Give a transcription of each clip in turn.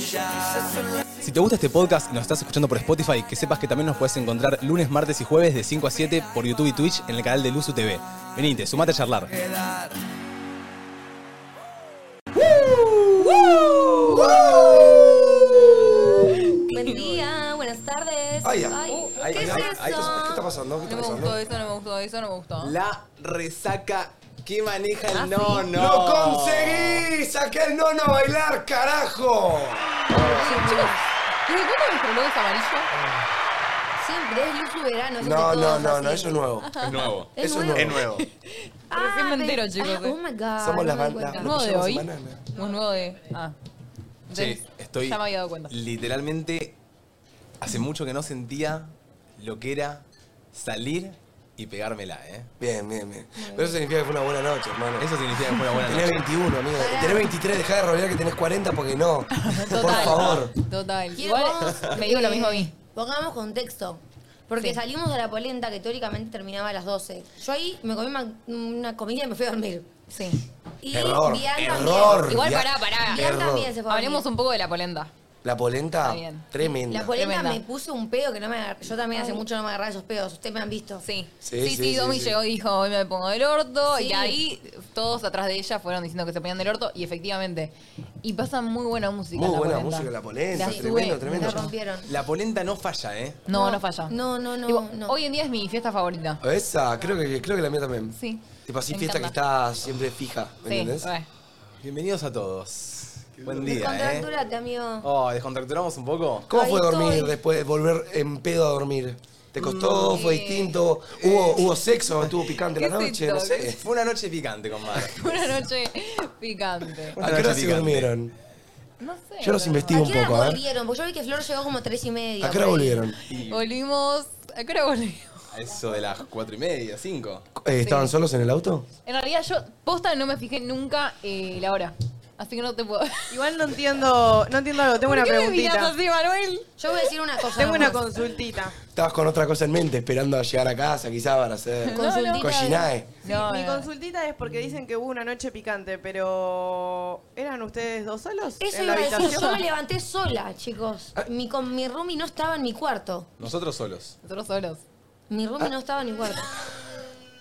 Si te gusta este podcast y nos estás escuchando por Spotify, que sepas que también nos puedes encontrar lunes, martes y jueves de 5 a 7 por YouTube y Twitch en el canal de Luzu TV. Venite, sumate a charlar. Buen día, buenas tardes. Ay, ay, ay, ¿qué ay, es ay, eso? ay, ¿Qué está pasando? ¿Qué está No me pasando? gustó, eso no me gustó, eso no me gustó. La resaca que maneja ¿Ah, el ¡No, no, no. ¡Lo conseguí! ¡Saqué el nono a bailar, carajo! Chicos, ¿desde cuándo nuestro logo es amarillo? Siempre es Luzu verano. siempre No, no, todos no, no, así. eso es nuevo. Es nuevo. ¿Es eso es nuevo? Es nuevo. Ah, Recién me entero, pe- chicos, ah, eh. oh my god. Somos no las me di bandas. cuenta. No, de hoy. Banana. Un nuevo de. Ah. Che, Entonces, estoy Ya me había dado cuenta. literalmente hace mucho que no sentía lo que era salir y pegármela, ¿eh? Bien, bien, bien. Pero eso significa que fue una buena noche, hermano. Eso significa que fue una buena Tenés noche. 21, amigo. Tenés 23, dejá de rodear que tenés 40 porque no. Por favor. Total. Quiero Igual vos, me digo lo mismo a mí. eh, Pongamos contexto. Porque Sí. salimos de la polenta que teóricamente terminaba a las 12. Yo ahí me comí una, una comida y me fui a dormir. Sí. Y Error, Bian también. error. Igual Bian- pará, pará. Bian también se fue a Hablemos dormir. un poco de la polenta. La polenta, Está bien. Ah, tremenda. La polenta Tremenda. me puso un pedo que no me agarré. Yo también hace mucho no me agarraba esos pedos. Ustedes me han visto. Sí. Sí, Sí, sí, sí, sí, Domi sí. llegó y dijo, hoy me pongo del orto. Sí. Y ahí todos atrás de ella fueron diciendo que se ponían del orto. Y efectivamente. Y pasa muy buena música. Muy en la buena polenta. música, la polenta. La sube Tremendo, Me tremendo. mucho. rompieron. La polenta no falla, ¿eh? No, no, falla. No, no, no, Tipo, no. Hoy en día es mi fiesta favorita. Esa, creo que, creo que la mía también. Sí. Tipo así, Me fiesta que encanta. está siempre fija, ¿me entendés? Sí, re. Bienvenidos a todos. Buen día, ¿eh? Descontracturate, amigo. Oh, ¿descontracturamos un poco? ¿Cómo Ahí fue dormir estoy. después, volver en pedo a dormir? ¿Te costó? ¿Fue distinto? ¿Hubo, hubo sexo? ¿Estuvo picante la Mm, ¿Qué es noche? esto? No sé. Fue una noche picante con Mar. Una noche picante. Una ¿A qué hora noche se picante. durmieron? No sé. Yo los boludo. investigo ¿A un qué hora poco, a ver. volvieron? Porque yo vi que Flor llegó como tres y media. ¿A qué hora por ahí. volvieron? Eh, Y Volvimos. ¿A qué hora volvimos? a eso de las cuatro y media, cinco. Eh, ¿Estaban solos en el auto? En realidad yo, posta, no me fijé nunca eh, la hora. Así que no te puedo. Igual no entiendo, no entiendo algo. Tengo una ¿Por qué me miras preguntita. así, Manuel? Yo voy a decir una cosa. Tengo una nomás. consultita. Estabas con otra cosa en mente, esperando a llegar a casa, quizás para hacer. Consultita de- Cochinae. No, Mi no, no. consultita es porque dicen que hubo una noche picante, pero ¿eran ustedes dos solos? Eso en iba la a decir. Yo me habitación? levanté sola, chicos. Ah. Mi, con, mi roomie no estaba en mi cuarto. Nosotros solos. Nosotros solos. Mi Ah. roomie no estaba en mi cuarto.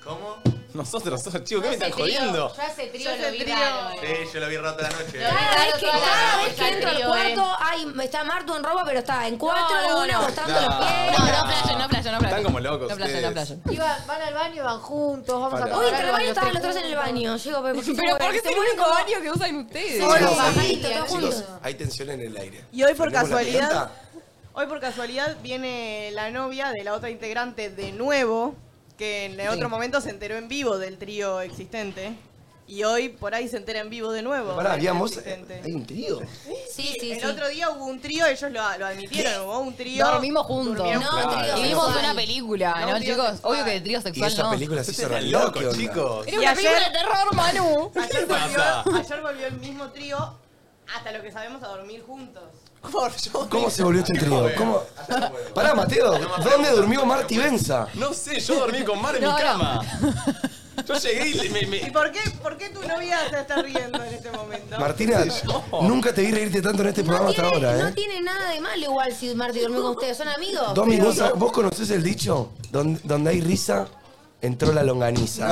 ¿Cómo? Nosotros solos, chicos, ¿qué me están jodiendo? Ya ese Yo ese trío. eh. Sí, yo lo vi rato de la noche. Cada vez que, Claro, cada vez ya que entro al trío, cuarto, ay, está Martu en ropa, pero estaba en cuatro, No, no, uno no. mostrando No. los pies. No, no playo, no playo, no playo. Están como locos No playo, no ustedes. playo. Iban, van al baño, van juntos, vamos Para. a Uy, tomar entre algo, baño estaban tres los tres en el juntos. baño. Llego, pero, Pero ¿por qué es el único baño que usan ustedes? Solo, Chicos, bajadito, todo Chicos, junto. hay tensión en el aire. Y hoy por ¿Tenemos la casualidad- pelota? Hoy por casualidad viene la novia de la otra integrante de nuevo, que en otro momento se enteró en vivo del trío existente. Y hoy por ahí se entera en vivo de nuevo. Pará, del trío habíamos. existente. Hay un trío. Sí, sí, el sí. otro día hubo un trío, ellos lo, lo admitieron, hubo un trío. Dormimos juntos. durmieron No, trío Y vimos sexual. una película, No, ¿no, un trío chicos? sexual. Obvio que el trío Y sexual esa no. película se hizo re Están loco, locos, chicos. chicos. Era Y una ayer- película de terror, Manu. Ayer pasa? volvió, ayer volvió el mismo trío, hasta lo que sabemos, a dormir juntos. ¿Cómo se volvió este trío? ¿Cómo? Pará, Mateo, ¿dónde durmió Marti Benza? No sé, yo dormí con Mar en No, mi no. cama. Yo llegué y le- me, ¿Y me- por qué, por qué tu novia se está riendo en este momento? Martina, nunca te vi reírte tanto en este programa hasta ahora, no ¿eh? tiene nada de malo igual si Marti dormí con ustedes. ¿Son amigos? Domi, Pero- ¿vos, vos conocés el dicho? Donde, donde hay risa, entró la longaniza.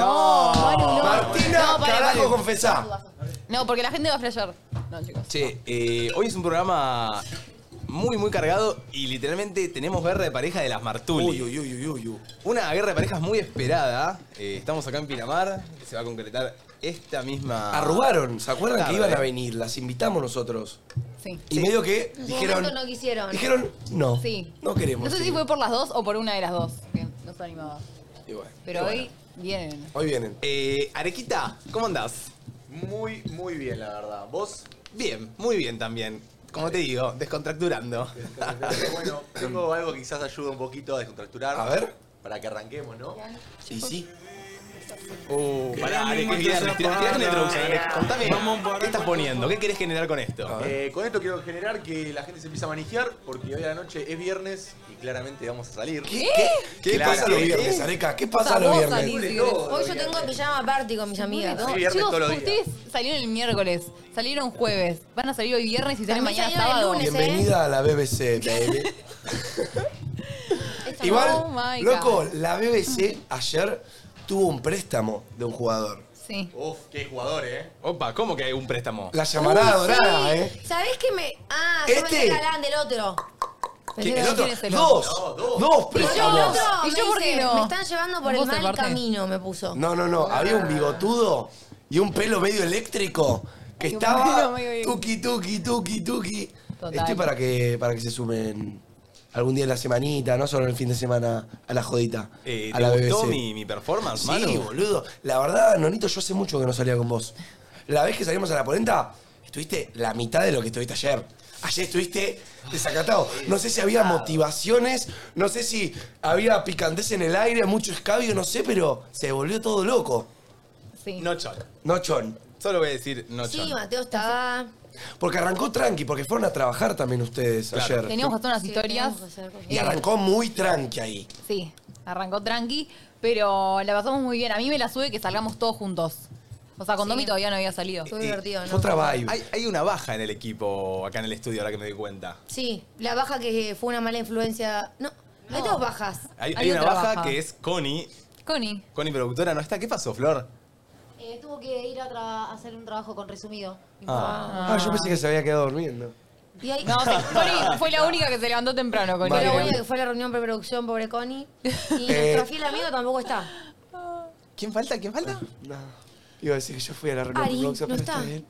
Martina, No, pará, carajo, pará. confesá. No, porque la gente va a flashear. No, chicos. Che, eh, hoy es un programa muy, muy cargado y literalmente tenemos guerra de pareja de las Uy, Martuli. uy, uy, uy, uy, uy. Una guerra de parejas muy esperada. Eh, estamos acá en Pinamar, que se va a concretar esta misma... Arrugaron, ¿se acuerdan Tarde. que iban a venir? Las invitamos nosotros. Sí. Y medio que En su dijeron. momento no quisieron. Dijeron, no. Sí. No queremos. No sé si ir. fue por las dos o por una de las dos. Que no se animaba. Y bueno, Pero y hoy bueno. vienen. Hoy vienen. Eh, Arequita, ¿cómo andás? Muy, muy bien, la verdad. ¿Vos? Bien, muy bien también. Como te digo, descontracturando. Bueno, tengo algo que quizás ayuda un poquito a descontracturar. A ver. Para que arranquemos, ¿no? Y sí. Uh, pará, Ale, qué bien. Tirate una introducción, Ale. Contame, ¿qué estás poniendo? ¿Qué querés generar con esto? Eh, con esto quiero generar que la gente se empiece a manejar porque hoy a la noche es viernes y claramente vamos a salir. ¿Qué? ¿Qué Claro, pasa los ¿qué? viernes, Areca? ¿Qué O sea, pasa los vos viernes? salís, si querés. Hoy yo tengo pijama party con mis amigas. Sí, viernes Chicos, todos los días. ustedes salieron el miércoles, salieron jueves, van a salir hoy viernes y salen También mañana salieron el sábado. lunes. ¿eh? Bienvenida a la BBC, baby. Esta Oh Igual, my loco, God. la BBC ayer tuvo un préstamo de un jugador. Sí. Uf, qué jugador, eh. Opa, ¿cómo que hay un préstamo? La llamarada dorada, ¿eh? ¿Sabés qué me.? Ah, yo Este. me galán del otro. Pensé que ¿Qué? El no otro, ¿Quién es el dos, No, dos, Y dos. yo, el préstamos. otro ¿Y me yo por qué dice, no? Me están llevando por el Vos mal aparte. camino, me puso. No, no, no. Había un bigotudo y un pelo medio eléctrico que Ay, un estaba pelo medio- tuki, tuki, tuki, tuki. Total. Estoy para que, para que se sumen algún día en la semanita, no solo en el fin de semana, a la jodita. Eh, a ¿Te la gustó BBC. mi, mi performance, Sí, Manu? boludo. La verdad, Nonito, yo hace mucho que no salía con vos. La vez que salimos a la polenta, estuviste la mitad de lo que estuviste ayer. Ayer estuviste desacatado. No sé si había motivaciones, no sé si había picantez en el aire, mucho escabio, no sé, pero se volvió todo loco. Sí. No chon. No, Chon. Solo voy a decir no Sí, chon. Mateo estaba. Porque arrancó tranqui, porque fueron a trabajar también ustedes Claro. ayer. Teníamos que hacer unas Sí, historias. teníamos que hacer cosas. Y arrancó muy tranqui ahí. Sí, arrancó tranqui, pero la pasamos muy bien. A mí me la sube que salgamos todos juntos. O sea, con Sí. Domi todavía no había salido. Estuvo divertido, Fue ¿no? otra vibe. Hay, hay una baja en el equipo acá en el estudio, ahora que me doy cuenta. Sí, la baja que fue una mala influencia. No, hay dos bajas. Hay, Hay hay una otra baja, baja. que es Connie. Connie. Connie productora no está. ¿Qué pasó, Flor? Eh, tuvo que ir a, tra- a hacer un trabajo con resumido. Ah, yo pensé que se había quedado durmiendo. Y hay. No, sí, Connie fue la única que se levantó temprano, Connie. Pero Vale. bueno, que fue la reunión preproducción, pobre Connie. Y Eh. nuestro fiel amigo tampoco está. ¿Quién falta? ¿Quién falta? No. Iba a decir que yo fui a la reunión Ari, con Roxa, no pero está. bien.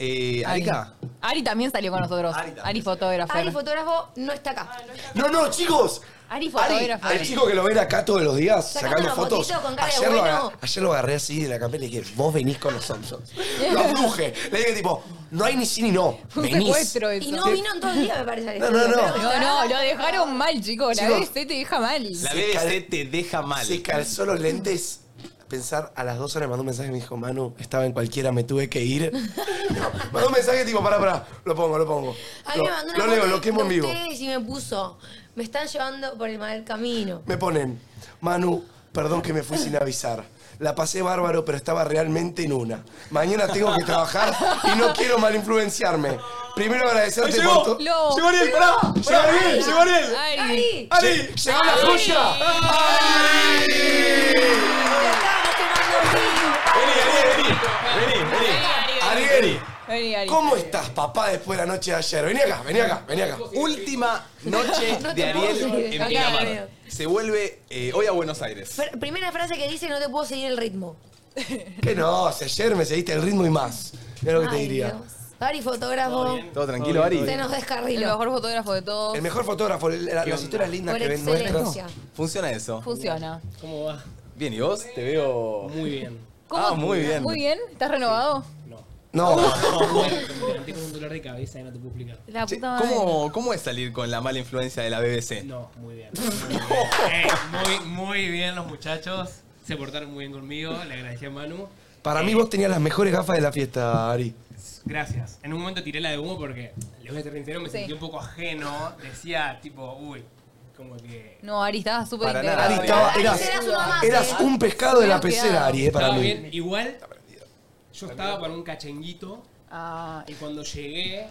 Eh, Arica. Ari también salió con nosotros. Ari también Ari salió. fotógrafo. Ari, fotógrafo, no está acá. No, no, chicos. Ari Ari, fotógrafo. el chico que lo ven acá todos los días Sacando sacando una fotos. fotito con cara de Ayer lo, bueno. aga- ayer lo agarré así de la campera y le dije, vos venís con los Simpsons. Lo afluje. Le dije tipo, no hay ni sí ni no. Fue un Venís. secuestro eso. Y no vino en todo el día, me parece. al No, no, estudio, no. pero bueno, No, no, lo dejaron mal, chicos. La Chicos. BBC te deja mal. La Se BBC cal- te deja mal. Se calzó los lentes. Pensar, a las dos horas me mandó un mensaje y me dijo, Manu, estaba en cualquiera, me tuve que ir. No, mandó un mensaje tipo, pará, pará, lo pongo, lo pongo. A mí Lo, me mandó una lo leo, foto lo quemo de en vivo. ustedes y me puso, me están llevando por el mal camino. Me ponen, Manu, perdón que me fui sin avisar. La pasé bárbaro, pero estaba realmente en una. Mañana tengo que trabajar y no quiero mal influenciarme. Primero agradecerte por tu... Lo- ¡Llegó Ariel! ¡Pará! ¡Llegó Ariel! ¡Llegó Ariel! Ari. ¡Ari! ¡Ari! ¡Llegó la joya! ¡Vení, Ariel, vení! ¡Vení, vení! Ariel, Vení, Ari. ¿cómo estás, papá, después de la noche de ayer? Vení acá, vení acá, vení acá. Última noche No te de puedo Ariel creer. en Acá, Pinamar. Ariel. Se vuelve eh, hoy a Buenos Aires. Fr- Primera frase que dice, no te puedo seguir el ritmo. Que no, si ayer me seguiste el ritmo y más. Mira lo que te Ay, diría. Dios. Ari, fotógrafo, ¿Todo tranquilo, Ari? se nos El descarriló. mejor fotógrafo de todos. El mejor fotógrafo, el- la- las historias lindas Por que ven nuestras. excelencia. ¿Funciona eso? Funciona. ¿Cómo va? Bien, ¿y vos? Te veo... Muy bien. ¿Cómo? Ah, muy bien. Muy bien. ¿Estás renovado? No. No, Me levanté con un dolor de cabeza y no te puedo explicar. La Che, puta madre. ¿cómo, ¿Cómo es salir con la mala influencia de la BBC? No, muy bien. Eh, muy, muy bien los muchachos. Se portaron muy bien conmigo. Le agradecí a Manu. para mí vos tenías las mejores gafas de la fiesta, Ari. Gracias. En un momento tiré la de humo porque, les voy a ser sincero, me Sí. sentí un poco ajeno. Decía, tipo, uy, como que... No, Ari estaba súper Para integrado. nada. Ari, estaba, Ari, eras, serás uno más, eras eh. un pescado de la Cuidado, pecera, Ari, eh, para Estaba mí. bien. Igual, yo estaba para un cachenguito Ah, y cuando llegué,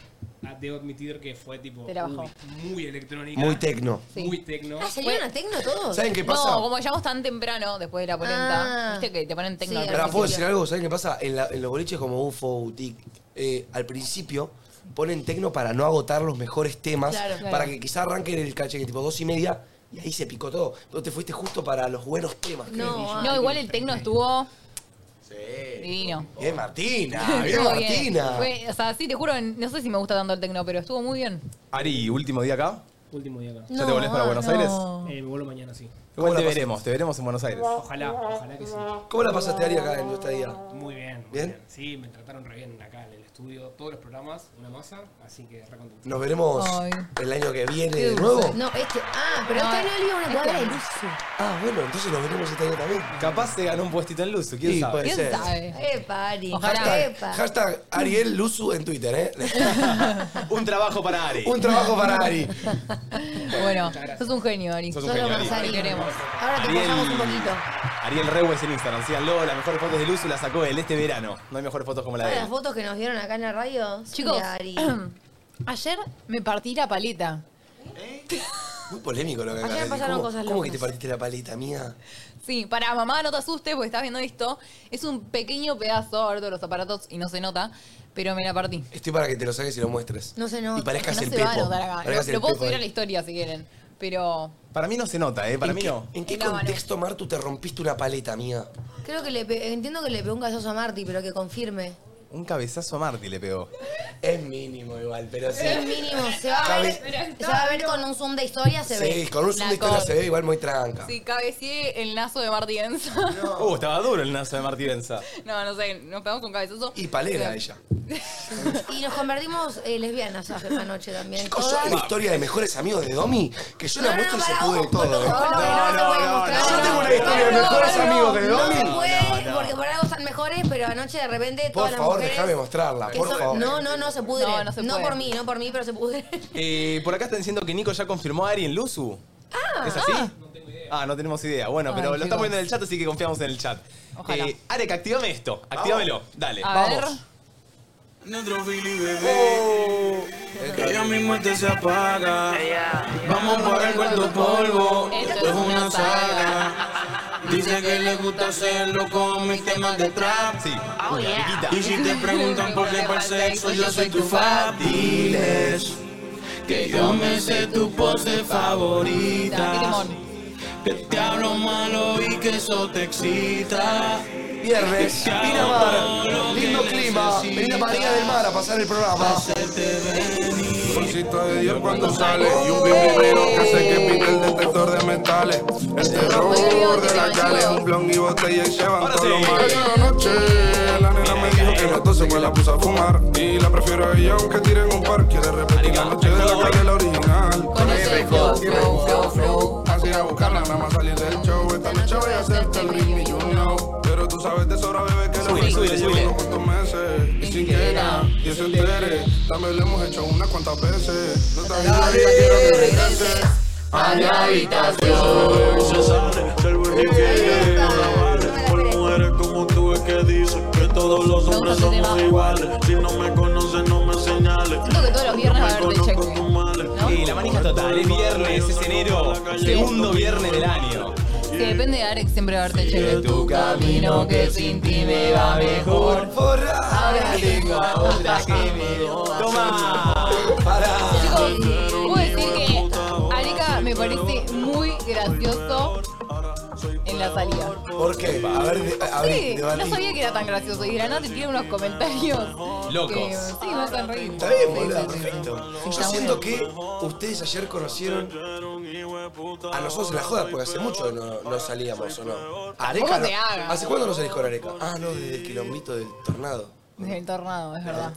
ah, debo admitir que fue, tipo, Te la bajó. uy, muy electrónica. Muy tecno. Sí. Muy tecno. Ah, ¿salieron a Tecno todos? ¿Saben qué pasa? No, como llegamos tan temprano después de la polenta. Ah. Viste que te ponen tecno Sí, al al Ahora, principio. ¿puedo decir algo? ¿Saben qué pasa? En, la- en los boliches como UFO, Boutique, eh, al principio ponen tecno para no agotar los mejores temas, Claro, claro. para que quizá arranquen el caché que tipo dos y media y ahí se picó todo. Pero te fuiste justo para los buenos temas. No, No, igual el tecno estuvo Sí. divino. Bien, Martina, bien, Estuvo Martina. Fue- o sea, sí, te juro, no sé si me gusta tanto el tecno, pero estuvo muy bien. Ari, último día acá. Último día acá. ¿Ya te volvés para Buenos Aires? Eh, me vuelvo mañana, sí. Igual la te veremos, te veremos en Buenos Aires. Ojalá, ojalá que sí. ¿Cómo la pasaste, Ari, acá en tu estadía? Muy bien, muy ¿Bien? ¿Bien? Sí, me trataron re bien acá en el estudio. Todos los programas, una masa, así que re contento. ¿Nos veremos Ay. el año que viene Qué de dulce. nuevo? No, este. Ah, pero No, este año iba a una este cuadra de año. luso. Ah, bueno, entonces nos veremos este año también. Capaz se ganó un puestito en Luzu, quién Sí, sabe. puede ¿Quién ser. sabe? Epa, Ari. Ojalá. Epa. Hashtag Ariel Luzu en Twitter, ¿eh? Un trabajo para Ari. Un trabajo para Ari. Bueno, sos un genio, Ari. Sos un Solo genio, Ari. más Ari. Te queremos. Ahora te Ariel. pasamos un poquito. Ariel Rewes en Instagram, síganlo, las mejores fotos de Luzu las sacó él este verano. No hay mejores fotos como la Todas de las él. fotos que nos dieron acá en la radio. son Chicos, de Ari. ayer me partí la paleta. Muy polémico lo que Ayer acabas de decir. pasaron ¿Cómo, cosas ¿Cómo que locas. te partiste la palita, mía? Sí, para mamá, no te asustes porque estás viendo esto. Es un pequeño pedazo, ahorita los aparatos y no se nota, pero me la partí. Estoy para que te lo saques y lo muestres. No se nota. Y parezcas Que el no se va a Pepo. notar acá. Parezcas Lo, el lo puedo Pepo. subir a la historia si quieren. Pero Para mí no se nota, ¿eh? Para ¿En mí qué- no. ¿En qué No, no. contexto, Martu, te rompiste una paleta, mía? Creo que le pe- entiendo que le pegó un cazazo a Marty, pero que confirme. Un cabezazo a Marty le pegó. Es mínimo igual, pero sí. Es mínimo. Se va a ver, se va a ver con un zoom de historia, se Sí, ve. con un zoom de La historia cor- se ve igual muy tranca. si cabeceé el nazo de Marty Benza. Uh, estaba duro el nazo de Marty Benza. No, no sé, nos pegamos un cabezazo. Y palera Sí. ella. Y nos convertimos eh, lesbianas anoche también. Chicos, ¿saben la historia de mejores amigos de Domi? Que yo la No, no, muestro y se pará, pude vos, todo. vos, vos, No, no, no, no, no, no, no. Yo no, tengo no, una historia de no, mejores no, amigos de No Domi. se puede, porque por algo están mejores, pero anoche de repente Por todas las favor, mujeres... déjame mostrarla, que por son- favor. No, no, no, se pudre. No, no se puede. por mí, no por mí, pero se pudre. Eh, por acá están diciendo que Nico ya confirmó a Ari en Luzu. ¿Es así? No tengo idea. Ah, no tenemos idea. Bueno, pero Ay, lo chicos. estamos viendo en el chat, así que confiamos en el chat. Ojalá. Eh, Arek, activame esto. Actívamelo. Dale. A Vamos. ver. Nuestro Billy bebé. Ella misma te este se apaga. Vamos para el cuarto polvo. Esto Esto es es una una saga. Dice que le gusta hacerlo con mis temas de trap. Sí. Oh, Una piquita. Y si te preguntan por qué para el sexo, yo soy tu fat. Diles que yo me sé tu pose Ya, qué favorita. timón. Que te hablo malo y que eso te excita. Viernes, Pinamar, lindo clima. Venid a María del Mar a pasar el programa. Cosita de Dios cuando sale Y un vibrilero que hace que pite el detector de metales El terror de la calle Un blon y botella y llevan Ahora todo lo sí. mal Llega la noche, la nena me dijo que a las 12 me la puse a fumar Y la prefiero a ella aunque tiren un par Quiere repetir la noche de la calle, la original Con ese flow, Y rico, flow, flow, flow. Así a buscarla, nada más salir del show Esta noche voy a hacerte el ritmo, you know Pero tú sabes de sobra, bebé, que lo Súbele, único que súbele, llevo súbele. unos cuantos meses Y sin que nada, Dios se entere También lo hemos hecho unas cuantas veces No te olvides, quiero que regreses A la habitación Se sale del borriquero Por mujeres como tú es que dicen Que todos los hombres somos iguales Si no me conoces, no me señales Siento que todos los viernes va a haber de checkpoint. ¿no? Y la manija total, es viernes, es enero, segundo viernes del año. Que depende de Arex, siempre va a haber de checkpoint. tu camino que sin ti me va mejor. Ahora tengo a otra que me Toma. Chicos, puedo decir que Arica me parece muy gracioso en la salida. ¿Por qué? A ver, de- a ver, Sí, no debatí. sabía que era tan gracioso. Y de la nada te tiene unos comentarios. Locos. que, sí, me hacen reír. Está bien, Sí, boludo, sí, sí. perfecto. Yo Está siento bueno. que ustedes ayer conocieron a nosotros en la joda, porque hace mucho no, no salíamos, ¿o no? Areca, ¿Cómo no- te hagas? ¿Hace cuándo no salís con Areca? Ah, no, desde el quilombito del tornado. Desde el tornado, es verdad.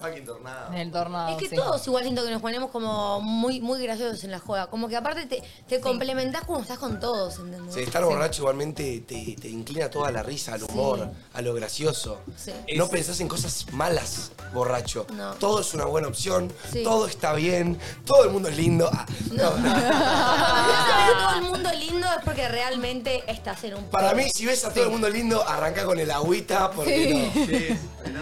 Desde el tornado. Es que sí. todos igual siento que nos ponemos como muy, muy graciosos en la joda. Como que aparte te, te complementás como estás con todos, ¿entendés? Sí, estar borracho igualmente te, te inclina toda la risa, al humor, a lo gracioso. Sí. No pensás en cosas malas, borracho. No. Todo es una buena opción, Sí. todo está bien, todo el mundo es lindo. Ah, no. Si ves a todo el mundo lindo es porque realmente estás en un Para mí, si ves a todo el mundo lindo, arranca con el agüita, porque no.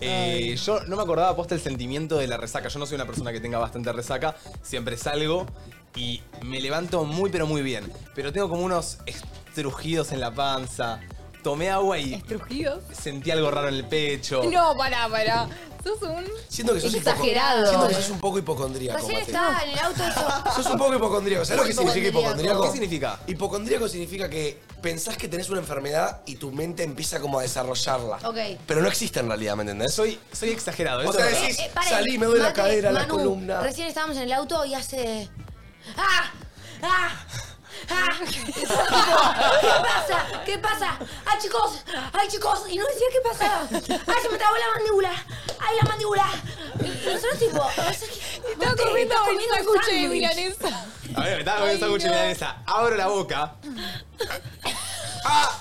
Eh, yo no me acordaba posta el sentimiento de la resaca. Yo no soy una persona que tenga bastante resaca. Siempre salgo y me levanto muy pero muy bien. Pero tengo como unos estrujidos en la panza. Tomé agua y ¿Estrujidos? sentí algo raro en el pecho. No, pará, pará. Sos un. Siento que sos Es un poco- exagerado. Siento que sos un poco hipocondríaco, Recién Mateo. estaba en el auto eso. Sos un poco hipocondríaco. ¿Sabes lo que significa hipocondríaco? Hipocondríaco. ¿Qué significa? Hipocondríaco significa que pensás que tenés una enfermedad y tu mente empieza como a desarrollarla. Ok. Pero no existe en realidad, ¿me entendés? Soy, soy exagerado. ¿eh? O eso sea, es- decís, paren, salí, me duele la Mate, cadera, la Eh, Manu, columna. Recién estábamos en el auto y hace. ¡Ah! ¡Ah! ¡Ah! ¿Qué pasa? ¿Qué pasa? ¡Ay, chicos! ¡Ay, chicos! Y no decía qué pasaba. ¡Ay, se me trabó la mandíbula! ¡Ay, la mandíbula! Y nosotros tipo... Estaba comiendo un sándwich de milanesa. A ver, me estaba comiendo Ay, un sándwich de no. milanesa. Abro la boca. ¡Ah! ¡Ah!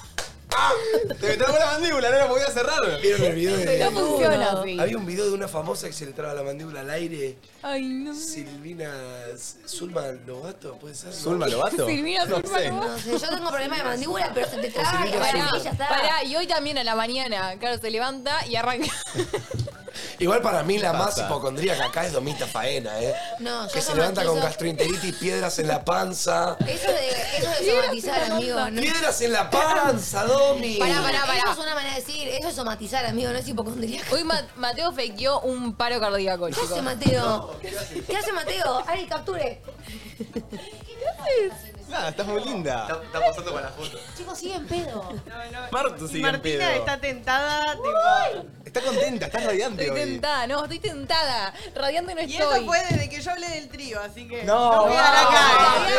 Te me trabó la mandíbula, no la podía cerrar. ¿Vieron el video de.? No funciona así. Había un video de una famosa que se le traba la mandíbula al aire. Ay, no. Silvina. Zulma Lobato, ¿puede ser? ¿Zulma Lobato? Silvina, No Zulma sé. Lobato. No sé, yo tengo problemas de mandíbula, pero se te traba y Silvina bueno, Silva. y ya está. Pará, y hoy también a la mañana. Claro, se levanta y arranca. Igual para mí la más pasa? hipocondríaca acá es Domita Faena, ¿eh? No, yo que se jamás levanta con quiso- gastroenteritis, piedras en la panza. Eso de, eso de somatizar, amigo. No, ¡Piedras en la panza, Domi! Pará, pará, pará. Eso es una manera de decir, eso es somatizar, amigo, no es hipocondríaco. Hoy Ma- Mateo fakeó un paro cardíaco, ¿Qué hace chicos. Mateo? ¿Qué hace Mateo? Ari, capture. Nada, estás muy linda. Está pasando para la foto. Chicos, siguen pedo. Martu sigue en pedo. Martina está tentada, tipo. Está contenta, estás radiante Estoy hoy. tentada, no, estoy tentada. Radiante no Y estoy. eso fue desde que yo hablé del trío, así que. No, no quedará acá. no, ¿eh?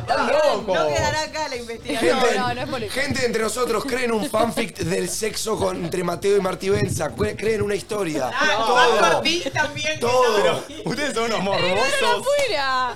¡Estás loco! No quedará acá la Gente, investigación. no, no es por eso. gente entre nosotros creen un fanfic del sexo con- entre Mateo y Martí Benza. Cre- Creen una historia. Ah, No. Juan Martín también. Todo. Ustedes son unos ¡Pero morbosos. afuera!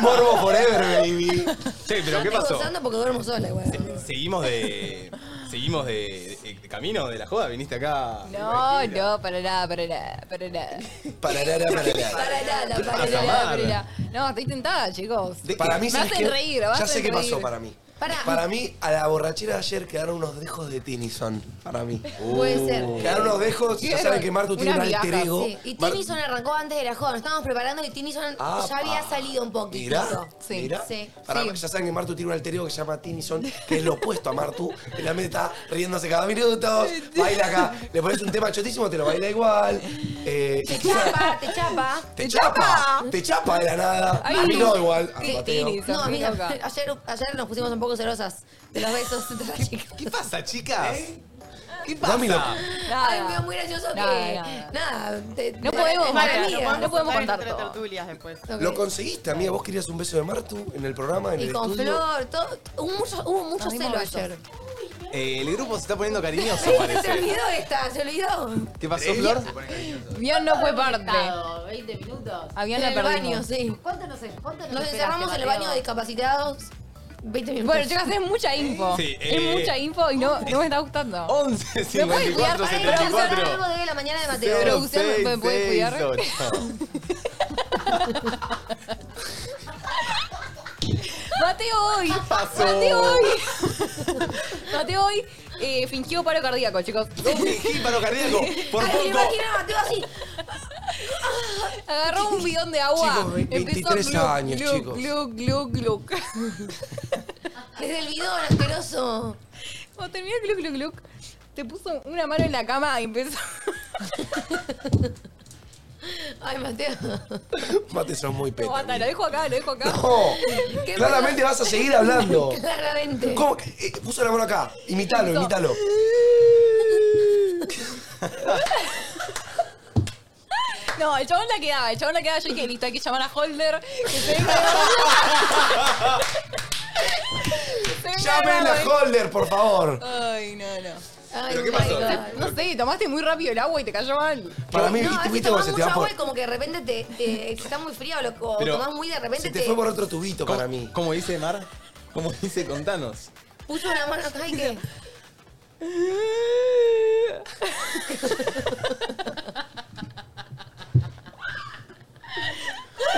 Morbo forever, baby. Che, pero Yo ¿qué estoy pasó? gozando porque duermo sola, igual. Seguimos de. Seguimos de, de- de camino de la joda, viniste acá. No, no, para nada, para nada, para nada. Pararara, parará. Para nada, para Para pasa nada. mal? nada, para nada. No, estoy tentada, chicos. ¿De qué? Para mí, Me ¿sabes hacen qué? reír, me Ya hacen sé qué pasó reír. para mí. Para- Para mí, a la borrachera de ayer quedaron unos dejos de Tinison. Para mí. Uh. Puede ser. Quedaron unos dejos, ya Quedaron saben que Martu tiene un una migaja, alter ego. Sí, y Mar- Tinison arrancó antes de la joda, nos estábamos preparando y Tinison Ah, ya había pa. salido un poquito. Mirá, Sí, mirá. sí, Pará, sí. Ya saben que Martu tiene un alter ego que se llama Tinison, que es lo opuesto a Martu. En la meta está riéndose cada minuto, baila acá. Le pones un tema chotísimo, te lo baila igual. Eh, Te chapa, te chapa. te chapa, te chapa de la nada. Ay, a mí no igual, a qué Mateo. tinis. No, amiga, Loca. ayer, ayer nos pusimos un poco celosas de los besos de las chicas. ¿Qué pasa, chicas? ¿Qué pasa? Dami lo- Nada. Ay, me muy gracioso Nada, que. nada. Nada, te- No te- podemos, te- Mara, amiga. no podemos. Vamos a contar entre todo. tertulias después. ¿eh? Ok. Lo conseguiste, amiga. Vos querías un beso de Martu en el programa, en Y el con estudio. Flor, todo, hubo mucho, hubo mucho Nos dimos celo besos. ayer. Eh, el grupo se está poniendo cariñoso, Sí, se parece. olvidó esta, se olvidó. ¿Qué pasó, Flor? Bion no fue parte. Estado, 20 minutos. A Bion en la el baño, perdimos. sí. ¿Cuánto nos, cuánto nos Nos esperaste, encerramos en el baño Mateo? de discapacitados. 20 minutos. Bueno, chicas, es mucha info. Sí, eh, Oh. es mucha info y no, no me está gustando. 11, ¿Me pueden cuidar 54, para Ay, el 74. 74. producción, algo de la mañana de Mateo. Pero producción, ¿me pueden- pueden cuidar? 8. Mateo hoy. pasó? Mateo hoy. Mateo hoy eh, fingió paro cardíaco, chicos. Paro cardíaco, por Ay, me poco. imagino a Mateo así. Agarró un bidón de agua. Chicos, ve- Empezó 23 gluc, años, gluc, chicos. gluc, gluc, gluc. Desde el bidón, asqueroso. Cuando terminó el gluc, gluc, gluc, te puso una mano en la cama y empezó. Ay, Mateo. Mate, sos muy No, peto. basta, lo dejo acá, lo dejo acá. No, ¿Qué claramente vas a seguir hablando. Claramente. ¿Cómo que- eh, puso la mano acá. Imitalo, Hizo. imitalo. No, el chabón la quedaba, el chabón la quedaba. Yo dije, listo, hay que llamar a Holder. Que se venga. Se venga Llamen a grabar. Holder, por favor. Ay, no, no. Ay, ¿Pero qué my pasó? God. No sé, tomaste muy rápido el agua y te cayó mal. Para mí, no, viste, así viste tomás cómo se te mucho va por. agua y como que de repente te, te Este, está muy fría o, lo, o Pero tomás muy de repente Se te fue por otro tubito para mí. ¿Cómo dice Mar? ¿Cómo dice? Contanos. puso la mano acá y que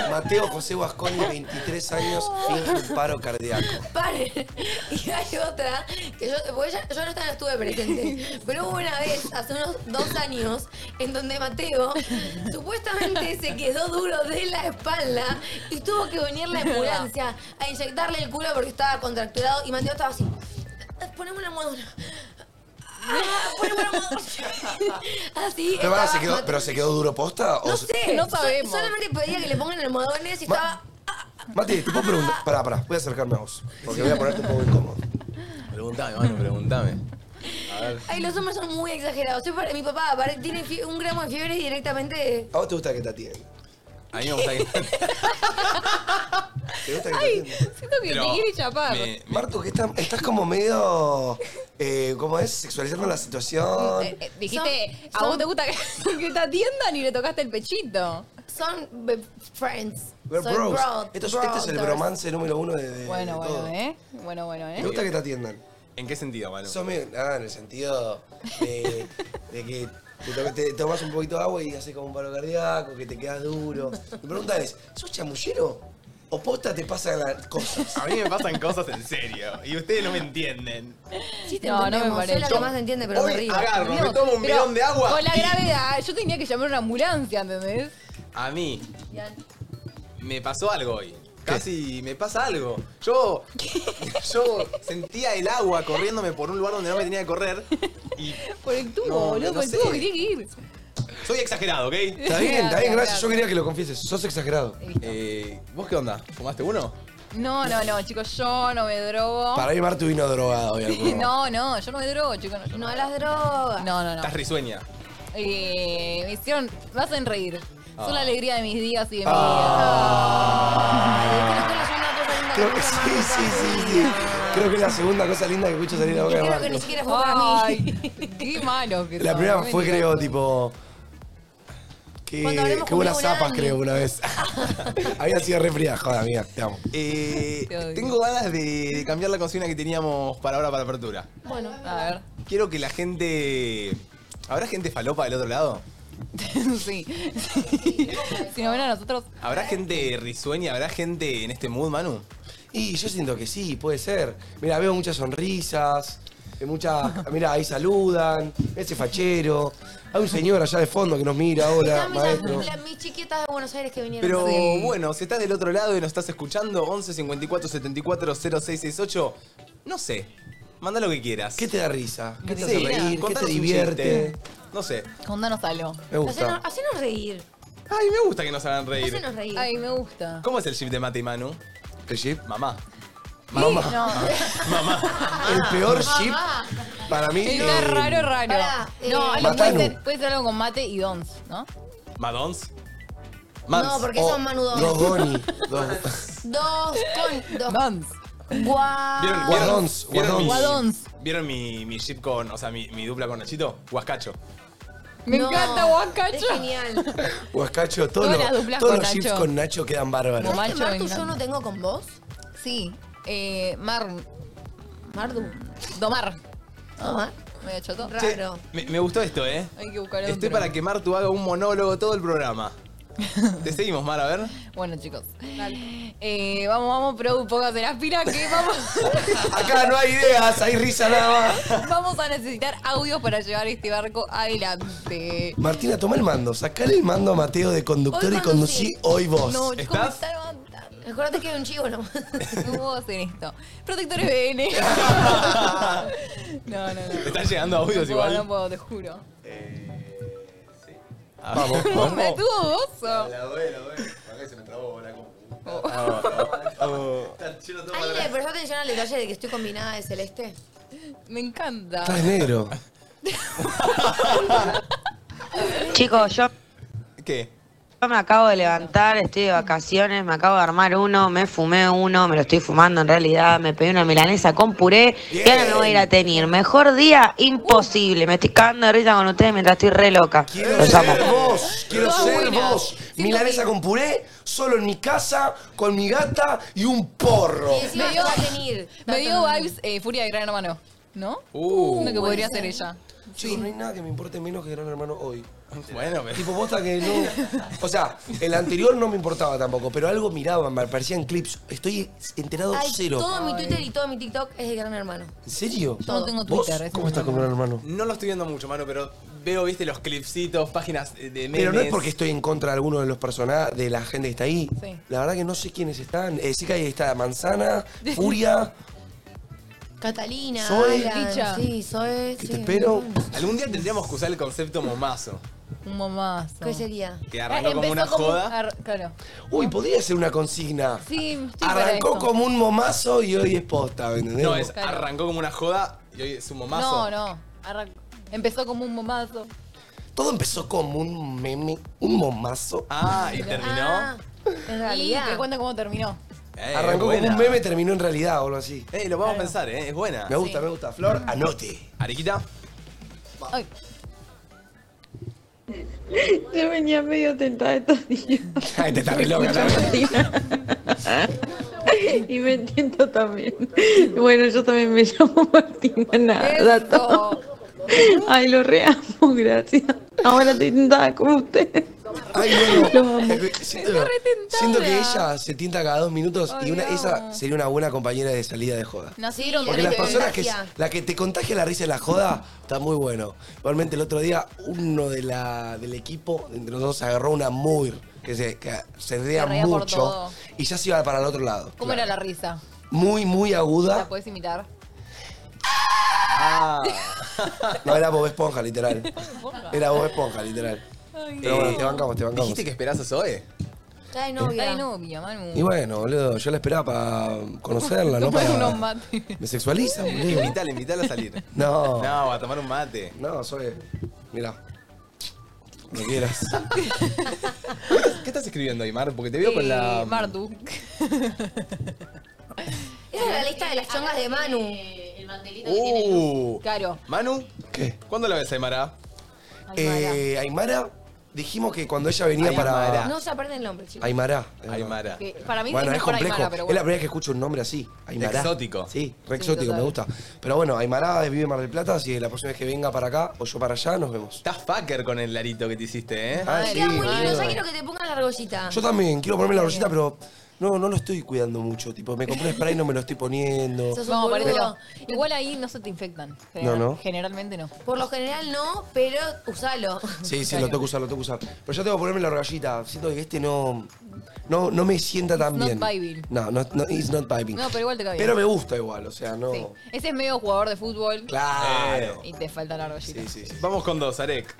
Mateo José Guasconi, 23 años, finge un paro cardíaco. pare. Y hay otra que yo, porque ella- yo no estaba, no estuve presente, pero hubo una vez hace unos dos años en donde Mateo supuestamente se quedó duro de la espalda y tuvo que venir la ambulancia a inyectarle el culo porque estaba contracturado y Mateo estaba así. Ponemos una almohadona. Ah, poneme una almohadona. Así. Pero, pará, estaba ¿se quedó- Mateo. ¿Pero se quedó duro posta? o No se- sé, No so- sabemos. solamente pedía que le pongan almohadones y Ma- estaba. Mate, te puedo preguntar. Pará, pará, voy a acercarme a vos. Porque voy a ponerte un poco incómodo. Preguntame, mano, preguntame. Ay, los hombres son muy exagerados. Yo para mi papá para- tiene fie- un gramo de fiebre y directamente. ¿A vos te gusta que te atiendan? A mí me gusta que. ¿Te gusta que te Ay, atienda? siento que Pero te quiere chapar. Martu, que estás, estás como medio. eh, ¿Cómo es? Sexualizando la situación. Eh, eh, dijiste, a vos te gusta que, que te atiendan y le tocaste el pechito. Son be- friends. We're Soy bros. bro- Esto es- este es el brothers. bromance número uno de. de- Bueno, de bueno, todo. ¿eh? Bueno, bueno, Me ¿eh? gusta que te atiendan. ¿En qué sentido, Manu? Sos medio- ah, en el sentido de, de que te, to- te tomas un poquito de agua y haces como un paro cardíaco, que te quedas duro. Mi pregunta es, ¿sos chamullero? ¿O posta te pasan las cosas? A mí me pasan cosas en serio y ustedes no me entienden. Sí, te No, no me entendemos. Soy la parece. que más entiende, pero me Hoy río. agarro, me No, tomo un pero bidón de agua. Con la y- gravedad, yo tenía que llamar a una ambulancia, ¿entendés? A mí me pasó algo hoy. Casi me pasa algo. Yo, yo sentía el agua corriéndome por un lugar donde no me tenía que correr. Y Por el tubo, No, boludo, no por el sé. tubo que tiene que ir. soy exagerado, ¿ok? Está bien, está bien, Gracias, gracias. Yo gracias. quería que lo confieses. Sos exagerado. Eh, ¿Vos qué onda? ¿Fumaste uno? No, no, no, chicos, yo no me Oh. drogo. Para mí Martu vino drogado hoy al programa. No, no, yo no me drogo, chicos. No, yo No a las drogas. No, no, no. Estás risueña. Eh, me hicieron, me hacen reír. Ah. Son la alegría de mis días y de mi Ah, Creo que es una cosa linda nunca más me pasó. Creo que sí, sí, sí, sí. Creo que es la segunda cosa linda que escucho salir de la boca de Creo que ni Martu. siquiera fue para vida. mí. Ay, qué malo que La son, primera no me fue, digas. creo, tipo... Que, Cuando hablemos que con hubo unas Diego zapas, Lani. creo, una vez. Había sido re fría. Joder, amiga, te amo. Eh, Te odio. tengo ganas de cambiar la consigna que teníamos para ahora para apertura. Bueno, A ver. Quiero que la gente. ¿Habrá gente falopa del otro lado? sí. si nos ven a nosotros, ¿Habrá gente risueña? ¿Habrá gente en este mood, Manu? Y yo siento que sí, puede ser. Mira, veo muchas sonrisas, eh, muchas. Mira, ahí saludan, ese fachero. Hay un señor allá de fondo que nos mira, hola, están mis, maestro. la- mis chiquetas de Buenos Aires que vinieron. Pero Sí. bueno, si estás del otro lado y nos estás escuchando, 11 54 74 0668, no sé. Manda lo que quieras. ¿Qué te da risa? ¿Qué te hace Sí, reír? ¿Qué te contanos un divierte? chiste. No sé. contanos algo. Me gusta. Hacenos, hacenos reír. Ay, me gusta que nos hagan reír. Hacenos reír. Ay, me gusta. ¿Cómo es el chip de Mate y Manu? ¿El jeep? Mamá. Mamá. No, El peor jeep Ah, para mí. está eh, raro, raro. Pará, no, eh, algo puede Matanu. ser, puede ser algo con mate y dons, ¿no? ¿Madons? Mans. no, porque o- son manudos. Dos Goni. Dos Dos con dos. Dons. Guau. Guadons. ¿Vieron mi- Guadons. Guadons. ¿Vieron mi, mi ship con, o sea, mi, mi dupla con Nachito? Huascacho. Me No, encanta Es Huacacho. genial. Guascacho, todos Todas los- las duplas todos con los Nacho. jeeps con Nacho quedan bárbaros. Como ¿Sabes que macho, Martu venga. yo no tengo con vos? Sí. Eh, Mar. Mardu. Domar. Ah, Medio choto. Che, Raro. me, me gustó esto, ¿eh? Hay que buscar Estoy otro. para que Martu haga un monólogo todo el programa. Te seguimos, Mar, a ver. Bueno, chicos. Eh, vamos, vamos, pero póngase las pilas que vamos, Acá no hay ideas, hay risa nada más. vamos a necesitar audio para llevar este barco adelante. Martina, toma el mando. Sacale el mando a Mateo de conductor Hoy y conducí conducí. hoy vos. No, chicos, me ¿Estás? está levantando. Acuérdate que hay un chivo nomás. No puedo hacer esto. Protectores BN. E. no, no, no. Te están llegando No audios puedo, igual. no puedo, te juro. Eh, A ver. Me tuvo gozo. La doy, la doy. Acá se me trabó la compu. Ah, Oh, Está lleno todo para ¿Alguien le atrás. prestó atención al detalle de que estoy combinada de celeste? Me encanta. Estás negro. Chicos, yo ¿Qué? me acabo de levantar, estoy de vacaciones, me acabo de armar uno, me fumé uno, me lo estoy fumando en realidad, me pedí una milanesa con puré y ahora me voy a ir a tener. Mejor día imposible, me estoy cagando de risa con ustedes mientras estoy re loca. Quiero Los amo. ser vos, quiero Todas ser buenas. vos. Siento Milanesa que- con puré, solo en mi casa, con mi gata y un porro. Y encima Me me dio- dio, venir. Me dio Tanto- vibes eh, Furia de Gran Hermano. ¿No? Uh. Lo que podría ser ella. Chicos, no hay nada que me importe menos que Gran Hermano hoy. Bueno, me- Tipo, posta que no. O sea, el anterior no me importaba tampoco, pero algo miraba, me aparecían clips. Estoy enterado Ay, cero. Todo mi Twitter y todo mi TikTok es de Gran Hermano. ¿En serio? Yo no tengo ¿Vos? Twitter. ese ¿Cómo es estás mi con Gran Hermano? no lo estoy viendo mucho, mano, pero veo, viste, los clipsitos, páginas eh, de memes. Pero no es porque estoy en contra de alguno de los personajes, de la gente que está ahí. Sí. La verdad que no sé quiénes están. Eh, sí que ahí está Manzana, Furia. Catalina, Zoe. Alan, Licha. Sí, soy. Que te espero. Algún día tendríamos que usar el concepto momazo, Un momazo. ¿Qué sería? que Eh, arrancó como empezó una joda. ar- claro. Uy, podría ser una consigna. Sí, estoy para Arrancó esto. como un momazo y hoy es posta, ¿me entendés? No, es Claro. arrancó como una joda y hoy es un No, momazo. no. arrancó- Empezó como un momazo. Todo empezó como un meme, un momazo. Ah, y terminó. Ah, en Y te realidad. cuento cómo terminó. Arrancó como Eh, buena. un meme, terminó en realidad o algo así. Eh, lo vamos a pensar, eh, es buena. Me gusta, me gusta. Flor, anote. Ariquita. Yo venía medio tentada estos días. Ay, te estás re loca, y me entiendo también. Bueno, yo también me llamo Martina Nadato. Ay, lo reamo, gracias. Ahora te tentada como usted. eh, Siento, siento que ella se tienta cada dos minutos y una, esa sería una buena compañera de salida de joda. Nos dieron Porque las personas que, la que te contagia la risa y la joda, está muy bueno. Igualmente el otro día uno de la, del equipo, de entre nosotros, agarró una muy que se, que se ría Se reía por mucho todo. y ya se iba para el otro lado. ¿Cómo era la risa? Muy, muy aguda. ¿La puedes imitar? Ah. No, era Bob Esponja, literal. Era Bob Esponja, literal. Pero bueno, te bancamos, te bancamos. ¿Dijiste que esperás a Zoe? Está de novia. Está de Eh, novia, Manu. Y bueno, boludo, yo la esperaba para conocerla, ¿no? Tomar unos Para... mates. Me sexualizan, boludo. Invítala, invítala a salir. No. No, a tomar un mate. No, Zoe. Mirá. Lo quieras. ¿Qué estás escribiendo, Aymar? Porque te veo con Eh, la. Mardu. Era la lista de las chongas de Manu. El mantelito Uh. Claro. Manu, ¿Qué? ¿cuándo la ves, Aymara? Eh, Aymara, dijimos que cuando ella venía para. No se aprende el nombre, chicos. Aymara. Aymara. Que para mí bueno, es es mejor complejo. Aymara, pero Es la bueno. primera vez que escucho un nombre así. Aymara. Exótico. Sí, re Sí, exótico, total. me gusta. Pero bueno, Aymara vive en Mar del Plata, así que la próxima vez que venga para acá o yo para allá, nos vemos. Estás fucker con el larito que te hiciste, ¿eh? Ah, Me sí, queda muy lindo. boludo. Ya quiero que te pongas la argollita. Yo también quiero ponerme la rosita, pero no, no lo estoy cuidando mucho. Tipo, me compré spray y no me lo estoy poniendo. Sos un Vamos, boludo. ponértelo. Igual ahí no se te infectan. No, no. Generalmente no. Por lo general no, pero usalo. Sí, sí, lo tengo que usar, lo tengo que usar. Pero yo tengo que ponerme la rogallita. Siento que este no. No, no me sienta tan not bien. vibing. No, no, no, it's not vibing. No, pero igual te cae bien. Pero me gusta igual, o sea, no. Sí. Ese es medio jugador de fútbol. Claro. Y te falta la argollita. Sí, sí, sí. Vamos con dos, Arek.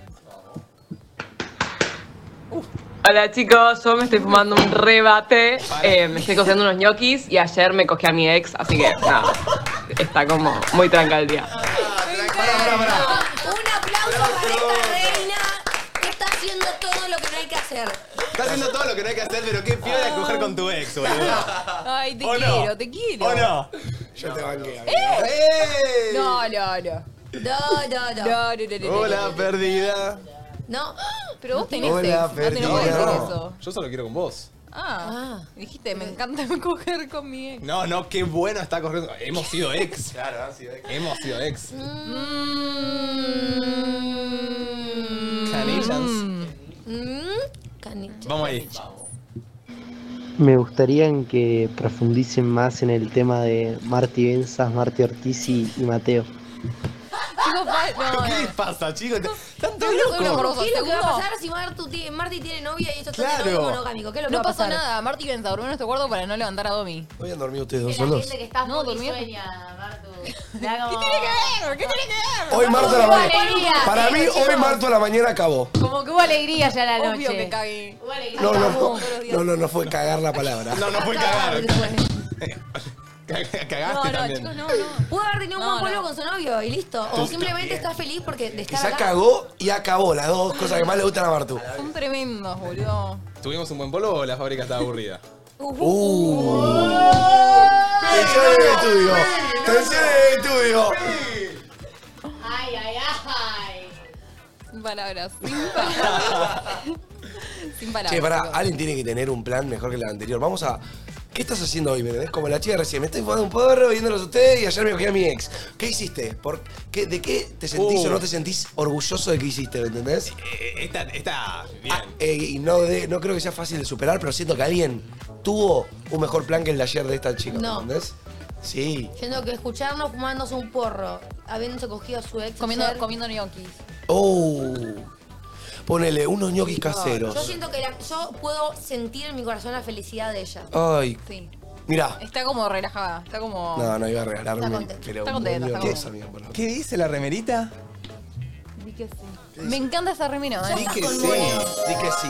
Hola chicos, yo me estoy fumando un rebate, eh, me estoy cociendo unos ñoquis y ayer me cogí a mi ex, así que nada, está como muy tranca el día. Un aplauso para esta reina que está haciendo todo lo que no hay que hacer. Estás haciendo todo lo que no hay que hacer, pero qué piola es coger con tu ex, Ah, boludo. Ay, te ¿O no? quiero, te quiero. ¿O no? Yo te banqué. ¡Eh! No, no, no. No, No, no, no. no, no, no, no. Hola, perdida. No. Pero vos eh, tenés Hola, ex, no tenés perdida. que decir No. eso. Yo solo quiero con vos. Ah, dijiste, me encanta coger con mi ex. No, no, qué bueno está corriendo. Hemos sido ex. Claro, han sido ex. Hemos sido ex. Canillans. Mm, canilla. Vamos ahí. Me gustaría en que profundicen más en el tema de Marti Benzas, Marti Ortiz y, y Mateo. Chicos, fa- no, ¿Qué eh. les pasa, chicos? Están todos Primero soy una locos. amorosa, ¿Qué es lo que va a segundo, pasar si Martu tiene- Marti tiene novia y ellos están Claro. de novio monogámico? ¿Qué es lo que No va a pasó pasar? nada. Marty Benza durmió en nuestro este cuarto para no levantar a Domi. Hoy han dormido ustedes dos Que la solos. gente que está No, no, dormí. sueña, Martu. Le haga ¿Qué como- tiene que ver? ¿Qué tiene que ver? Hoy Marto a la Valeria, mañana. Para mí, chicos. hoy Marto a la mañana acabó. Como que hubo alegría ya la noche. Obvio que cagué. Hubo alegría. No, no, Acabó. no, no, no, no fue cagar la palabra. No, no fue cagar. Cag- No, Cagaste no, también. chicos, no, no. Pudo haber tenido un No, buen polvo no. con su novio y listo. Tú- O simplemente está feliz porque de estar Quizá acá. cagó y acabó, las dos cosas que más le gustan a Martu. Son tremendos, boludo. ¿Tuvimos un buen polo o la fábrica estaba aburrida? Uh. Tensión en el estudio. Tensión en el estudio. Ay, ay, ay. Sin palabras. Sin palabras. Sin palabras. Che, pará, chicos. alguien tiene que tener un plan mejor que el anterior. Vamos a. ¿Qué estás haciendo hoy? ¿Me entendés? Como la chica recién. Me estoy fumando un porro, viéndolos a ustedes y ayer me cogí a mi ex. ¿Qué hiciste? ¿Por qué, ¿De qué te sentís Uh. o no te sentís orgulloso de que hiciste? ¿Me entendés? Eh, Esta, esta, bien. Eh, y no, de- no creo que sea fácil de superar, pero siento que alguien tuvo un mejor plan que el de ayer de esta chica. No. ¿Me entendés? Sí. Siendo que escucharnos fumándose un porro, habiéndose cogido a su ex. Comiendo, ayer, comiendo ñoquis. Oh. Ponele unos ñoquis Yo caseros. siento que la- yo puedo sentir en mi corazón la felicidad de ella. Ay, Sí. mirá. Está como relajada. Está como. No, no iba a Está regalarme. contenta. Pero Está un contenta, está ñoqui, contenta. amigo, por favor. ¿Qué dice la remerita? Di que sí. Me encanta esa remera, Di eh. que sí. Di que sí.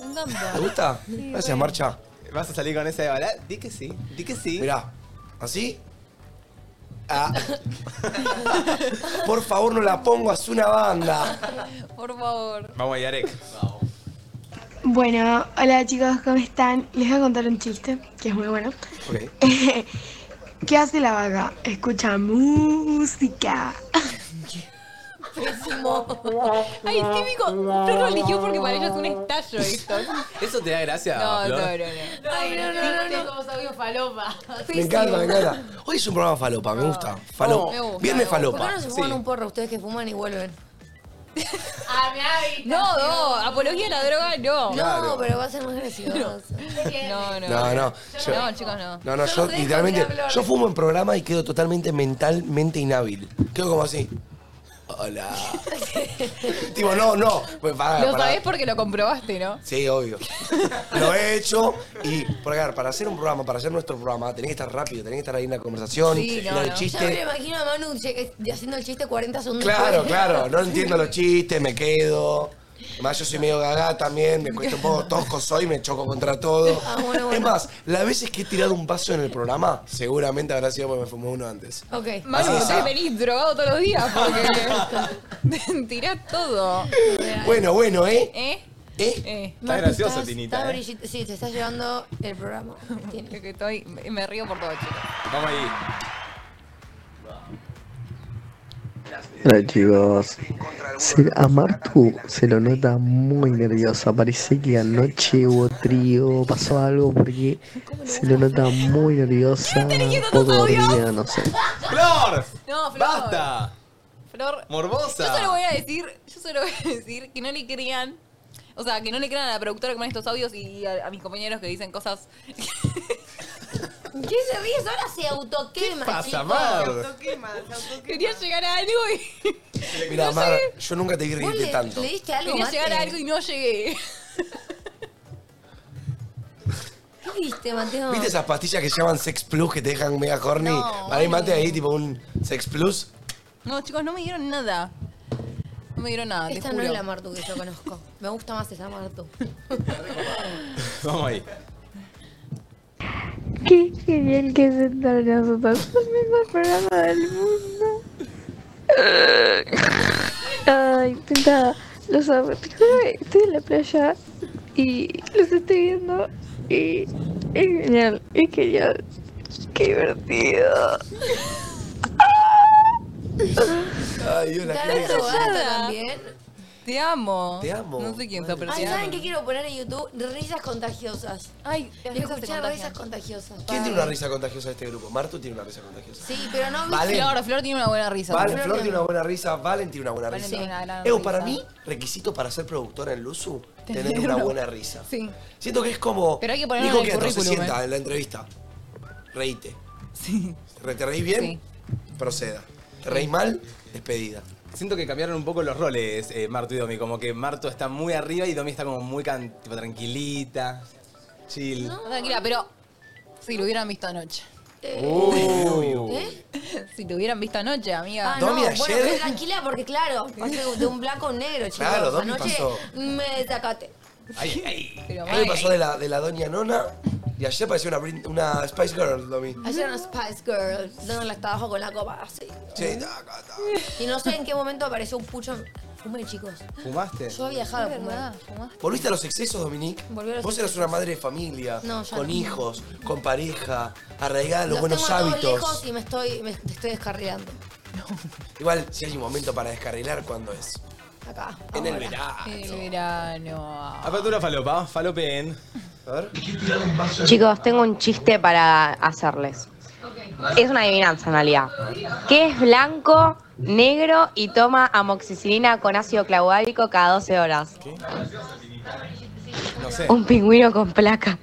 Me encanta. ¿Te gusta? Sí, Gracias, re. Marcha. ¿Vas a salir con esa de bala? Di que sí, di que sí. Mirá, ¿así? Ah. Por favor, no la pongo, haz una banda. Por favor. Vamos ahí, Arek. Bueno, hola chicos, ¿cómo están? Les voy a contar un chiste, que es muy bueno. ¿Qué hace la vaca? Escucha música. Pésimo. Ay, es típico. No eligió porque para ellos es un estallo esto. ¿Eso te da gracia? No, no, Flor? no. Ay, no, no, no, no. como sabio falopa. Me encanta, me encanta. Hoy es un programa falopa, me gusta. Falopa. Oh, Me gusta. Viernes ¿Por falopa. qué no se fuman un porro ustedes que fuman y vuelven? Ah, A mi hábitat. No, no, apología a la droga, no. No, Claro. pero va a ser más gracioso. No, no. No, no. Yo- No, chicos, no. No, no, yo literalmente, yo fumo en programa y quedo totalmente mentalmente inhábil. Quedo como así. Hola. tipo, no, no. Pues para, Lo sabés porque lo comprobaste, ¿no? Sí, obvio. Lo he hecho y, por acá, para hacer un programa, para hacer nuestro programa, tenés que estar rápido, tenés que estar ahí en la conversación, en el Ya me lo chiste. imagino a Manu che- haciendo el chiste 40 segundos. Claro, después. claro, no entiendo los chistes, me quedo. Además, yo soy medio gagá también, me cuesta un poco tosco soy, me choco contra todo. Ah, bueno, bueno. Es más, las veces que he tirado un vaso en el programa, seguramente habrá sido porque me fumé uno antes. Ok. Manu, Así ustedes está. venís drogado todos los días porque. Tirás todo. Bueno, bueno, ¿eh? ¿Eh? ¿Eh? Manu, graciosa, estás- Tinita, estás eh. brilli- Sí, te estás llevando el programa. Creo que estoy. Me río por todo, chicos. Vamos ahí. Hola chicos, Se- a Martu se lo nota muy nerviosa, parece que anoche hubo trío, pasó algo porque se lo nota muy nerviosa, poco dormida, no sé. ¡Flor! No, Flor. ¡Basta! Flor. Morbosa. Yo solo voy a decir, yo solo voy a decir que no le crean. O sea, que no le crean a la productora que pone estos audios y a, a mis compañeros que dicen cosas. ¿Qué se ríe? Ahora se autoquema. ¿Qué pasa, chicos. Mar? Se Quería llegar a algo y. Mira, Mar, yo nunca te vi ¿Vos reírte le- tanto. le diste algo, Quería Mate? llegar a algo y no llegué. ¿Qué viste, Mateo? ¿Viste esas pastillas que se llaman Sex Plus que te dejan mega horny? No, Para mí, mate ahí, tipo un Sex Plus. No, chicos, no me dieron nada. No me dieron nada, te Esta no juro. es la Martu que yo conozco. Me gusta más esa Martu. Vamos ahí. Qué genial que es estar nosotros el mejor programa del mundo. Ay, pintada, los amo. Te juro que estoy en la playa y los estoy viendo y es genial, es genial. Qué divertido. Ay, Dios, la ¿Estás cara. drogada también? Te amo. Te amo. No sé quién está, pero Ay, te ¿saben amo. qué quiero poner en YouTube? Risas contagiosas. Ay, escuchar risas contagiosas. ¿Quién tiene una risa contagiosa de este grupo? Martu tiene una risa contagiosa. Sí, pero no Vale. Flor, Flor tiene una buena risa. Vale, Flor tiene una buena risa, Valen tiene una buena Valen tiene una risa. gran Evo, para risa. mí, requisito para ser productora en Luzu, Tener tener una una- buena risa. Sí. Siento que es como. Pero hay que ponerlo Nico en el Quieto se currículum, sienta ¿eh? en la entrevista. Reíte. Sí. ¿Te reís bien? Proceda. ¿Te reís mal? Despedida. Siento que cambiaron un poco los roles, eh, Martu y Domi. Como que Martu está muy arriba y Domi está como muy can- tipo, tranquilita, chill. No, Tranquila, pero si lo hubieran visto anoche. Uy, Uh. uy. Si lo hubieran visto anoche, amiga. ¿Eh? Ah, no, bueno, pero tranquila porque claro, pasé de un blanco a un negro, chicos. Claro, ¿dónde Anoche pasó? me desacaté. Ay, ay. A Pero mí me pasó de la, de la doña Nona y ayer parecía una, Brin- una Spice Girl, Domi. Ayer una Spice Girl, dándole hasta abajo con la copa así. Sí, no, Y no sé en qué momento apareció un pucho. Fumé, chicos. ¿Fumaste? Yo viajaba Es a fumar. ¿Volviste a los excesos, Dominique? Volví a los Vos eras una madre de familia, No, ya con no. hijos, con pareja, arraigada en los, Los buenos tengo a todos hábitos. lejos y me estoy, me estoy descarriando. Igual, si hay un momento para descarrilar, ¿cuándo es? Acá. En el ahora. verano. El verano. Apertura falopa, falopen. A ver. Chicos, tengo un chiste para hacerles. Es una adivinanza en realidad. ¿Qué es blanco, negro y toma amoxicilina con ácido clavulárico cada 12 horas? No sé. Un pingüino con placa.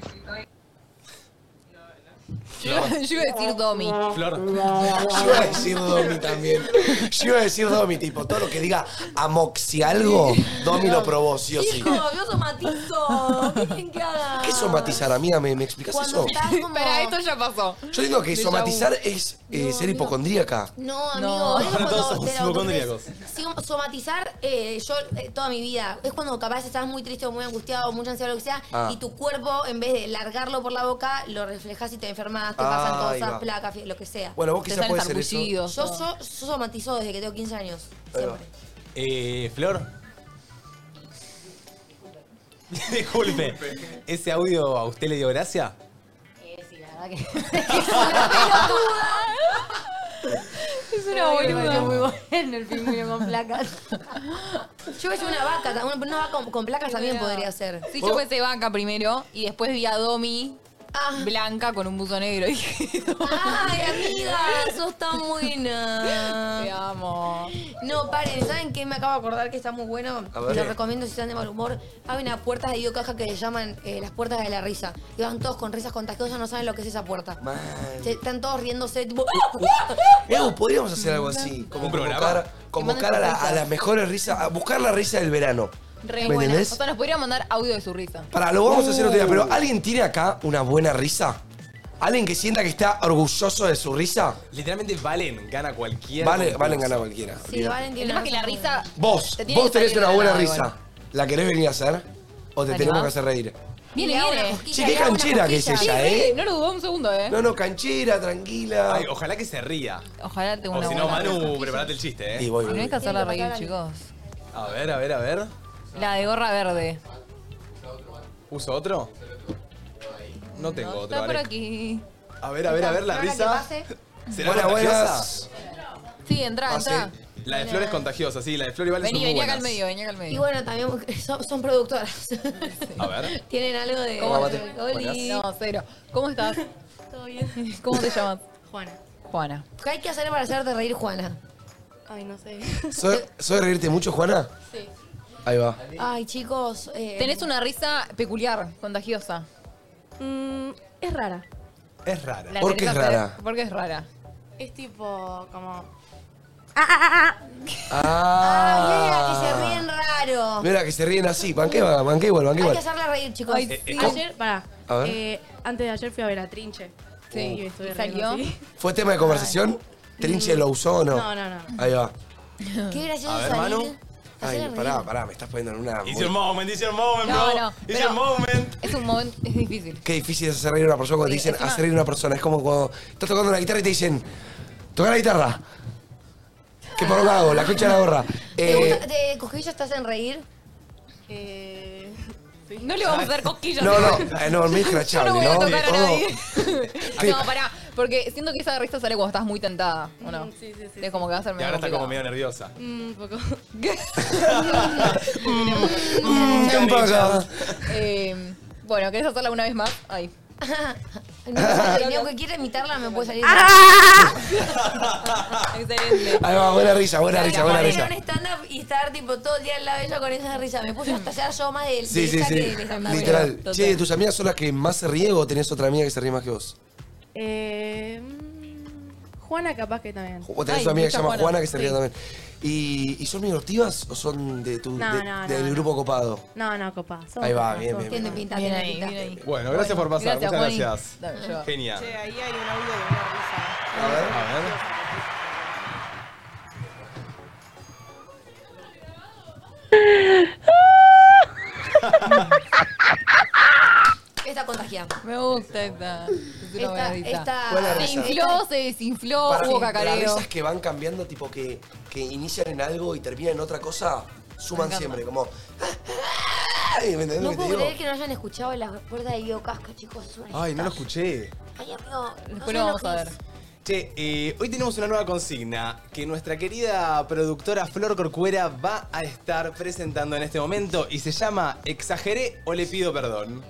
Yo, yo iba a decir Domi. Flor. Yo iba a decir Domi también. Yo iba a decir Domi, tipo, todo lo que diga amoxi algo, Domi lo probó, sí o sí. Hijo, yo somatizo. ¿Qué quieren que haga? ¿Qué es somatizar, amiga? ¿Me, me explicas eso? Cuando estás como... Para esto ya pasó. Yo digo que Déjà vu. somatizar es eh, ser hipocondríaca. No, No. amigo. es cuando Todos somos te la autopres- hipocondríacos. Sí, somatizar, eh, yo eh, toda mi vida, es cuando capaz estás muy triste o muy angustiado o mucha ansiedad o lo que sea, Ah. y tu cuerpo, en vez de largarlo por la boca, lo reflejas y te enfermas, te Ah, pasan todas ahí va. esas placas, fie- lo que sea. Bueno, vos Te quizás salen puedes ser yo, eso. sarpullidos. yo, yo somatizo desde que tengo 15 años. Ahí va. siempre. Eh, Flor. Disculpe, ¿ese audio a usted le dio gracia? Eh, sí, la verdad que. es una pelotuda. Es una boluda. muy bueno el pingüino con placas. Yo voy a una vaca, ta- una, una vaca con, con placas también podría ser. Sí, yo pensé vaca primero y después vi a Domi Ah. blanca con un buzo negro. Y dije, Ay, amiga, sos tan buena. Te amo. No, paren, ¿saben qué? Me acabo de acordar que está muy bueno. A ver. Lo recomiendo si están de mal humor. Hay unas puertas de Ido Caja que le llaman eh, las puertas de la risa. Y van todos con risas contagiosas, no saben lo que es esa puerta. Se- están todos riéndose, tipo... Edu, podríamos hacer algo así, como convocar, convocar a, la- a las mejores risas, a buscar la risa del verano. Re ¿Me buena. O entendés? sea, nos podría mandar audio de su risa. Para, lo vamos a hacer otro día, pero ¿alguien tiene acá una buena risa? ¿Alguien que sienta que está orgulloso de su risa? Literalmente Valen gana cualquiera. Valen, valen gana cualquiera. olvidate. El tema es que la risa. Vos, te tiene vos que tenés salir una de buena la risa. nada, ¿La querés venir a hacer? ¿O te Ahí tenemos va. que hacer reír? Viene, viene. Che, qué canchera que es ella, ¿eh? No lo dudó un segundo, ¿eh? No, no, canchera, tranquila. Ay, ojalá que se ría. Ojalá tenga O una si no, buena Manu, risa. preparate el chiste, ¿eh? Y voy, Si no hay que hacerla reír, A chicos. ver, a ver, a ver. La de gorra verde. ¿Uso otro? No tengo otro, Está por Alec. aquí. A ver, a ver, a ver, la Ahora que risa. pase. ¿Será Buenas, contagiosa? buenas. Sí, entra, entra. La de Flores contagiosa, sí, la de Flor y Valen son Vení, muy vení acá al buenas. medio, vení acá al medio. Y bueno, también son, son productoras. A ver. Tienen algo de... ¿Cómo Oli. te- No, cero. ¿Cómo estás? ¿Todo bien? ¿Cómo te llamas? Juana. Juana. ¿Qué hay que hacer para hacerte reír, Juana? Ay, no sé. ¿Soy, soy de reírte mucho, Juana? Sí. Ahí va. Ay, chicos. eh, Tenés una risa peculiar, contagiosa. Mm, es rara. Es rara. La ¿Por qué querés es hacer- rara? ¿Por qué es rara? Es tipo como. Que se Ah. ríen raro. Mira, que se ríen así. Banqué, banqué igual, banqué Hay que igual. hacerla reír, chicos. Eh, Ay, sí. Ayer, pará. A ver. eh, antes de ayer fui a ver a Trinche. Sí. Y estuve ¿Y riendo salió? así. ¿Fue tema de conversación? ¿Trinche lo usó o no? No, no, no. Ahí va. Qué gracioso A ver, salir. Manu. Ay, pará, pará, me estás poniendo en una. It's muy- your moment, it's your moment, No, bro. no, It's pero- your moment. Es un momento, es difícil. Qué difícil es hacer reír a una persona cuando te Sí, dicen encima- hacer reír a una persona. Es como cuando estás tocando la guitarra y te dicen, toca la guitarra. ¿Qué por hago? La concha de la gorra. ¿Te Eh, gusta, te, cosquillas te hacen reír? Eh, No le vamos a hacer cosquillas. no, no, eh, no, Yo me no voy escrachable, a ¿no? tocar a Oh. nadie. Sí. no, pará. Porque siento que esa risa sale cuando estás muy tentada, ¿o no? Sí, sí, sí. Es como que va a ser Y medio ahora está como complicado. medio nerviosa. Un poco. Mm, ¿Qué pasa? Eh, bueno, ¿querés hacerla una vez más? Ay. No, ni aunque quiera imitarla me puede salir. Excelente. Ahí va, buena risa, buena Claro, risa, buena poner risa. un stand-up y estar tipo todo el día al lado de ella con esa risa. Me puse a estallar yo más del Sí, de sí, esa que sí. del stand-up. Literal. Total. Che, ¿tus amigas son las que más se ríe o tenés otra amiga que se ríe más que vos? Eh, mm, Juana capaz que también. ¿O tenés Ay, una amiga que se mucha llama Juana, Juana. que se ríe Sí. también? ¿Y, y son medio hortivas o son de tu, No, de- no, del no, grupo copado? No, no, copa. somos Ahí va, copas, bien, somos bien, bien. copas. Pinta, Bien tiene ahí, pinta. bien ahí. Bueno, gracias por pasar, gracias, muchas Juani. gracias. Dale, yo. Genial. Che, ahí hay un audio de una risa. A ver, a ver. Esta contagia. Me gusta esta. Es una buena Esta, risa. Buena esta. Se risa. infló, se Oh, desinfló, Para hubo mí, Las cacareo. risas que van cambiando, tipo que, que inician en algo y terminan en otra cosa, suman Me encanta. siempre. Como. Ay, ¿Me entendés No lo que te puedo digo? creer que no hayan escuchado la puerta de Guido Casca, chicos. es una Ay, no hitazo. lo escuché. Ay, amigo. no Después sé lo lo vamos que a es. ver. Che, eh, hoy tenemos una nueva consigna que nuestra querida productora Flor Corcuera va a estar presentando en este momento y se llama ¿Exageré o le pido perdón?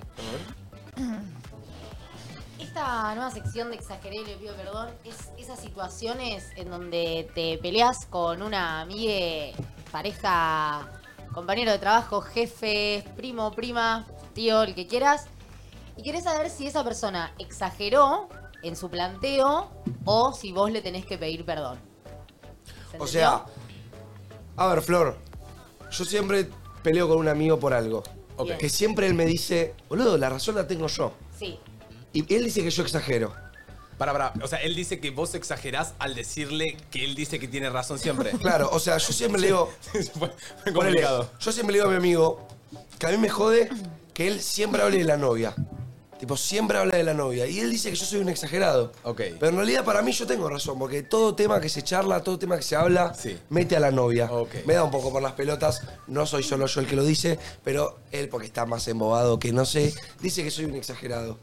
Esta nueva sección de Exageré y le pido perdón es esas situaciones en donde te peleas con una amiga, pareja, compañero de trabajo, jefe, primo, prima, tío, el que quieras, y querés saber si esa persona exageró en su planteo o si vos le tenés que pedir perdón. O sea. A ver, Flor. Yo siempre peleo con un amigo por algo. Ok. Que siempre él me dice, boludo, la razón la tengo yo. Sí. Y él dice que yo exagero. Para, para, o sea, él dice que vos exagerás al decirle que él dice que tiene razón siempre. Claro, o sea, yo siempre le digo. Ponele, complicado. yo siempre le digo a mi amigo que a mí me jode que él siempre hable de la novia. Tipo, siempre habla de la novia. Y él dice que yo soy un exagerado. Ok. Pero en realidad para mí yo tengo razón, porque todo tema que se charla, todo tema que se habla, mete a la novia. Me da un poco por las pelotas, no soy solo yo el que lo dice, pero él, porque está más embobado que no sé, dice que soy un exagerado.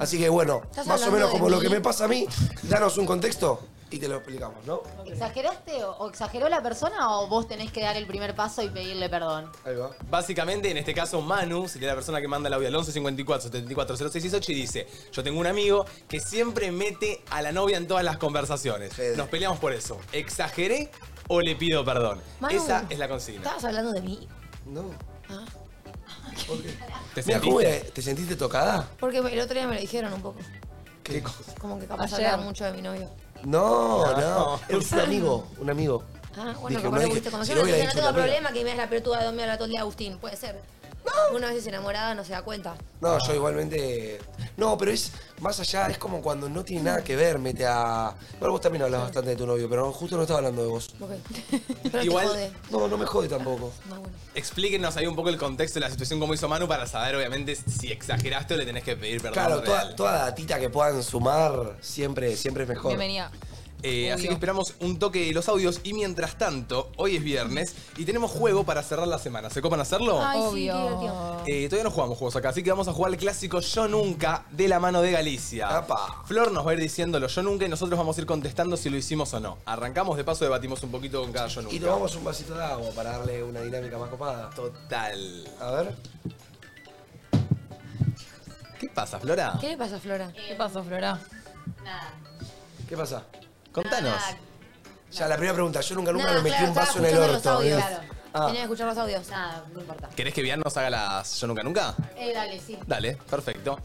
Así que bueno, ¿Estás más o hablando menos de como lo mí? que me pasa a mí, danos un contexto y te lo explicamos, ¿no? ¿Exageraste o, o exageró la persona o vos tenés que dar el primer paso y pedirle perdón? Ahí va. Básicamente, en este caso, Manu sería la persona que manda el audio al 11 54 74 0668 y dice: Yo tengo un amigo que siempre mete a la novia en todas las conversaciones. Nos peleamos por eso. ¿Exageré o le pido perdón? Manu, Esa es la consigna. ¿Estabas hablando de mí? No. Ah, ¿Te Mira, sentiste? ¿cómo era? ¿Te sentiste tocada? porque el otro día me lo dijeron un poco. ¿Qué cosa? Como que capaz Ayer. hablaba mucho de mi novio. No, No. no. Es un amigo, un amigo. Ah, Dije, bueno, no capaz le dije- gustó si conocer. lo Yo hubiera no dicho tengo una amiga. problema que me das la apertura de dormir a la todo el día Agustín. Puede ser. Una vez enamorada no se da cuenta. No, yo igualmente. No, pero es más allá, es como cuando no tiene nada que ver, mete a. Bueno, vos también hablas bastante de tu novio, pero justo no estaba hablando de vos. Ok. Pero Igual- te jode. No, no me jode tampoco. Explíquenos ahí un poco el contexto y la situación, como hizo Manu, para saber, obviamente, si exageraste o le tenés que pedir perdón. Claro, real. toda, toda datita que puedan sumar siempre, siempre es mejor. Bienvenida. Eh, así Obvio. que esperamos un toque de los audios y mientras tanto, hoy es viernes y tenemos juego para cerrar la semana. ¿Se copan hacerlo? Ay, sí, qué divertido. Eh, todavía no jugamos juegos acá, así que vamos a jugar el clásico Yo Nunca de la mano de Galicia. Flor nos va a ir diciéndolo Yo Nunca y nosotros vamos a ir contestando si lo hicimos o no. Arrancamos, de paso debatimos un poquito con cada Yo Nunca. Y tomamos un vasito de agua para darle una dinámica más copada. Total. A ver. ¿Qué pasa, Flora? ¿Qué le pasa a Flora? ¿Qué pasó, Flora? ¿Qué pasa? Contanos. Ah, Ya, la primera pregunta. Yo nunca, nunca Nada, le metí Ah, claro, un vaso en estaba el escuchando los orto. audios. ¿eh? Ah. Tenía que escuchar los audios. Nada, no importa. ¿Querés que Bian nos haga las Yo Nunca Nunca? Eh, dale, sí. Dale, perfecto.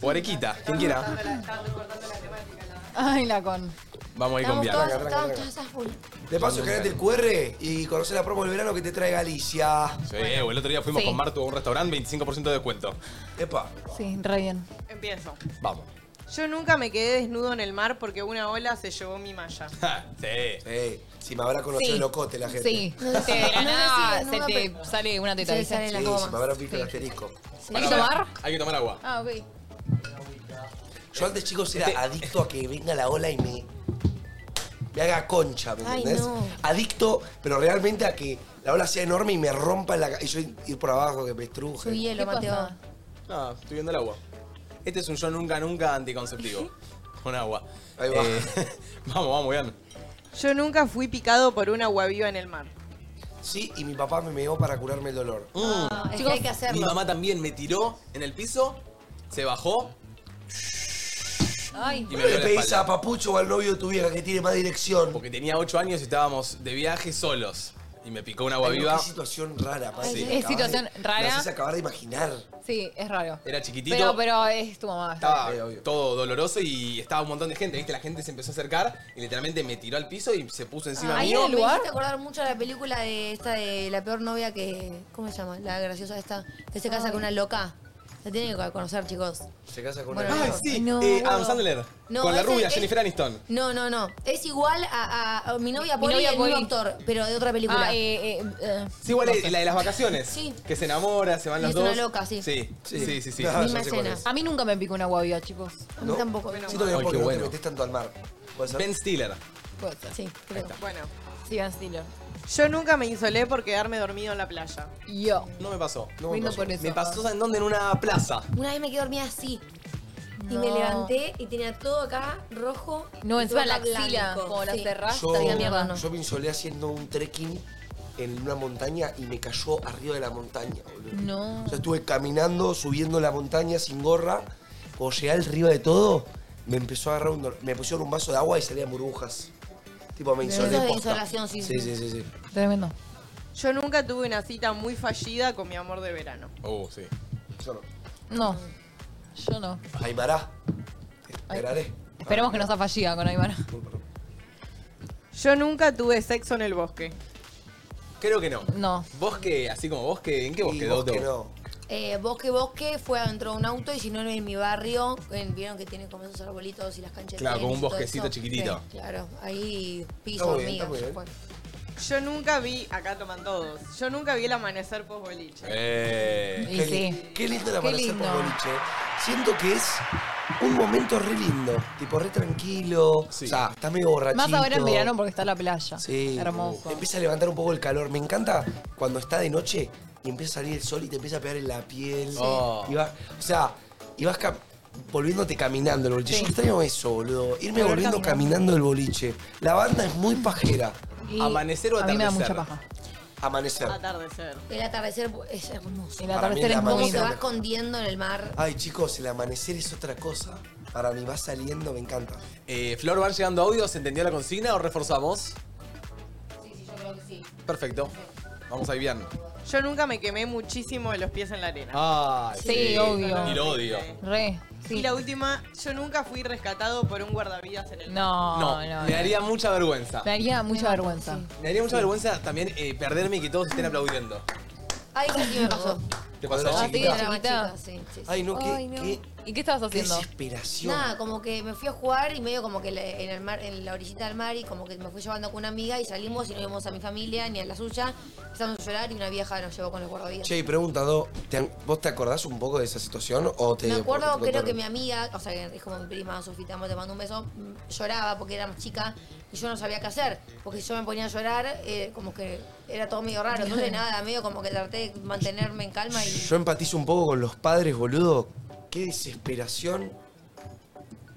Orequita, quien quiera. Ay, la con. Vamos a ir con Bian. De paso, escaneate el QR y conocer la promo del verano que te trae Galicia. Sí, el otro día fuimos Sí. con Martu a un restaurante, 25% de descuento. Epa. Sí, re bien. Empiezo. Vamos. Yo nunca me quedé desnudo en el mar porque una ola se llevó mi malla. sí. Sí. Si me habrá conocido Sí. el locote la gente. Sí, No sé, te- de la no sé, nada no, se no, te pero- sale una teta. Se dice. sale la Sí, goma. si me habrá visto el asterisco. ¿Hay que tomar? Hay que tomar agua. Este- Ah, ok. Yo antes, chicos, era adicto a que venga la ola y me, me haga concha, ¿me Ay, entendés? no. Adicto, pero realmente a que la ola sea enorme y me rompa en la ca- Y yo ir por abajo, que me estruje. Subí hielo, Mateo. No, estoy viendo el agua. Este es un yo nunca, nunca anticonceptivo. Con agua. Eh, Ahí va. vamos, vamos, bien. Yo nunca fui picado por una agua viva en el mar. Sí, y mi papá me meó para curarme el dolor. Ah, Ah, es que hay que hacerlo. Mm. Mi mamá también me tiró en el piso, se bajó. Ay. Y ¿Cómo me le dio la pedís espalda. a Papucho o al novio de tu vieja que tiene más dirección? Porque tenía 8 años y estábamos de viaje solos. Y me picó un agua Ay, no, viva. qué situación rara, padre. Sí. Es situación Me rara. haces acabar de imaginar. Sí, es raro. Era chiquitito. Pero, pero es tu mamá. Estaba todo doloroso y estaba un montón de gente, ¿viste? La gente se empezó a acercar y literalmente me tiró al piso y se puso encima Ah, Ahí mío. me hiciste acordar mucho a la película de esta de la peor novia que. ¿Cómo se llama? La graciosa esta. Que se casa con una loca. La tienen que conocer, chicos. Se casa con Bueno, Ay, no. sí, No, eh, boludo. Adam Sandler. No, con la ese rubia, es- Jennifer Aniston. No, no, no. Es igual a, a- a mi novia Mi Polly, novia el mismo Polly. actor, pero de otra película. Ah, eh, eh, eh, Sí, igual no es sé. la de las vacaciones. Sí. Que se enamora, se van Y los es dos. una loca, sí. Sí, sí, sí. sí, sí. Ah, Misma ya sé cuál escena. A mí nunca me picó una guavia, chicos. A mí tampoco. Siento que Ay, es porque qué no bueno. te metés tanto al mar. ¿Puede ser? Ben Stiller. Puede ser. Sí, creo. Bueno, Sí, Ben Stiller. yo nunca me insolé por quedarme dormido en la playa. Yo. No me pasó. No me Vino pasó. por eso. Me pasó en dónde? En una plaza. Una vez me quedé dormida así. Y No. me levanté y tenía todo acá rojo. No, y encima todo la acá axila, blanco. como la Sí. cerrás. Yo, Hasta la mierda, no. yo me insolé haciendo un trekking en una montaña y me cayó arriba de la montaña, boludo. No. O sea, estuve caminando, subiendo la montaña sin gorra. Cuando llegué al río de todo, me empezó a agarrar un dolor. Me pusieron un vaso de agua y salían burbujas. Tipo, me De insolé. esos de posta. insolación, sí, Sí, sí. sí, sí. sí. Tremendo. Yo nunca tuve una cita muy fallida con mi amor de verano. Oh, sí. Yo no. No. Yo no. Aymará. Esperaré. Esperemos que no sea fallida con Aymara. Yo nunca tuve sexo en el bosque. Creo que no. No. Bosque, así como bosque. ¿En qué bosque? bosque Dodo? Eh, bosque, bosque, fue adentro de un auto y si no en mi barrio, en- vieron que tiene como esos arbolitos y las canchas. de Claro, tenis como un y todo bosquecito eso? chiquitito. Sí, claro, ahí piso, Está muy bien, hormigas. está muy bien. fue. Yo nunca vi, acá toman todos, yo nunca vi el amanecer post boliche. Eh, Y qué, sí. li- qué lindo el Qué amanecer lindo. por boliche. ¿eh? Siento que es un momento re lindo, tipo re tranquilo. O sea, está medio borrachito. Más ahora en verano porque está la playa. Sí. uh, Eh, Hermoso. Empieza a levantar un poco el calor. Me encanta cuando está de noche y empieza a salir el sol y te empieza a pegar en la piel. Sí. Oh. Y vas- o sea, y vas cam- volviéndote caminando el boliche. Yo extraño eso, boludo. Irme Volver volviendo caminando. caminando el boliche. La banda es muy pajera. Y ¿Amanecer o a mí me da atardecer? mucha paja. Amanecer. Atardecer. El atardecer es hermoso. El atardecer es muy Como se lindo. va escondiendo en el mar. Ay, chicos, el amanecer es otra cosa. Para mí va saliendo, me encanta. Eh, Flor, ¿van llegando audios? ¿Entendió la consigna o reforzamos? Perfecto. Vamos a Vivian. Yo nunca me quemé muchísimo de los pies en la arena. Ah. Ay, Sí, obvio. Y lo odio. Re. Y la última, yo nunca fui rescatado por un guardavidas en el No, No, no, me no. daría mucha vergüenza. Me daría mucha vergüenza. Me daría mucha vergüenza también eh, perderme y que todos estén aplaudiendo. Ay, sí me pasó. ¿Te Cuando pasó? Ah, era chiquita. Era más chiquita. chica, sí, sí, sí. Ay, no, qué, qué ¿Y qué estabas haciendo? desesperación. Nada, como que me fui a jugar y medio como que le- en el mar, en la orillita del mar y como que me fui llevando con una amiga y salimos y no vimos a mi familia ni a la suya. Empezamos a llorar y una vieja nos llevó con los guardavidas. Che, y pregunta, Do, ¿te- ¿vos te acordás un poco de esa situación o te me acuerdo, porque te creo que contaron? mi amiga, o sea, que es como mi prima, Sofita, te mando un beso, mm, lloraba porque éramos chica y yo no sabía qué hacer. Porque si yo me ponía a llorar, eh, como que era todo medio raro. Entonces, nada, medio como que traté de mantenerme en calma y. Yo empatizo un poco con los padres, boludo. Qué desesperación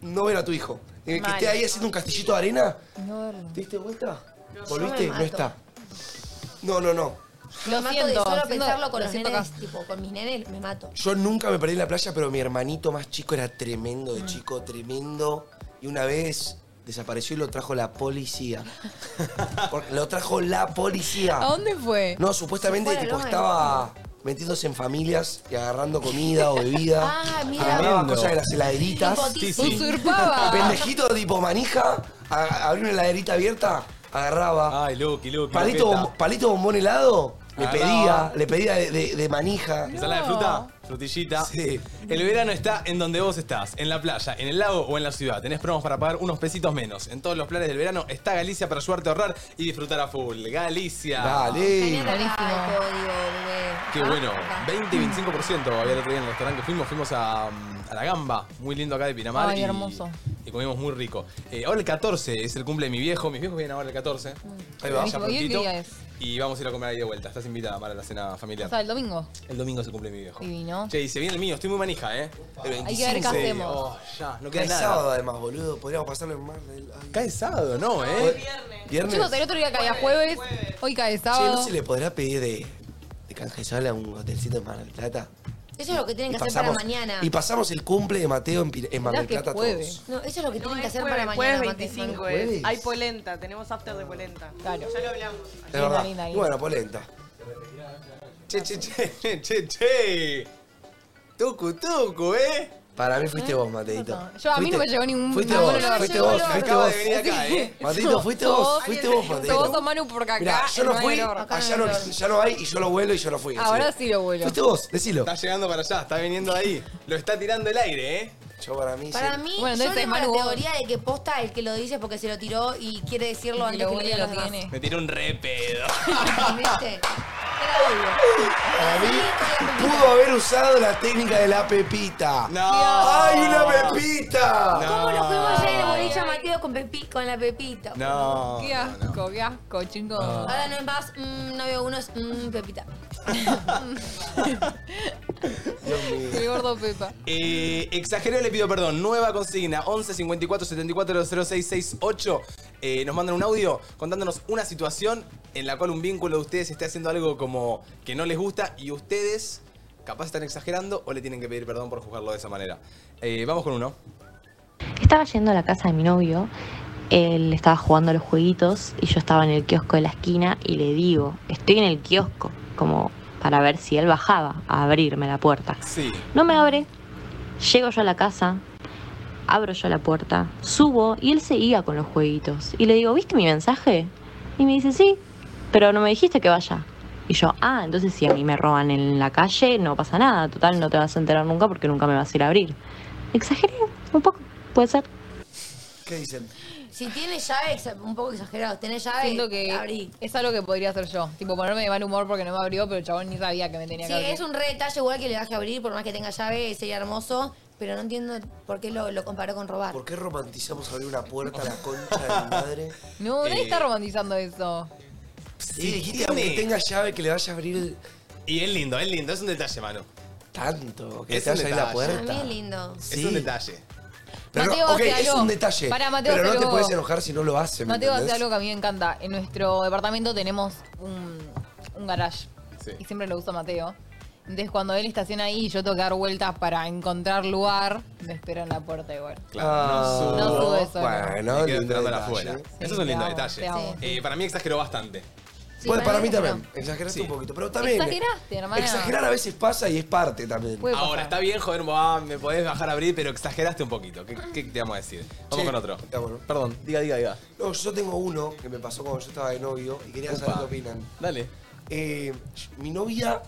no ver a tu hijo. Eh, que Mal. esté ahí haciendo un castillito de arena. No verlo. ¿Te diste vuelta? yo ¿Volviste? me No mato. está. No, no, no. me mato siento, de solo siento- pensarlo con lo los siento nenes, tipo, con mis nenes me mato. Yo nunca me perdí en la playa, pero mi hermanito más chico era tremendo de chico, tremendo. Y una vez desapareció y lo trajo la policía. Porque lo trajo la policía. ¿A dónde fue? No, supuestamente Se fue a la tipo loma estaba metiéndose en familias y agarrando comida o bebida. Ah, mira. Agarraba Tremendo. cosas de las heladeritas. Sí, sí. Usurpaba. Pendejito tipo manija, a- abría una heladerita abierta, agarraba. Ay, Lucky, Lucky. Palito, Lupita. bom- palito bombón helado, le Agarraba. pedía, le pedía de, de- de manija. ¿Ensalada de fruta? Frutillita. El verano está en donde vos estás, en la playa, en el lago o en la ciudad. Tenés promos para pagar unos pesitos menos. En todos los planes del verano está Galicia para ayudarte a ahorrar y disfrutar a full. Galicia. Dale. Qué bueno. 20-25% había el otro día en el restaurante que fuimos. Fuimos a, mm, a la Gamba, muy lindo acá de Pinamar. Ay, y- hermoso. Y comimos muy rico. Eh, ahora el 14 es el cumple de mi viejo. Mis viejos vienen ahora el 14. Ahí va. va. Ya Hoy el prontito. día es. Y vamos a ir a comer ahí de vuelta. Estás invitada, Mara, a la cena O familiar. sea, el domingo. El domingo se cumple mi viejo. Divino. Che, y se viene el mío, estoy muy manija, ¿eh? Hay que ver El qué 25. hacemos. Oh, ya, no queda Cae nada. sábado además, boludo. Podríamos pasarlo en mar del... Ah, ay. Cae sábado, no, ¿eh? Viernes. Chicos, el otro día caía jueves, hoy cae Che, sábado. ¿no se le podrá pedir de, de canje sala a un hotelcito en Mar del Plata? Eso es lo que tienen que Y hacer para mañana. Y pasamos el cumple de Mateo en, Pir- en Mar Mirá del que Plata jueves. todos. No, eso es lo que tienen que es hacer para jueves, mañana. jueves Mate, 25 Manu. es. ¿Jueves? Hay polenta, tenemos after de polenta. Claro. Ya lo hablamos. Es verdad. Y Bueno, pues, polenta. Che, che, che, che, che. Tucu, tucu, ¿eh? Para mí fuiste vos, Mateito. Yo a mí no me llegó ningún- Fuiste no, vos, no, no, fuiste llegó vos, lo- fuiste Acaba vos. de venir acá, ¿eh? Mateito, fuiste vos, fuiste vos, Vos o Mateito. Manu porque acá. Mirá, yo no hay fui, olor. allá no, ya no hay y yo lo vuelo y yo lo fui. así. Ahora sí lo vuelo. Fuiste vos, decilo. Está llegando para allá, está viniendo de ahí. Lo está tirando el aire, ¿eh? Yo para mí Para mí, Bueno, yo entonces, tengo Manu, la vos. teoría de que posta el que lo dice es porque se lo tiró y quiere decirlo Y antes lo que le bueno digan lo los demás. Me tiró un re pedo. ¿Viste? Era obvio. Para mí pudo haber usado la técnica de la pepita. No. ¡Ay, una pepita! ¿Cómo nos fuimos ayer en boliche a Mateo con, Pepi- con la Pepita? No. Qué asco, qué asco, chingón. Ahora no es más, mm, no veo uno, es mm, Pepita. Qué gordo Pepa. Eh, exageré, le pido perdón. Nueva consigna, 11 54 74 06 68. Eh, nos mandan un audio contándonos una situación en la cual un vínculo de ustedes esté haciendo algo como que no les gusta y ustedes capaz están exagerando o le tienen que pedir perdón por juzgarlo de esa manera. Eh, vamos con uno. Estaba yendo a la casa de mi novio, él estaba jugando a los jueguitos y yo estaba en el kiosco de la esquina y le digo, estoy en el kiosco, como para ver si él bajaba a abrirme la puerta. Sí. No me abre, llego yo a la casa, abro yo la puerta, subo y él seguía con los jueguitos. Y le digo, ¿viste mi mensaje? Y me dice, sí, pero no me dijiste que vaya. Y yo, ah, entonces si a mí me roban en la calle, no pasa nada, total, no te vas a enterar nunca porque nunca me vas a ir a abrir. Exageré un poco, puede ser. ¿Qué dicen? Si tienes llave, exa- un poco exagerado. Tenés llave, Siento que abrí. es algo que podría hacer yo. Tipo, ponerme de mal humor porque no me abrió, pero el chabón ni sabía que me tenía Sí, que abrir. es un re detalle igual que le das que abrir, por más que tenga llave, sería hermoso. Pero no entiendo por qué lo, lo comparó con robar. ¿Por qué romantizamos abrir una puerta a la concha de mi madre? No, nadie Eh, está romantizando eso. Sí, dijiste aunque tenga llave que le vaya a abrir el... Y es lindo, es lindo, es un detalle, mano. Tanto, que Es te un vaya a abrir la detalle. puerta. Para mí es lindo. Es un detalle. Pero no, Mateo, ok, hace es algo. un detalle. Pará, Mateo, pero hace no te algo. puedes enojar si no lo hace. ¿me Mateo hace entendés? algo que a mí me encanta. En nuestro departamento tenemos un, un garage. Y siempre lo usa Mateo. Entonces cuando él estaciona ahí y yo tengo que dar vueltas para encontrar lugar, me espera en la puerta igual. Ah, no No sube eso, Bueno, Me quedo lindo esperándola detalle. afuera. Sí, Eso es un te lindo amo, detalle. te amo. Eh, para mí exageró bastante. Sí, bueno, para mí exageró. también. Exageraste un poquito, pero también. Exageraste, hermana. Exagerar a veces pasa y es parte también. Ahora, está bien, joder, ah, me podés bajar a abrir, pero exageraste un poquito. ¿Qué, qué te vamos a decir? Vamos Che, con otro. Perdón, diga, diga, diga. No, yo tengo uno que me pasó cuando yo estaba de novio y quería saber Upa. qué opinan. Dale. Eh, mi novia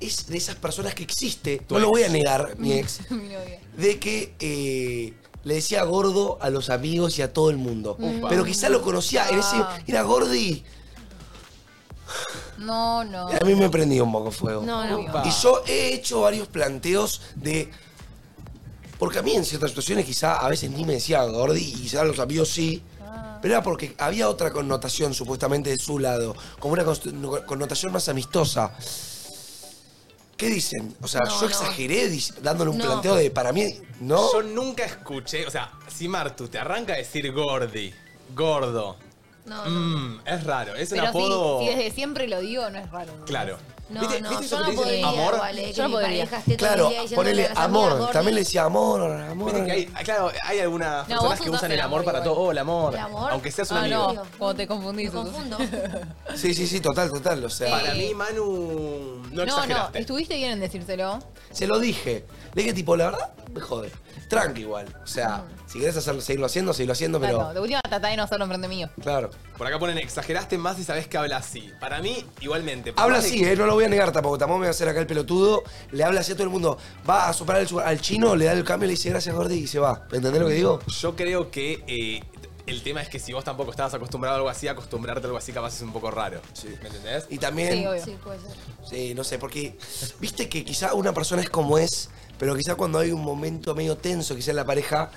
es de esas personas que existe, Tu no lo ex. voy a negar, mi ex, Mi novia. de que eh, le decía gordo a los amigos y a todo el mundo. Upa. Pero quizá lo conocía, en ese, Ah. era gordi. No, no. A mí me prendía un poco fuego. No, no. Y yo he hecho varios planteos de. Porque a mí en ciertas situaciones quizá a veces ni me decía Gordi y quizá los amigos sí. Pero era porque había otra connotación supuestamente de su lado, como una const- connotación más amistosa. ¿Qué dicen? O sea, No, yo no. exageré dic- dándole un No. planteo de para mí, ¿no? Yo nunca escuché, o sea, si Martu te arranca a decir gordi, gordo, No, mm, es raro, es un Ah. Pero apodo. si, si desde siempre lo digo, no es raro. ¿no? Claro. No, ¿Viste- no, viste eso yo que no te dicen, podría amor? igual, eh, que Yo no mi podría. pareja esté todo el Claro, día diciéndole ponele a las amigas, amor, gordi. también le decía amor, amor. Viste que hay, ah, claro, hay algunas No, personas vos que usás usan el el amor para todo. Hola, amor. El amor. Aunque seas un Ah, amigo. no, como te confundís. Me confundo. Sí, sí, sí, total, total. O sea, Para mí, Manu, no Eh, No, no, exageraste. estuviste bien en decírselo. Se lo dije. Le dije, tipo, la verdad, me jode. Tranqui igual. O sea, si querés hacerlo, seguirlo haciendo, seguirlo haciendo, pero. Claro, de última tratá de Ah, no hacerlo enfrente mío. Claro. Por acá ponen, exageraste más y sabés que habla así. Para mí, igualmente. por Habla más de así, que- eh, no lo voy a negar tampoco. Tampoco me voy a hacer acá el pelotudo. Le habla así a todo el mundo. Va a soplar al, su- al chino, le da el cambio, le dice gracias, Gordi, y se va. ¿Entendés lo que digo? Yo creo que eh, el tema es que si vos tampoco estabas acostumbrado a algo así, acostumbrarte a algo así capaz es un poco raro. ¿Me entendés? Y también. Sí, puede ser. Sí, no sé, porque viste que quizá una persona es como es, pero quizá cuando hay un momento medio tenso, quizá en la pareja,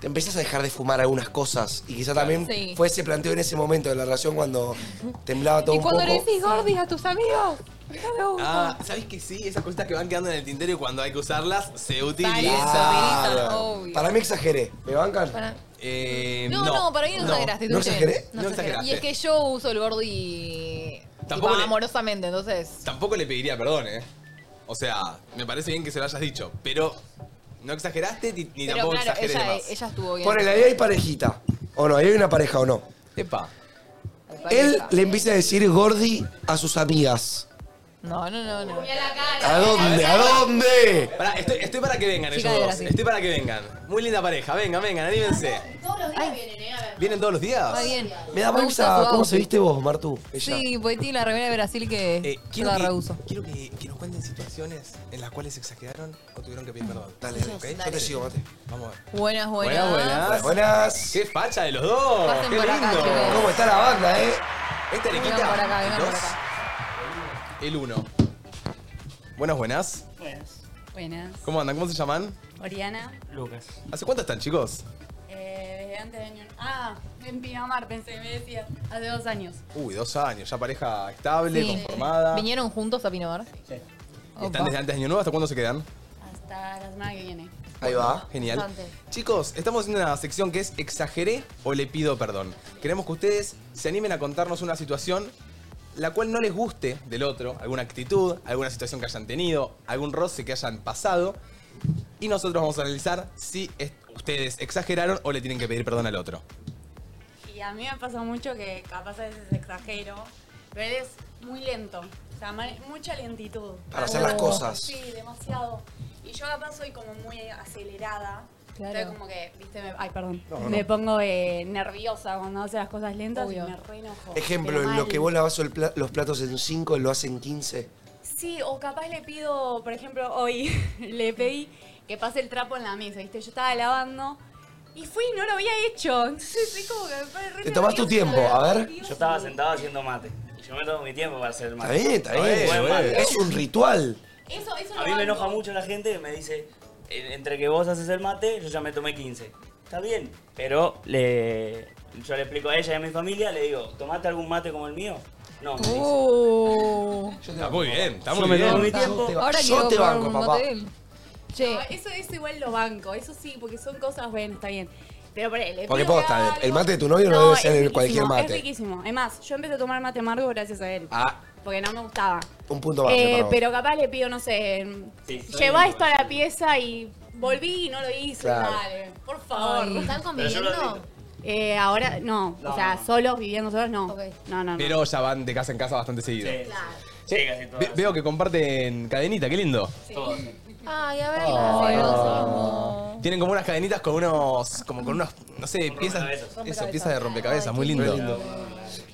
te empiezas a dejar de fumar algunas cosas. Y quizá también Sí. fue ese planteo en ese momento de la relación cuando temblaba todo Y un cuando poco. le decís gordis a tus amigos, no me gusta. Ah, ¿sabés que sí? Esas cositas que van quedando en el tintero y cuando hay que usarlas, se utilizan. Claro. Para mí exageré. ¿Me bancan? Eh, No, no, para mí no exageraste. ¿No estuviste bien. exageré? No exageraste. Y es que yo uso el gordi Tampoco tipo, le- amorosamente, entonces. Tampoco le pediría perdón, ¿eh? O sea, me parece bien que se lo hayas dicho, pero no exageraste ni, ni Pero tampoco claro, exageré de ella, más. ella estuvo bien. Ponele, ahí hay parejita. O no, ahí hay una pareja o no. Epa. Él le empieza a decir gordi a sus amigas. No, no, no, no. ¿A dónde? ¿A dónde? Pará, Ah, estoy, estoy para que vengan Chica de ellos dos. Brasil. Estoy para que vengan. Muy linda pareja. Vengan, vengan, anímense. Todos los días vienen, ¿eh? ¿Vienen todos los días? Va bien. Me da gusta vergüenza su cómo outfit. se viste vos, Martu. Ella. Eh, Sí, porque tiene la remera de Brasil que yo quiero la que- reuso. Quiero que, que nos cuenten situaciones en las cuales exageraron o tuvieron que pedir perdón. Dale, dale, ok. Yo te sigo, mate. Vamos a ver. Buenas, buenas. buenas. Buenas. Qué facha de los dos. Pasen Qué por acá, lindo. chicos. ¿Cómo está la banda, eh? Esta Vengan Arequita, por acá, vengan dos, por acá. El uno. Buenas, buenas. Buenas. Buenas. ¿Cómo andan? ¿Cómo se llaman? Oriana, Lucas. ¿Hace cuánto están, chicos? eh, desde antes de año. Ah, en Pinamar pensé, me decía. Hace dos años. Uy, dos años. Ya pareja estable, Sí. conformada. ¿Vinieron juntos a Pinamar? Sí. ¿Están desde antes de Año Nuevo? ¿Hasta cuándo se quedan? Hasta la semana que viene. Ahí va. Genial. Bastante. Chicos, estamos en una sección que es exageré o le pido perdón. Queremos que ustedes se animen a contarnos una situación la cual no les guste del otro, alguna actitud, alguna situación que hayan tenido, algún roce que hayan pasado. Y nosotros vamos a analizar si es- ustedes exageraron o le tienen que pedir perdón al otro. Y a mí me pasa mucho que capaz a veces exagero, pero él es muy lento. O sea, ma- mucha lentitud. Para hacer Oh. las cosas. Sí, demasiado. Y yo capaz soy como muy acelerada. Claro. Entonces como que, viste, me- ay, perdón. no. Me pongo eh, nerviosa cuando hace las cosas lentas Obvio. y me re enojo. Ejemplo, Pero en lo mal. que vos lavas el pla- los platos en 5, lo hacen 15. Sí, o capaz le pido, por ejemplo, hoy le pedí que pase el trapo en la mesa, ¿viste? Yo estaba lavando Y fui y no lo había hecho. Entonces es como que me pone re Te tomás tu nerviosa. tiempo, a ver. Yo estaba sentado haciendo mate. Y yo me tomo mi tiempo para hacer Está mate. bien, está bien. Buen mate. Es un ritual. Eso, eso A lo mí me hago. enoja mucho la gente que me dice, "Eh, entre que vos haces el mate, yo ya me tomé 15. Está bien, pero le, yo le explico a ella y a mi familia, le digo, ¿tomaste algún mate como el mío? No, me dice. Oh. Uh. Está muy bien, está Yo muy me bien. tomo mi tiempo. Ahora Yo quiero te probar banco, un papá. hotel. Che. No, eso, eso igual lo banco, eso sí, porque son cosas, bueno, está bien. Pero por le Porque pido que posta, haga el algo. mate de tu novio no debe ser es el cualquier riquísimo, mate. Es riquísimo. Es más, yo empecé a tomar mate amargo gracias a él. Ah, Porque no me gustaba. un punto más. Eh, me paró. pero capaz le pido, no sé, lleva esto a la pieza y volví y no lo hice. Claro. Dale, por favor. Ay, ¿Están Pero yo lo conviviendo? admito. Eh, ahora no, o sea, solos, viviendo solos, no. No, no, no. Pero ya van de casa en casa bastante seguido. Sí, casi Ve- veo que comparten cadenita, qué lindo. Ay, a ver. Tienen como unas cadenitas con unos. como con unos. no sé, piezas. Eso, piezas de rompecabezas, muy lindo. Muy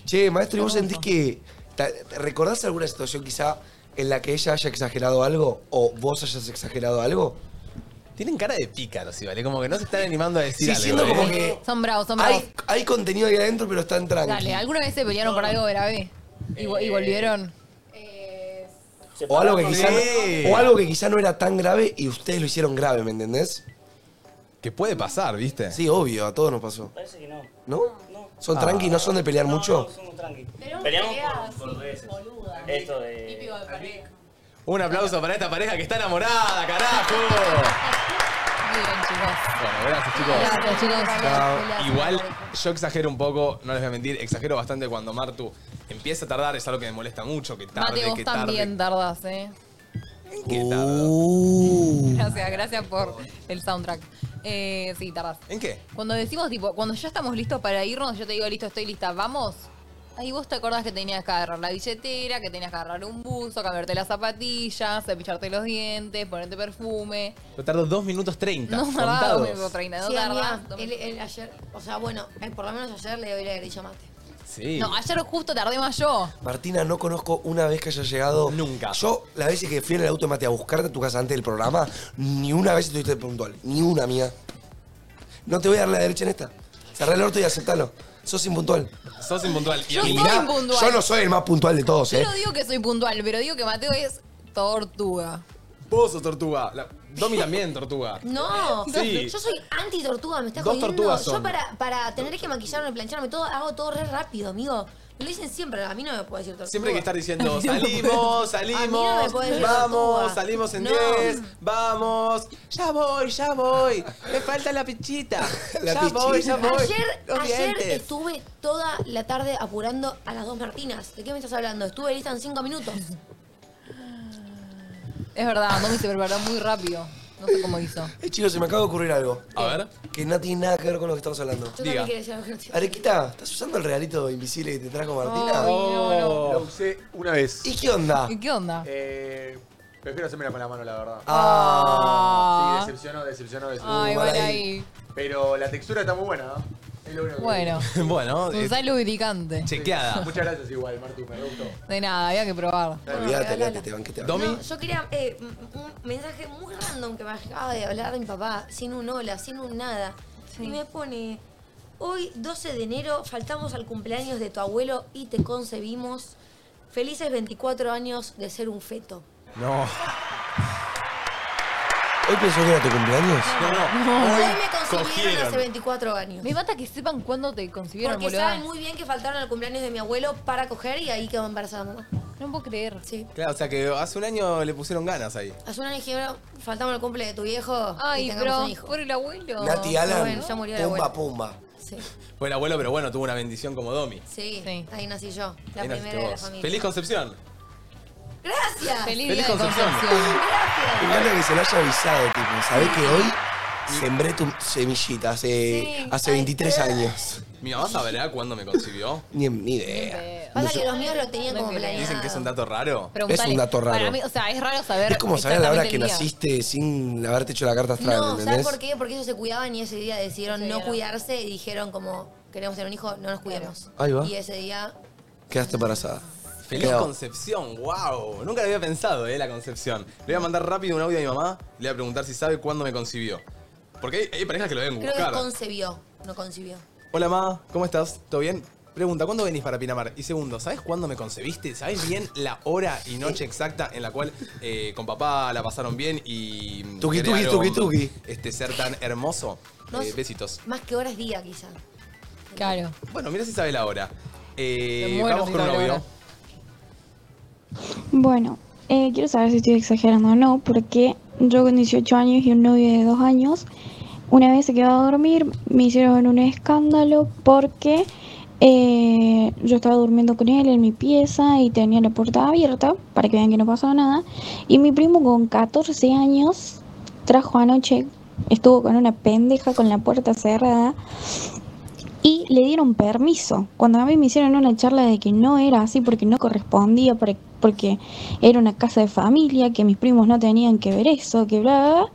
Che, maestro, ¿y vos sentís que. ta- ¿Recordás alguna situación quizá en la que ella haya exagerado algo o vos hayas exagerado algo? Tienen cara de pícaros, sí, ¿vale? Como que no se están animando a decir Sí, algo. siento ¿eh? como que Son bravos, son bravos. hay, hay contenido ahí adentro, pero están tranqui. Dale, ¿alguna vez se pelearon por algo grave? Y, Eh, vo- y volvieron. O algo, que quizá, separaron. Sí. o algo que quizá no era tan grave y ustedes lo hicieron grave, ¿me entendés? Que puede pasar, ¿viste? Sí, obvio, a todos nos pasó. Parece que no. ¿No? ¿Son tranqui? ¿No son de pelear mucho? Somos tranqui. Pero Peleamos peleas, por, por eso. boluda. Esto de... Un aplauso para esta pareja que está enamorada, carajo. Muy bien, chicos. Bueno, gracias, chicos. Gracias, chicos. Chao. Gracias. Igual, yo exagero un poco, no les voy a mentir, exagero bastante cuando Martu empieza a tardar, es algo que me molesta mucho, que tarde, Mate, vos que tarde. también tardás, ¿eh? que tarde. Uh. Gracias, gracias por el soundtrack. Eh, sí, tardás. ¿En qué? Cuando decimos, tipo, cuando ya estamos listos para irnos, yo te digo, listo, estoy lista, vamos. Ahí vos te acordás que tenías que agarrar la billetera, que tenías que agarrar un buzo, cambiarte las zapatillas, cepillarte los dientes, ponerte perfume. Yo tardo 2 minutos 30. No, contados. Sí, amiga, él, él ayer, o sea, bueno, eh, por lo menos ayer le doy la grilla mate. Sí. No, ayer justo tardé más yo. Martina, no conozco una vez que haya llegado. Nunca. Yo, las veces que fui en el auto de Mate a buscarte a tu casa antes del programa, ni una vez estuviste puntual. Ni una, mía. No te voy a dar la derecha en esta. Cerrá el orto y aceptalo. Sos impuntual. Sos impuntual. Yo soy impuntual. Yo no soy el más puntual de todos, Yo ¿eh? no digo que soy puntual, pero digo que Mateo es tortuga. Vos sos tortuga. La- Domi también, tortuga. No, Sí. yo soy anti tortuga, me está Dos jodiendo. tortugas yo son. para, para tener que maquillarme, plancharme todo, hago todo re rápido, amigo. Me lo dicen siempre, a mí no me puede decir tortuga. Siempre hay que estar diciendo, A mí no me salimos, puede- a mí no me salimos, puede decir vamos, tortuga. salimos en No. 10, vamos, ya voy, ya voy, me falta la pichita, La ya pichita. voy, ya voy. Ayer, los ayer dientes. estuve toda la tarde apurando a las dos Martinas. ¿De qué me estás hablando? Estuve lista en cinco minutos. Es verdad, Domi se preparó muy rápido. No sé cómo hizo. Eh, chicos, se me acaba de ocurrir algo. A ver. Que no tiene nada que ver con lo que estamos hablando. Yo también quería decir algo. Arequita, ¿estás usando el regalito invisible que te trajo Martina? Ay, no, Oh. no. Lo usé una vez. ¿Y qué onda? ¿Y qué onda? Eh, prefiero hacérmela con la mano, la verdad. Ah. Sí, decepcionó, decepcionó, decepcionó. Uh, Ay, bueno, ahí. Pero la textura está muy buena, ¿no? Es lo único que- Bueno, bueno, eh, un sal lubricante. Ah, Muchas gracias igual, Martu, me re gustó. De nada, había que probar. Olvídate, olvídate, te van, que te van. No, yo quería eh, un- un mensaje muy random que me acaba de hablar de mi papá, sin un hola, sin un nada. Y me pone, hoy 12 de enero faltamos al cumpleaños de tu abuelo y te concebimos. Felices 24 años de ser un feto. No. ¿Hoy pensó que era tu cumpleaños? Hoy me concibieron hace 24 años. Me mata que sepan cuándo te concibieron, Porque boluda. saben muy bien que faltaron al cumpleaños de mi abuelo para coger y ahí quedó embarazada mamá. No puedo creer. Sí. Claro, o sea que hace un año le pusieron ganas ahí. Hace un año dijeron, faltamos al cumple de tu viejo y Ay, tengamos pero un hijo. por el abuelo. Nati Alan, Bueno, ya murió el pumba, abuelo. pumba. Sí. Fue el abuelo, pero bueno, tuvo una bendición como Domi. Sí, ahí nací yo, la Ahí naciste primera de la vos. familia. Feliz Concepción. Gracias. Feliz día de Concepción. Concepción. Me encanta que se lo haya avisado, tipo. Sabés que hoy sembré tu semillita hace, Sí. hace 23 años. Mi mamá sabrá cuándo me concibió. Ni, ni idea. Pasa que los míos lo tenían como Dicen planeado. que es un dato raro. Es un dato raro. Para mí, o sea, es raro saber. Es como saber la hora que naciste sin haberte hecho la carta astral, No, ¿sabes ¿entendés? por qué? Porque ellos se cuidaban y ese día decidieron no cuidarse y dijeron como, queremos tener un hijo, no nos cuidemos. Ahí va. Y ese día, Quedaste embarazada. Feliz Quedó. Concepción, wow. Nunca lo había pensado, eh, la Concepción. Le voy a mandar rápido un audio a mi mamá, le voy a preguntar si sabe cuándo me concibió. Porque hay, hay parejas que lo deben Creo que buscar. concebió, no concibió. Hola, Ma, ¿cómo estás? ¿Todo bien? Pregunta, ¿cuándo venís para Pinamar? Y segundo, ¿sabes cuándo me concebiste? ¿Sabes bien la hora y noche exacta en la cual eh, con papá la pasaron bien y. Tuki, tuki, crearon tuki, tuki. Este ser tan hermoso. No Eh, sé. besitos. Más que horas día, quizá. Claro. Bueno, mira si sabe la hora. Eh, Me muero vamos si con un sabe la audio. hora. Bueno, eh, quiero saber si estoy exagerando o no, porque yo con 18 años y un novio de 2 años, una vez se quedó a dormir, me hicieron un escándalo porque eh, yo estaba durmiendo con él en mi pieza y tenía la puerta abierta para que vean que no pasaba nada. Y mi primo con 14 años trajo anoche, estuvo con una pendeja con la puerta cerrada y le dieron permiso. Cuando a mí me hicieron una charla de que no era así porque no correspondía, por- e-, porque era una casa de familia, que mis primos no tenían que ver eso, que bla, bla, bla.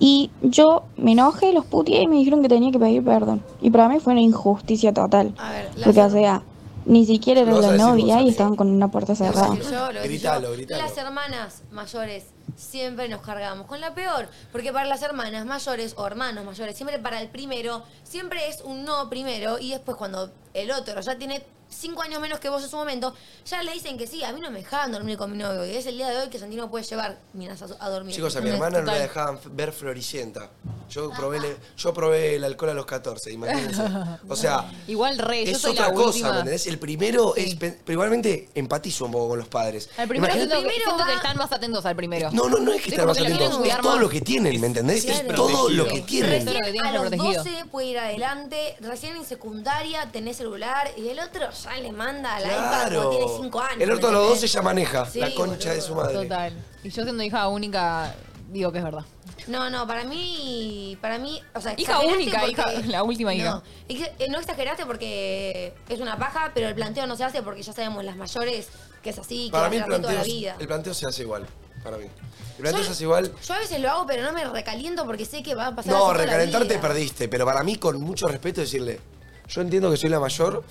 Y yo me enojé, los puteé y me dijeron que tenía que pedir perdón. Y para mí fue una injusticia total. la- porque, o sea, ni siquiera Lo eran vas a la decir vos, novia y amiga. estaban con una puerta Lo cerrada. dije yo, lo dije Gritalo, yo. gritalo. Las hermanas mayores siempre nos cargamos con la peor, porque para las hermanas mayores o hermanos mayores, siempre para el primero, siempre es un no primero y después cuando el otro ya tiene cinco años menos que vos en su momento, ya le dicen que sí, a mí no me dejaban dormir con mi novio y es el día de hoy que Santino puede llevar minas a, a dormir. Chicos, a mi ¿Entendés? hermana no la Total. dejaban f- ver Floricienta. Yo probé, le- yo probé el alcohol a los 14, imagínense. O sea, Igual re, yo es soy otra la cosa, última. ¿me entendés? El primero es. pe- Pero igualmente empatizo un poco con los padres. Al primero Imagínate- siento, que, siento que están más atentos al primero. No, no, no es que Sí, estar como más lo quieren atentos. cuidar Es todo más. lo que tienen, ¿me entendés? Es todo lo que tienen. Todo lo que Recién tienen a que los protegido. 12 puede ir adelante, recién en secundaria tenés celular y el otro ya le manda al iPad cuando tiene 5 años. El orto a los ¿entendés? 12 ya maneja Sí, la concha de su madre. Total. Y yo siendo hija única, digo que es verdad. No, no, para mí, para mí, o sea, Hija exageraste única, porque- hija, la última hija. No, es que, eh, no exageraste porque es una paja, pero el planteo no se hace porque ya sabemos las mayores que es así, que va Para a mí el ser así toda la planteo, vida. el planteo se hace igual. Para mí. El planteo se hace igual. Yo a veces lo hago, pero no me recaliento porque sé que va a pasar así No, toda la recalentarte vida. perdiste, pero para mí, con mucho respeto, decirle: Yo entiendo que soy la mayor,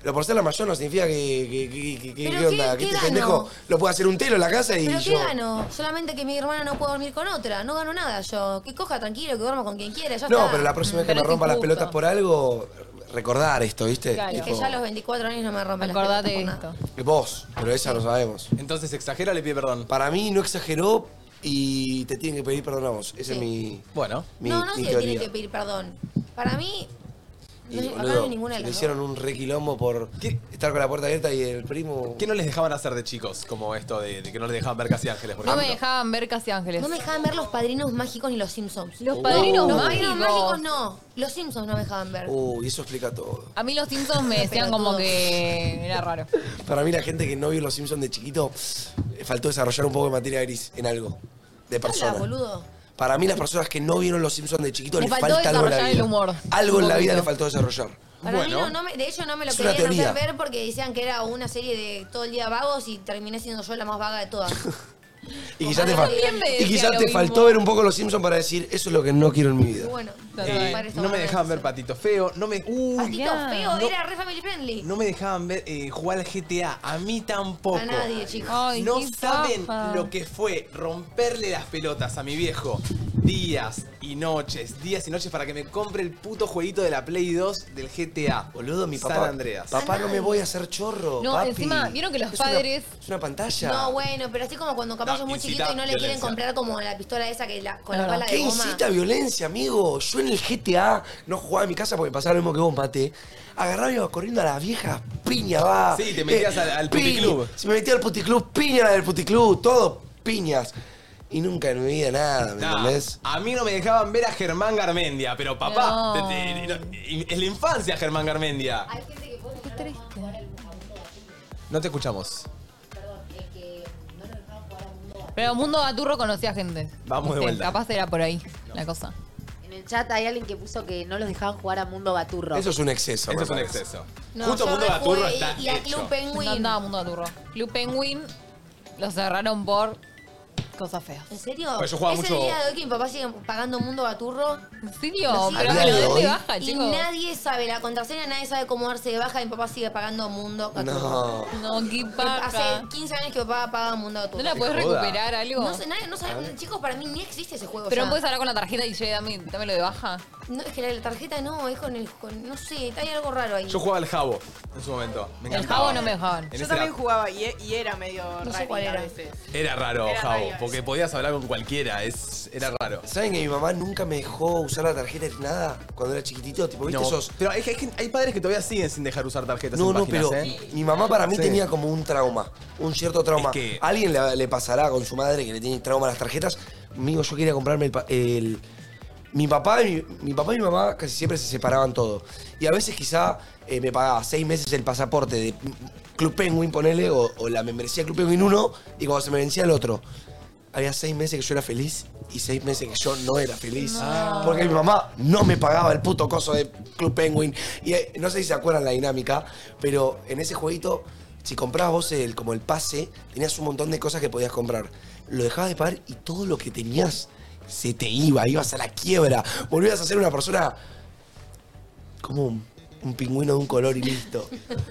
pero por ser la mayor no significa que. que, que, que- que- Pero ¿Qué onda? ¿qué- Que qué este gano? pendejo lo puede hacer un telo en la casa y ¿Pero yo. qué gano? Solamente que mi hermana no puede dormir con otra. No gano nada yo. Que coja tranquilo, que duerma con quien quiera. Ya No, está. pero la próxima vez que Pero me es rompa las injusto. pelotas por algo, recordar esto, ¿viste? Es que Tipo, ya a los 24 años no me rompen Acordate las pelotas por nada. Vos, pero esa no sabemos. Entonces, ¿exagera o le pide perdón? Para mí no exageró y te tienen que pedir perdón a vos. Esa es mi. Bueno, mi, no, no se mi le tiene teoría. que pedir perdón. Para mí, no, Y, acá no boludo, hay ninguna de le las dos. hicieron un requilombo por estar con la puerta abierta y el primo. ¿Qué no les dejaban hacer de chicos? Como esto de, de que no les dejaban ver casi ángeles, por No me ejemplo. dejaban ver Casi Ángeles. No me dejaban ver los padrinos mágicos ni los Simpsons. Los Padrinos Los padrinos Mágicos. mágicos no. Los Simpsons no me dejaban ver. Uy, eso explica todo. A mí los Simpsons me decían como que era raro. Para mí la gente que no vio Los Simpsons de chiquito, eh, faltó desarrollar un poco de materia gris en algo, de persona. boludo. Para mí las personas que no vieron Los Simpsons de chiquito Me les faltó falta algo en la desarrollar el vida. humor, Algo un en la vida poquito. les faltó desarrollar. Para mí no, no me- de hecho no me lo es una querían hacer teoría. ver porque decían que era una serie de todo el día vagos y terminé siendo yo la más vaga de todas. y quizás te, Yo fal- también me y decía quizás lo te mismo. faltó ver un poco Los Simpsons para decir, eso es lo que no quiero en mi vida. bueno, Eh, no me dejaban ver patito feo, no me. Uy, Patito feo, no- era re family friendly. No me dejaban ver, eh, jugar al GTA, a mí tampoco. A nadie, chicos. Ay, No qué saben paja. lo que fue romperle las pelotas a mi viejo días y noches, días y noches para que me compre el puto jueguito de la Play 2 del GTA. Boludo, mi San papá. Andreas. Papá, no me voy a hacer chorro. No, papi. encima, vieron que los Es una- padres. es una pantalla. No, bueno, pero así como cuando capaz No, es muy incita chiquito y no le quieren violencia. comprar como la pistola esa que la, con la bala ¿Qué de goma. incita a violencia, amigo? Yo en el GTA no jugaba en mi casa porque pasaba lo mismo que vos, mate. Agarraba y iba corriendo a las viejas, piña, va. Eh, Sí, te metías al- al piña. puticlub. Si me metía al puticlub, piña la del puticlub, todo piñas. Y nunca en mi vida nada, ¿me Nah, entendés? a mí no me dejaban ver a Germán Garmendia, pero papá, No. te- te- no, y- es la infancia Germán Garmendia. Hay gente que puede No te escuchamos. Pero Mundo Baturro conocía gente. Vamos No de Este, sé, vuelta. Capaz era por ahí la cosa. En el chat hay alguien que puso que no los dejaban jugar a Mundo Baturro. Eso es un exceso. Eso me es un parece. exceso. No, Justo yo Mundo me Baturro fui está y a hecho. Club Penguin. No andaba Mundo Baturro. Club Penguin lo cerraron por Cosas feas. ¿En serio? Pues yo jugaba ¿Es mucho- el día de hoy que mi papá sigue pagando Mundo Baturro? ¿En serio? Pero me lo den de baja, Y chico. nadie sabe la contraseña, nadie sabe cómo darse de baja. Mi papá sigue pagando Mundo Baturro. No. No, qué paja. Hace 15 años que mi papá paga Mundo Baturro. ¿No la podés Qué joda. Ah. recuperar, algo? No sé, nadie, no sabe. Vale. Chicos, para mí ni existe ese juego Pero ya. no puedes hablar con la tarjeta y che, dame, dámelo de baja. No, es que la, la tarjeta no, es con el... con- no sé, hay algo raro ahí. Yo jugaba al jabo en su momento. Me El encantaba. jabo no me dejaban. En Yo ese también era- jugaba y, e- y era medio No sé rarita cuál era. a veces. Era raro, Era jabo, raro, eso. porque podías hablar con cualquiera, es, era raro. ¿Saben que mi mamá nunca me dejó usar la tarjeta ni nada cuando era chiquitito? Tipo, ¿viste No, esos? Pero hay, hay, hay padres que todavía siguen sin dejar usar tarjetas No, en no, páginas, pero ¿eh? mi mamá para mí Sí. tenía como un trauma, un cierto trauma. Alguien le, le pasará con su madre que le tiene trauma a las tarjetas. Amigo, yo quería comprarme el... pa- el- mi, papá y mi, mi papá y mi mamá casi siempre se separaban todo. Y a veces quizá eh, me pagaba seis meses el pasaporte de Club Penguin, ponele, o, o la membresía Club Penguin uno, y cuando se me vencía el otro. Había seis meses que yo era feliz y seis meses que yo no era feliz. Porque mi mamá no me pagaba el puto coso de Club Penguin. Y eh, no sé si se acuerdan la dinámica, pero en ese jueguito, si comprabas vos el, como el pase, tenías un montón de cosas que podías comprar. Lo dejabas de pagar y todo lo que tenías se te iba, ibas a la quiebra, volvías a ser una persona como un, un pingüino de un color y listo.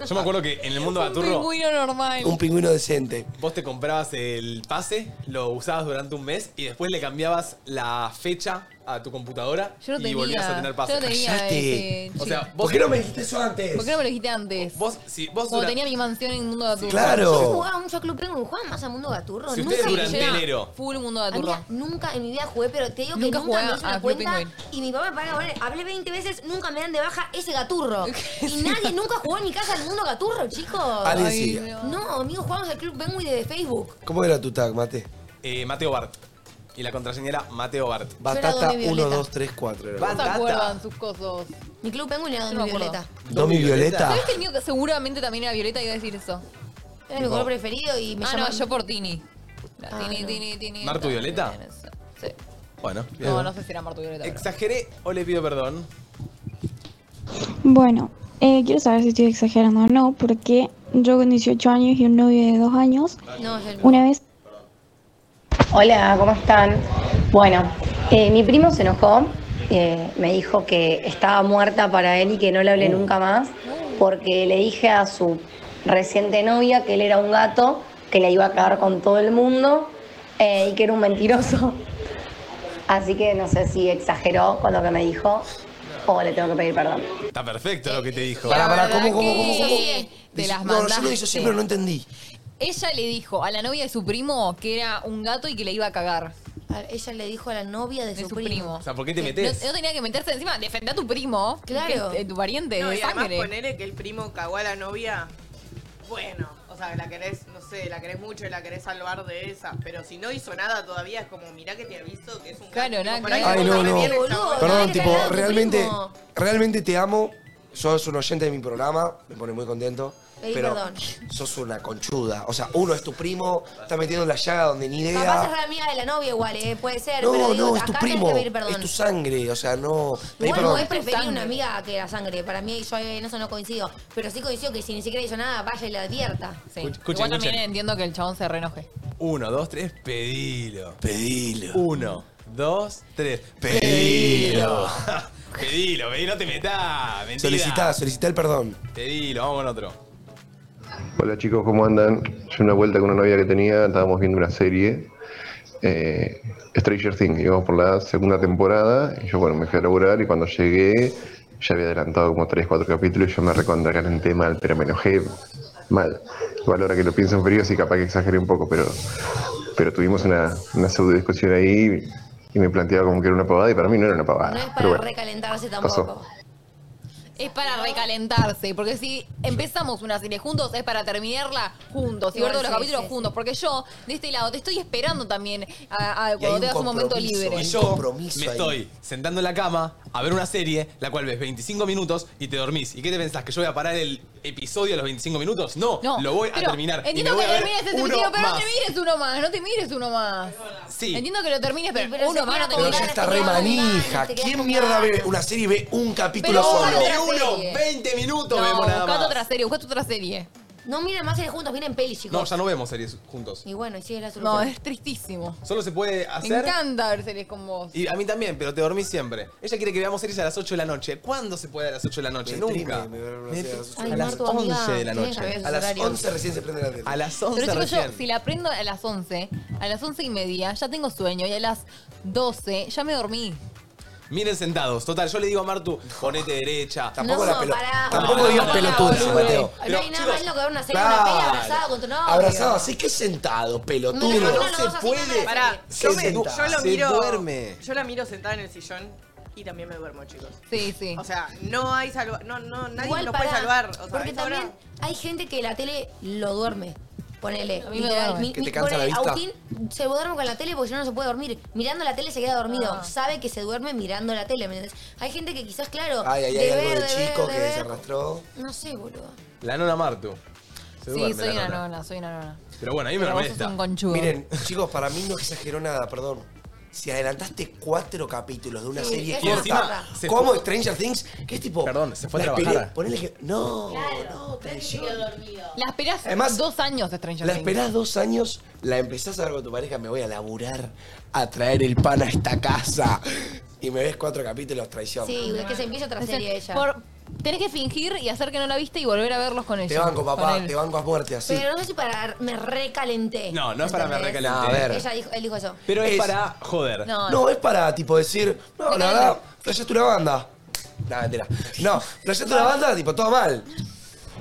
Yo me acuerdo que en el mundo de Un Aturro, pingüino normal. Un pingüino decente. vos te comprabas el pase, lo usabas durante un mes y después le cambiabas la fecha a tu computadora Yo no y tenía. volvías a tener pase. Yo no tenía Cállate. ese o sea, chip. vos, ¿Por qué no me dijiste eso antes? ¿Por qué no me lo dijiste antes? Vos, si vos Cuando dura- tenía mi mansión en el mundo de Aturro. Yo jugaba mucho a Club Penguin, jugaba más a Mundo Gaturro. Si nunca ustedes durante llegué a- enero- Full mundo de Amiga, Aturro. nunca en mi vida jugué, pero te digo Nunca Ah, que nunca jugué me hice a una Club cuenta Penguin. y mi papá me paga, bueno, hablé 20 veces, nunca me dan de baja ese gaturro. y nadie nunca jugó en mi casa al mundo gaturro, chicos. Alguien Ay, sigue. Dios. No, amigos, jugamos al Club Penguin de Facebook. ¿Cómo era tu tag, Mate? eh, Mateo Bart. Y la contraseña era Mateo Bart. Batata Domi Violeta. 1, 2, 3, 4. Era. ¿No se acuerdan sus cosos? Mi Club Penguin era Yo no Domi me acuerdo. Violeta. Domi Violeta. ¿Sabes que el mío que seguramente también era Violeta iba a decir eso? Era mi color preferido y me Ah, llaman- no, yo por Tini. La Ah, Tini, no. Tini, Tini. ¿Martu Violeta? Sí. Bueno. bien. No, no sé si era Martu Violeta. pero- ¿Exageré o le pido perdón? Bueno, eh, quiero saber si estoy exagerando o no, porque yo con 18 años y un novio de 2 años, No, yo una vez Hola, ¿cómo están? Bueno, eh, mi primo se enojó, eh, me dijo que estaba muerta para él y que no le Oh. hablé nunca más, porque le dije a su reciente novia que él era un gato, que le iba a cagar con todo el mundo eh, y que era un mentiroso. Así que no sé si exageró con lo que me dijo o le tengo que pedir perdón. Está perfecto lo que te dijo. Pará, pará, ¿cómo, verdad cómo, que cómo, cómo? te las no, yo lo hizo mandaste. siempre, no entendí. Ella le dijo a la novia de su primo que era un gato y que le iba a cagar. A- Ella le dijo a la novia de, su, primo. O sea, ¿por qué te metes? No, no tenía que meterse encima, defender a tu primo. Claro. que es, eh, tu pariente No, de y además sangre. ponele que el primo cagó a la novia. Bueno, o sea, la querés, no sé, la querés mucho y la querés salvar de esa. Pero si no hizo nada todavía es como, mirá que te aviso que es un Claro, gato. nada que Tipo, por ahí Ay, se porta no, no. bien, está bueno. Perdón, tipo, realmente, realmente te amo. Sos un oyente de mi programa, me pone muy contento. Pedí pero perdón. sos una conchuda. O sea, uno es tu primo, está metiendo en la llaga donde ni Capaz es idea. la amiga de la novia igual, eh, puede ser. pero No, digo, no, es tu acá tenés que primo. pedir perdón. Es tu sangre. O sea, no. Pedí Igual perdón. podés preferir una amiga que la sangre. Para mí, yo en eso no coincido. Pero sí coincido que si ni siquiera hizo nada, vaya y la advierta. Sí. Escuchen, Igual también escuchen. entiendo que el chabón se renoje. Uno, dos, tres, pedilo. Pedilo. Uno, dos, tres. Pedilo. pedilo, pedilo, no te metás. Mentira. Solicitá, solicitá el perdón. Pedilo, vamos con otro. Hola chicos, ¿cómo andan? Yo una vuelta con una novia que tenía, estábamos viendo una serie, eh, Stranger Things, íbamos por la segunda temporada, y yo bueno, me fui a laburar y cuando llegué ya había adelantado como 3, 4 capítulos y yo me recontra calenté mal, pero me enojé mal. Igual ahora que lo pienso en frío sí capaz que exageré un poco, pero, pero tuvimos una, una pseudo discusión ahí y me planteaba como que era una pavada y para mí no era una pavada. No es para Ah, pero bueno, recalentarse tampoco. pasó. Es para recalentarse, porque si empezamos una serie juntos, es para terminarla juntos y ver Igual, todos los sí, capítulos sí, juntos. Porque yo, de este lado, te estoy esperando también a- a cuando un tengas un momento compromiso, libre. Y yo me estoy sentando en la cama a ver una serie, la cual ves 25 minutos y te dormís. ¿Y qué te pensás? ¿Que yo voy a parar el episodio a los 25 minutos? No, lo voy a Pero terminar. Y me Entiendo voy que a ver termines ese uno sentido, pero no más. te mires uno más, no te mires uno más. Sí. Entiendo que lo termines, pero, pero uno se más no te Pero mires. ya está re manija. ¿Quién mierda ve una serie y ve un capítulo Pero solo? otra serie. 20 minutos No, vemos nada buscate más. otra serie, buscate otra serie. No miren más series juntos, miren pelis, chicos. No, ya no vemos series juntos. Y bueno, y sí es la solución. No, es tristísimo. Solo se puede Me hacer. encanta ver series con vos. Y a mí también, pero te dormís siempre. Ella quiere que veamos series a las 8 de la noche. ¿Cuándo se puede a las 8 de la noche? Nunca. Me- Ay, a las Martu, amiga, 11 de la tenés que noche. cambiar esos horarios. recién se prende la tele. A las 11 Pero chicos, yo, recién. si la prendo a las 11, a las 11 y media ya tengo sueño y a las 12 ya me dormí. Miren sentados. Total, yo le digo a Martu, ponete derecha. Tampoco No, la pelo- pará. tampoco digas pelotudes, Mateo. no hay nada más loco que ver una serie, claro. una peli abrazada con tu novio. Abrazado así que sentado, pelotudo. No, no, no, no, se puede. Pará, yo, me- yo lo Se miro. duerme. Yo la miro sentada en el sillón y también me duermo, chicos. Sí, sí. O sea, no hay salva no, no, nadie Igual nos pará, puede salvar. O sea, porque es ahora- también hay gente que la tele lo duerme. Ponele. A mí me literal. duerme. Mi- ¿Que mi- te cansa ponele, la vista? Agustín se duerme con la tele porque si no, no se puede dormir. Mirando la tele se queda dormido. Ah. Sabe que se duerme mirando la tele, ¿me entendés? Hay gente que quizás, claro. Ay, ay, ay, de algo ver, de ver, chico de que se ver. arrastró. No sé, boludo. La nona Martu. Se sí, duerme soy la una nona. nona, Ah, soy una nona. Pero bueno, a mí me Pero vos molesta. sos un conchudo. Miren, chicos, para mí no exageró nada, perdón. Si adelantaste cuatro capítulos de una Sí, serie es corta, verdad. Se como fue- Stranger Things, que es tipo. Perdón, se fue a trabajar. Ponele que. No. Claro, no, se quedó dormido. La esperás Además, dos años de Stranger La Things. esperás dos años, la empezás a ver con tu pareja, me voy a laburar a traer el pan a esta casa. Y me ves cuatro capítulos, traición. Sí, es que se empieza otra O sea, serie ella. por- tenés que fingir y hacer que no la viste y volver a verlos con ella. Te banco, con papá, él. te banco a muerte así. Pero no sé si para. Me recalenté. No, no es para me ¿Entendés? recalenté. No, a ver. Ella dijo, él dijo eso. Pero es, para joder. No, No, no. es para tipo decir, no, la verdad, flasheaste una banda. No, mentira. No, flasheaste una banda, tipo, todo mal.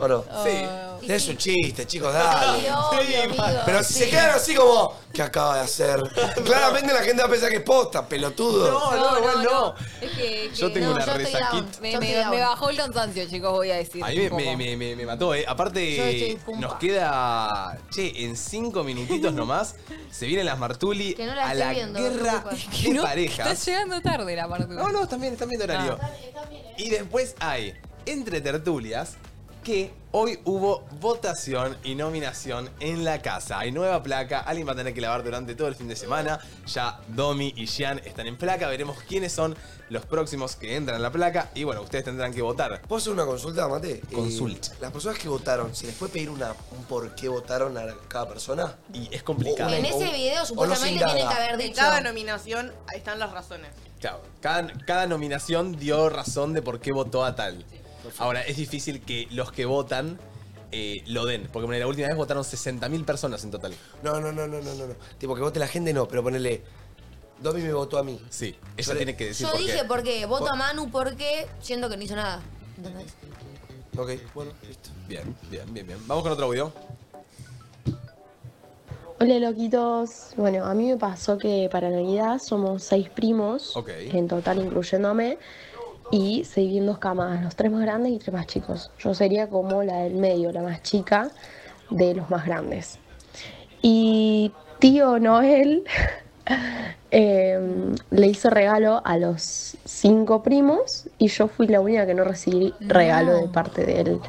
¿O no? Sí. Es un chiste, chicos, dale. Oh. Sí, obvio, amigo. Pero si se quedan así como, ¿qué acaba de hacer? Claramente la gente va a pensar que es posta, pelotudo. No, no, igual no. Es que, Yo que- tengo una yo estoy resaquita. down. Me, Yo me- estoy down. me bajó el cansancio, chicos, voy a decir. A mí me, un me- poco. me- me- me mató, ¿eh? Yo estoy Aparte, pumpa. nos queda. Che, en cinco minutitos nomás se vienen las Martuli Que no las a estoy la viendo, guerra disculpa. de parejas. Estás llegando tarde la parte. No, no, también, están viendo este horario. Ah, Y después hay, entre tertulias, que hoy hubo votación y nominación en la casa. Hay nueva placa, alguien va a tener que lavar durante todo el fin de semana. Ya Domi y Gian están en placa, veremos quiénes son los próximos que entran en la placa. Y bueno, ustedes tendrán que votar. ¿Puedo hacer una consulta, Mate? Consulta. Eh, las personas que votaron, ¿se les puede pedir una, un por qué votaron a cada persona? Y es complicado. En ese video supuestamente tienen que haber En dicho. cada nominación están las razones. Claro, cada, cada nominación dio razón de por qué votó a tal. Ahora, es difícil que los que votan eh, lo den, porque bueno, la última vez votaron 60.000 personas en total. No, no, no, no, no, no. no. Tipo, que vote la gente no, pero ponele. Domi me votó a mí. Sí, ella tiene que Yo dije por qué. Voto a Manu porque siento que no hizo nada. ¿Entendés? Ok, bueno, listo. Bien, bien, bien, bien. Vamos con otro audio. Eh, Hola loquitos. Bueno, a mí me pasó que para Navidad somos seis primos, Ok. en total incluyéndome, y se dividen dos camas, los tres más grandes y tres más chicos. Yo sería como la del medio, la más chica de los más grandes. Y tío Noel eh, le hizo regalo a los cinco primos y yo fui la única que no recibí regalo de parte de él.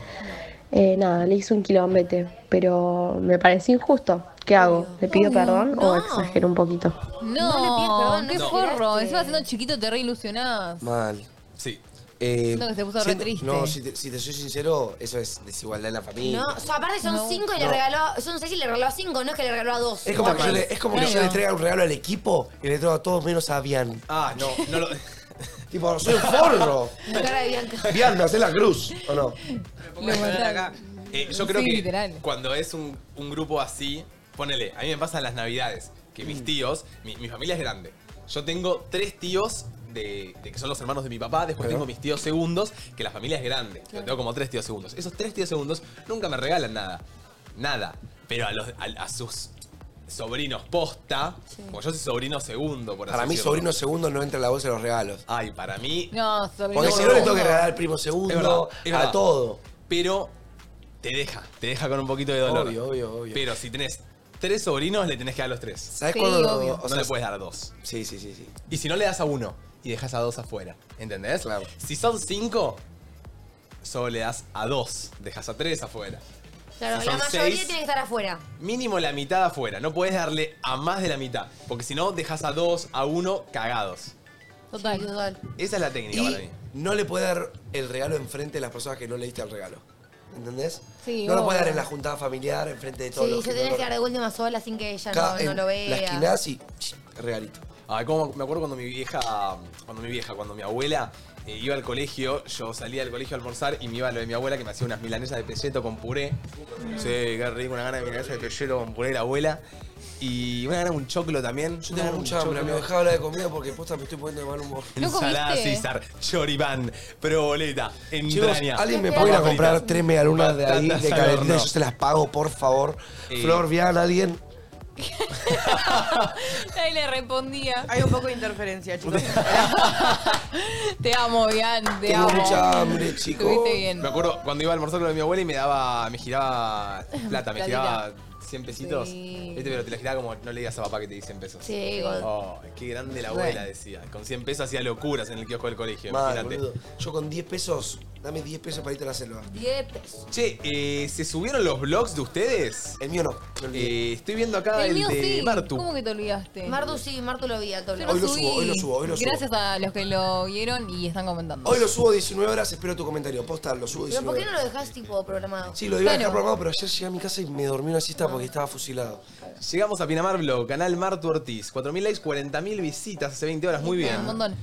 Eh, nada, le hizo un quilombete, pero me pareció injusto. ¿Qué hago? ¿Le pido perdón o exagero un poquito? No, le pides perdón, no qué exageraste. forro. Encima siendo chiquito te reilusionás. Mal. Eh, Sí. Siento que se puso re triste. No, si te, si te soy sincero, eso es desigualdad en la familia. No, o sea, aparte son No. cinco y le No. regaló. Son seis y le regaló a cinco, no es que le regaló a dos. Es como, que yo, Mal. le, es como que yo le traiga un regalo al equipo y le traigo a todos menos a Bian. Ah, no, no lo. tipo, soy un forro. La cara de Bianca. Bian, me hace la cruz, ¿o no? Eh, yo creo Sí, que literal. cuando es un, un grupo así, ponele, a mí me pasan las navidades, que mis Mm. tíos, mi, mi familia es grande. Yo tengo tres tíos de, de que son los hermanos de mi papá, después tengo mis tíos segundos, que la familia es grande. Yo Tengo como tres tíos segundos. Esos tres tíos segundos nunca me regalan nada. Nada. Pero a, los, a, a sus sobrinos posta, como yo soy sobrino segundo, por así Para mí, decirlo. sobrino segundo no entra en la bolsa de los regalos. Ay, para mí, No, sobre Porque todo. si no le tengo que regalar al primo segundo, Es verdad, es a verdad. todo. Pero te deja, te deja con un poquito de dolor. Obvio, obvio, obvio. Pero si tenés tres sobrinos, le tenés que dar a los tres. ¿Sabes Sí, cuándo- obvio. o O sea, sea, no le puedes dar a dos. Sí, sí, sí, sí. Y si no le das a uno y dejas a dos afuera, ¿entendés? Si son cinco, solo le das a dos, dejas a tres afuera. Claro, Si la son mayoría seis- tiene que estar afuera. Mínimo la mitad afuera, no puedes darle a más de la mitad, porque si no, dejas a dos, a uno, cagados. Total. total. Esa es la técnica para mí. No le puede dar el regalo enfrente de las personas que no le diste al regalo. ¿Entendés? Sí, no lo obvio. puede dar en la juntada familiar, enfrente de todos Sí, los yo tenía que dar de última sola sin que ella Cada- no, no en lo vea. La esquina y regalito. Ay, cómo me acuerdo cuando mi vieja, cuando mi vieja, cuando mi abuela eh, iba al colegio, yo salía del colegio a almorzar y me iba a lo de mi abuela que me hacía unas milanesas de pelleto con puré. Mm. Sí, qué rico, una gana de milanesa de pelleto con puré la abuela. Y una gana de un choclo también. Yo Tengo mucha hambre, amigo. Dejá de hablar de comida porque posta me estoy poniendo de mal humor. Ensalada César, choripán, proboleta, Chicos, entraña. alguien me papas puede ir a fritas. comprar tres medialunas de ahí, Patatas de al calentina, horno. yo se las pago, por favor. Eh. Flor, Vial, alguien. Ahí le respondía. Hay un poco de interferencia, chicos. Te amo, Bian, te Tengo amo. mucha hambre, chico. Estuviste bien. Me acuerdo cuando iba a almorzar con mi abuela y me daba, me giraba plata, me Platita. giraba 100 pesitos. Sí. Viste, pero te la giraba como no le digas a papá que te di 100 pesos. Sí, God. oh, qué grande la Bueno. abuela decía. Con 100 pesos hacía locuras en el kiosco del colegio, Mal, imagínate. boludo. Yo con 10 pesos, dame 10 pesos para irte a la selva. 10 pesos. Che, eh, ¿se subieron los blogs de ustedes? El mío no. Eh, estoy viendo acá el, El mío de sí. Martu. ¿Cómo que te olvidaste? Martu sí, Martu lo vi al doble. Yo subo, hoy lo subo, hoy lo subo. Gracias a los que lo vieron y están comentando. Hoy lo subo 19 horas, espero tu comentario. Posta, lo subo Pero 19 ¿por qué horas. no lo dejás tipo programado? Sí, lo iba a dejar programado, pero ayer llegué a mi casa y me dormí una siesta porque estaba fusilado. Llegamos a Pinamar Blog, canal Martu Ortiz. 4.000 likes, 40.000 visitas hace 20 horas, muy bien. Un montón.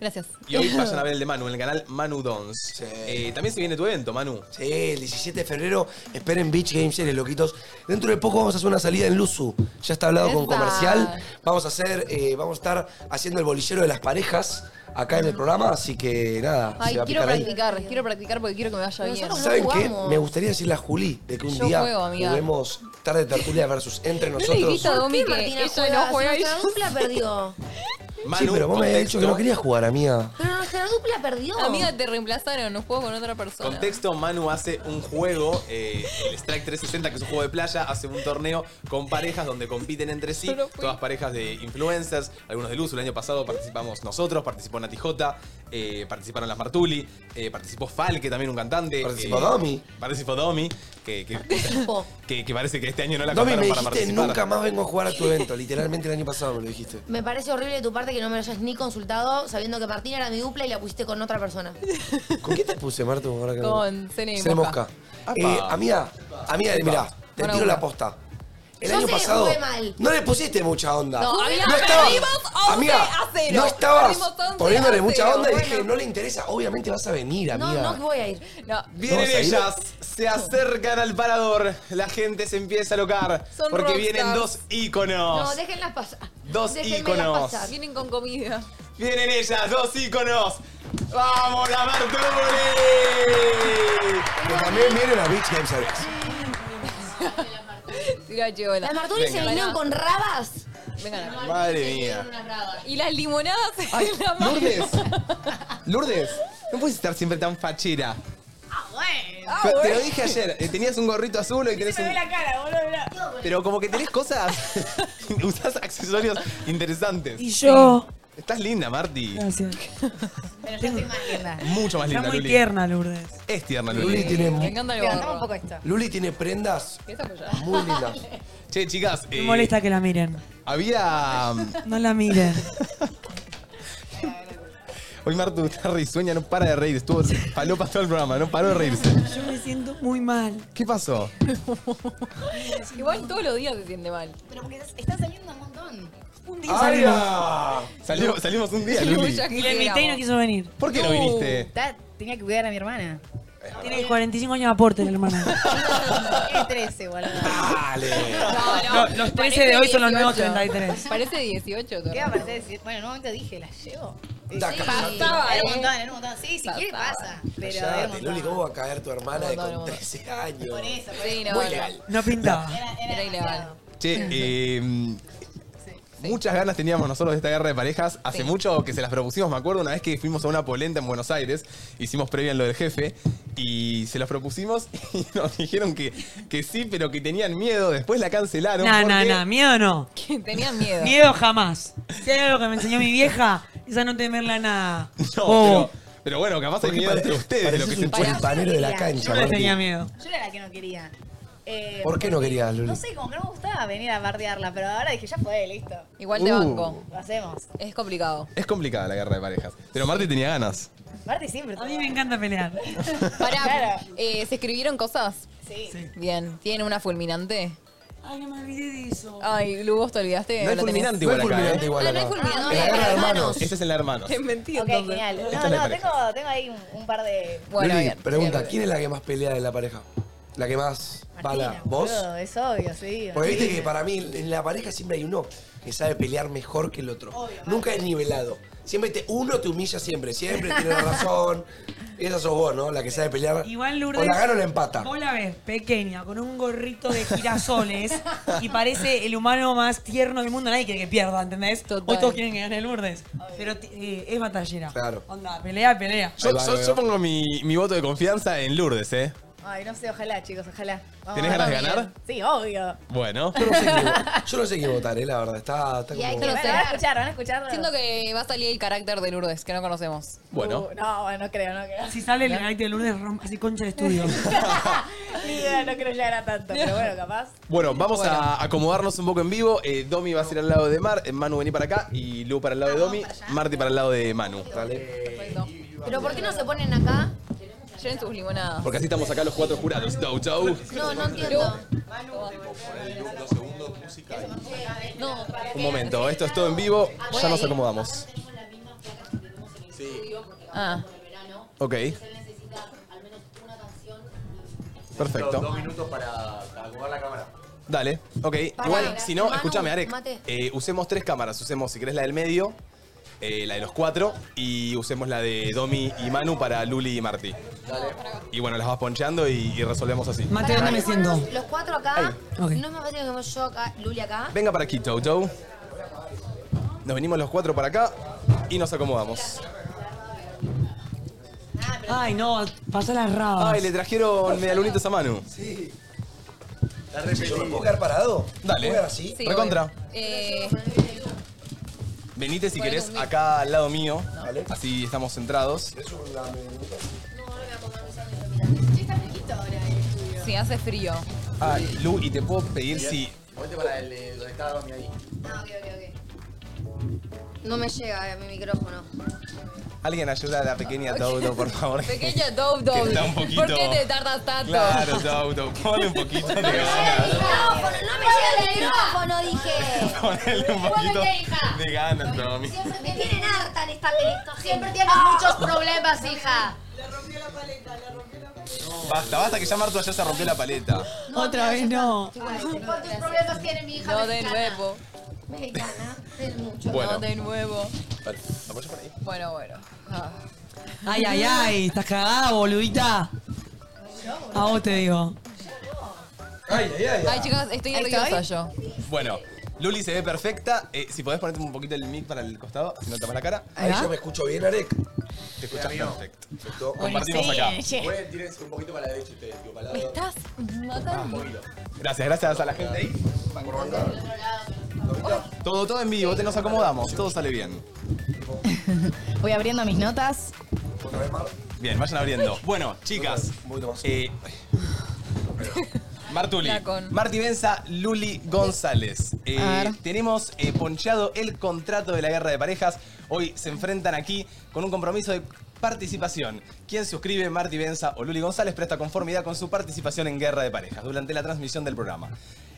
Gracias. Y hoy vayan a ver el de Manu, en el canal Manu Dons. Eh, también se viene tu evento, Manu. Sí, el 17 de febrero, esperen Beach Game Series, loquitos. Dentro de poco vamos a hacer una salida en Luzu. Ya está hablado con Epa. comercial. Vamos a hacer, eh, vamos a estar haciendo el bolillero de las parejas acá en el programa, así que nada, Ay, se va a quiero picar ahí. practicar, quiero practicar porque quiero que me vaya bien. ¿Saben qué? Me gustaría decirle a Juli de que un Yo día juego, amiga. juguemos tarde de tertulia versus entre No le nosotros. dijiste a Domi ¿Por que qué Martina ella no juega? Si juega nuestra y- dupla perdió. sí, pero vos me habías dicho que no querías jugar, amiga. Pero nuestra dupla perdió. Amiga, te reemplazaron, no juego con otra persona. Contexto, Manu hace un juego, eh, el Strike 360, que es un juego de playa, hace un torneo con parejas donde compiten entre sí, todas parejas de influencers, algunos de luz, el año pasado participamos nosotros, participó Nati Jota, eh, participaron las Martuli, eh, participó Fal, que también un cantante. Participó eh, Domi. Participó Domi, que, que- que- que parece que este año no la Domi, contaron me para dijiste participar. nunca más vengo a jugar a tu evento. Literalmente el año pasado me lo dijiste. Me parece horrible de tu parte que no me lo hayas ni consultado, sabiendo que Martina era mi dupla y la pusiste con otra persona. ¿Con qué te puse, Martu? Ahora que me- Con Cene y Cene Mosca. Mosca. Eh, amiga, amiga, Apa. mirá, te Buena tiro onda. la posta. El Yo año sé, pasado jugué mal. no le pusiste mucha onda. No, amiga, estabas- perdimos 11 amiga, a cero. No estabas Perdimos 11 poniéndole a mucha cero, onda y bueno. dije, no le interesa, obviamente vas a venir, No, amiga. no voy a ir. No. Vienen ¿Vamos a ir? ellas, se acercan al parador, la gente se empieza a locar, Son porque rockstars. vienen dos íconos. No, déjenlas pasar. Dos íconos. Vienen con comida. Vienen ellas, dos íconos. ¡Vamos, la Martuli! Pero también viene la Beach Game Series. Tira chivola. Las Martuni se Venga. vinieron con rabas. Venga, no. Madre mía. Y las limonadas en la mano. Lourdes. Lourdes, no puedes estar siempre tan fachera. Ah, Pero Te bueno. lo dije ayer, eh, tenías un gorrito azul y Se tenés me ve un... la cara, boludo. mirá. Pero como que tenés cosas, usás accesorios interesantes. Y yo. Estás linda, Marti. Gracias. Pero yo soy más linda. Mucho Está más linda, muy Luli. tierna, Lourdes. Es tierna, Luli. Luli tiene, encanta Pero andamos un poco esto. Luli tiene prendas muy lindas. Che, chicas, Me eh, molesta que la miren. había... um, No la miren. Hoy Martu está risueña, no para de reír. Estuvo palopa todo el programa, no paró de reírse. Yo me siento muy mal. ¿Qué pasó? Igual todos los días se siente mal. Pero porque están saliendo un montón. Un día ¡Ay, salimos. ah! Salimos, salimos un día, Luli. Y la invité y no quiso venir. ¿Por qué no viniste? Ta- tenía que cuidar a mi hermana. Tiene 45 años de aporte la hermana. Tiene 13, boludo. Dale. No, los 13 de hoy son los nuevos 33. Parece 18. ¿Qué va a parecer? decir? Bueno, en un momento dije, la llevo. Sí, Daca. Pasaba, era eh. un montón, era un montón. Sí, si quiere pasa. Pero era un Cállate, montón. Luli, ¿cómo va a caer tu hermana de No, no, con no. 13 años? Por eso, por Sí, eso. no, Muy no. legal. No pintaba. Era, era, Era ilegal. Che, eh, muchas ganas teníamos nosotros de esta guerra de parejas. Hace Sí. mucho que se las propusimos, me acuerdo, una vez que fuimos a una polenta en Buenos Aires, hicimos previa en lo del jefe, y se las propusimos y nos dijeron que, que sí, pero que tenían miedo. Después la cancelaron. No, no, porque- no. Miedo no. Tenían miedo. Miedo jamás. Si hay algo que me enseñó mi vieja, es a no temerle a nada. Oh. No, Bobo. pero, pero bueno, capaz hay Porque miedo pare- entre ustedes de lo que pareces se un choripanero de la cancha, Yo le Martín. tenía miedo. Yo era la que no quería. Eh, ¿Por qué no querías, Luli? No sé, como que no me gustaba venir a bardearla, pero ahora dije, ya fue, listo. Igual te Uh. banco. Lo hacemos. Es complicado. Es complicada la guerra de parejas. Pero Marti tenía ganas. Marty siempre. A mí me encanta pelear. Pará, eh, ¿se escribieron cosas? Sí. Bien. ¿Tiene una fulminante? Ay, no me olvidé de eso. Ay, Lu, ¿vos te olvidaste? No hay ¿La tenés? fulminante igual acá. ¿eh? Ah, no hay fulminante. En la guerra de Hermanos. hermanos. Este es en la de hermanos. Te mentí, Ok, entonces. genial. Esta No, es la no, pareja. tengo, tengo ahí un, un par de. Luli, pregunta, ¿quién es la que más pelea de la pareja? ¿La que más bala? ¿Vos? Boludo, Es obvio, sí. Porque viste que para mí en la pareja siempre hay uno que sabe pelear mejor que el otro. Nunca es nivelado. Siempre te, uno te humilla siempre, siempre tiene la razón. Esa sos vos, ¿no? La que sabe pelear. Igual Lourdes. O la gana o la empata. Vos la ves pequeña, con un gorrito de girasoles y parece el humano más tierno del mundo. Nadie quiere que pierda, ¿entendés? Hoy todos quieren que gane Lourdes. Pero ti- eh, es batallera. Claro. Onda, pelea, pelea. Yo, yo- yo pongo mi, mi voto de confianza en Lourdes, ¿eh? Ay, no sé, ojalá, chicos, ojalá. Vamos, ¿Tenés ganas de vamos ganar? bien. Sí, obvio. Bueno. Yo no sé qué votar, eh, la verdad. Está, está Y hay como- que Lo Van sé. a escuchar, van a escuchar. Siento que va a salir el carácter de Lourdes, que no conocemos. Bueno. Uh, no, bueno, no creo, no creo. Si sale el carácter de Lourdes, rompe así concha de estudio. Ni idea, no creo llegar a tanto, pero bueno, capaz. Bueno, vamos Bueno. a acomodarnos un poco en vivo. Eh, Domi va a ir al lado de Mar, eh, Manu vení para acá y Lu para el lado de Domi, Marti para el lado de Manu. Pero ¿por qué no se ponen acá? Lleven sus limonadas. Porque así estamos acá los cuatro jurados. Chau, chau. No, no entiendo. No, Un momento, esto es todo en vivo, ya nos acomodamos. Ah. Ok. Perfecto. Dos minutos para para acomodar la cámara. Dale, ok. Pará, Igual, si no, Manu, escúchame, Arek. mate. eh, usemos tres cámaras. Usemos, si querés, la del medio, eh, la de los cuatro, y usemos la de Domi y Manu para Luli y Marti. Y bueno, las vas poncheando y, y resolvemos así. Mate, ¿dónde me siento? Los cuatro acá. No es más fácil que vemos yo acá, Luli acá. Venga para aquí, Chau Chau. Nos venimos los cuatro para acá y nos acomodamos. Ah, Ay, no, pasa las rabas. Ay, le trajeron medialunitas a Manu. Sí. La ¿Yo me puedo quedar parado? Dale. ¿Puedo quedar así? Sí, Recontra. obvio. Eh, Venite si querés acá al lado mío. Así estamos centrados. sí, hace frío. Ah, Lu, y te puedo pedir si. Movete para el eh, donde está Domi ahí. Ah, ok, ok, ok. No me llega eh, mi micrófono. Alguien ayuda a la pequeña Toto, por favor. Pequeña Dove Dove. Que está un poquito- ¿Por qué te tardas tanto? Claro, Toto, ponle un poquito de ganas. ¡No, no me llega el micrófono! Dije. Ponle un poquito Vuelvete, hija. de ganas, Domi. Me tienen harta en esta película. Siempre tienes muchos problemas, hija. Basta, basta que ya Martu allá se rompió la paleta. Otra vez no. ¿Cuántos problemas tiene mi hija? No de mexicana? nuevo. Mexicana. Bueno. No de nuevo. Vale, apoyo por ahí. Bueno, bueno. Ah. Ay, ay, ay, estás cagada, boludita. A vos te digo. Ay, ay, Ay, chicas, estoy Ahí nerviosa estoy. yo. Bueno, Luli se ve perfecta. Eh, si podés ponerte un poquito el mic para el costado, si no tapas la cara. Ahí yo me escucho bien, Arek. Te escuchas perfecto. Compartimos Compartimos acá. Pueden tírense un poquito para la derecha ustedes, digo, para la Me estás matando. Gracias, gracias a la gente ahí. Todo, todo en vivo, te nos acomodamos, todo sale bien. Voy abriendo mis notas. Bien, vayan abriendo. Bueno, chicas. eh, Martuli. Marti Benza, Luli González. Eh, A ver. tenemos eh, ponchado el contrato de la guerra de parejas. Hoy se enfrentan aquí con un compromiso de participación. Quien suscribe Marti Benza o Luli González presta conformidad con su participación en guerra de parejas durante la transmisión del programa.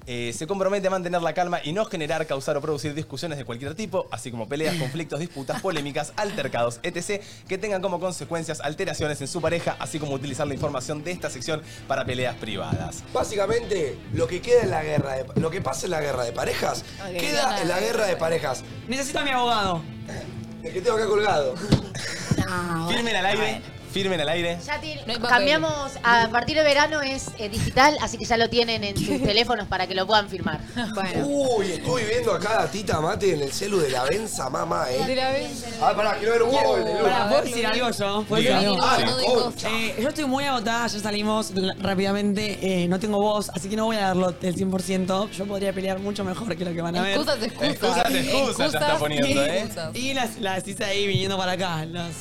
Eh, se compromete a mantener la calma y no generar, causar o producir discusiones de cualquier tipo, así como peleas, conflictos, disputas, polémicas, altercados, etc., que tengan como consecuencias alteraciones en su pareja, así como utilizar la información de esta sección para peleas privadas. Básicamente, lo que queda en la guerra de, lo que pasa en la guerra de parejas, Ok, queda nada. en la guerra de parejas. Necesito a mi abogado. El que tengo acá colgado. Firmen al aire, firmen al aire. Ya tiene- No hay papel. cambiamos, a partir de verano es eh, digital, así que ya lo tienen en sus teléfonos para que lo puedan firmar. Uy, estoy viendo acá a Tita Mate en el celu de la Benza, mamá, eh. De la Benza. Ah, pará, quiero ver un gol. de Lula. Pará, ¿puedo decir algo yo? ¿Puedo decir Diga. algo? Ah, la concha. Eh, yo estoy muy agotada, ya salimos l- rápidamente, eh, no tengo voz, así que no voy a darlo el 100%. Yo podría pelear mucho mejor que lo que van a ver. Excusas, excusas. Excusas, excusas ya está Excusas, poniendo, ¿eh? excusas. Y las, las hice ahí viniendo para acá, las...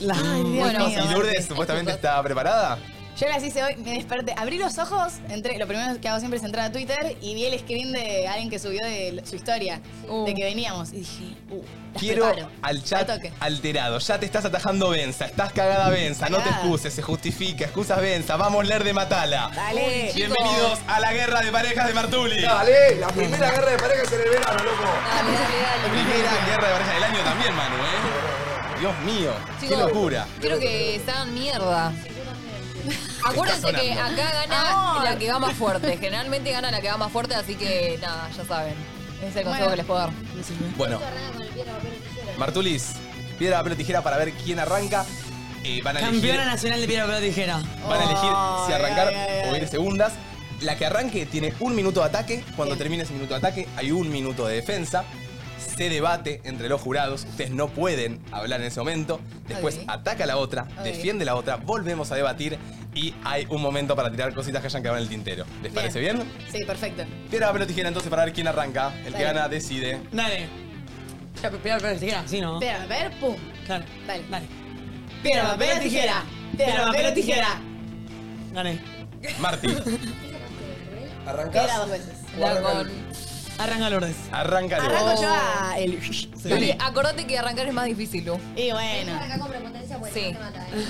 las Bueno, ¿y Lourdes supuestamente está preparada? Yo las hice hoy, me desperté, abrí los ojos, entré, lo primero que hago siempre es entrar a Twitter y vi el screen de alguien que subió de su historia, de que veníamos. Y dije, uh, las Quiero preparo. al chat Al toque. alterado. Ya te estás atajando Benza, estás cagada Benza, no te Cagada. excuses, se justifica, excusas Benza, vamos a leer de Matala. Dale. Bienvenidos a la guerra de parejas de Martuli. Dale, la primera guerra de parejas en el verano, loco. Dale, dale, dale. Primera guerra de parejas del año también, Manu, ¿eh? Dios mío, qué Chicos, locura. Quiero que se hagan mierda. Acuérdense Está que sonando. acá gana la que va más fuerte. Generalmente gana la que va más fuerte, así que nada, ya saben. Ese es el consejo Bueno. que les puedo dar. Bueno, Martulis, piedra, papel o tijera para ver quién arranca. Eh, van a Campeona elegir- nacional de piedra, papel o tijera. Van a elegir Oh, si arrancar o ir segundas. La que arranque tiene un minuto de ataque. Cuando termine ese minuto de ataque, hay un minuto de defensa. Se debate entre los jurados. Ustedes no pueden hablar en ese momento. Después Ok. ataca a la otra, Ok. defiende la otra. Volvemos a debatir. Y hay un momento para tirar cositas que hayan quedado en el tintero. ¿Les parece bien? Sí, perfecto. Piedra, papel o tijera entonces para ver quién arranca. El que Dale. gana decide. Dale. Ya, piedra, papel o tijera, sí, ¿no? Piedra, papel, pum. Claro. Dale. Dale. Piedra, papel o tijera. Piedra, papel o tijera. Gané. Marti. Piedra dos veces. Arranca Lourdes. Arranca Lourdes. Arranco yo a el... Luli, acordate que arrancar es más difícil, Lu. Y bueno. Sí.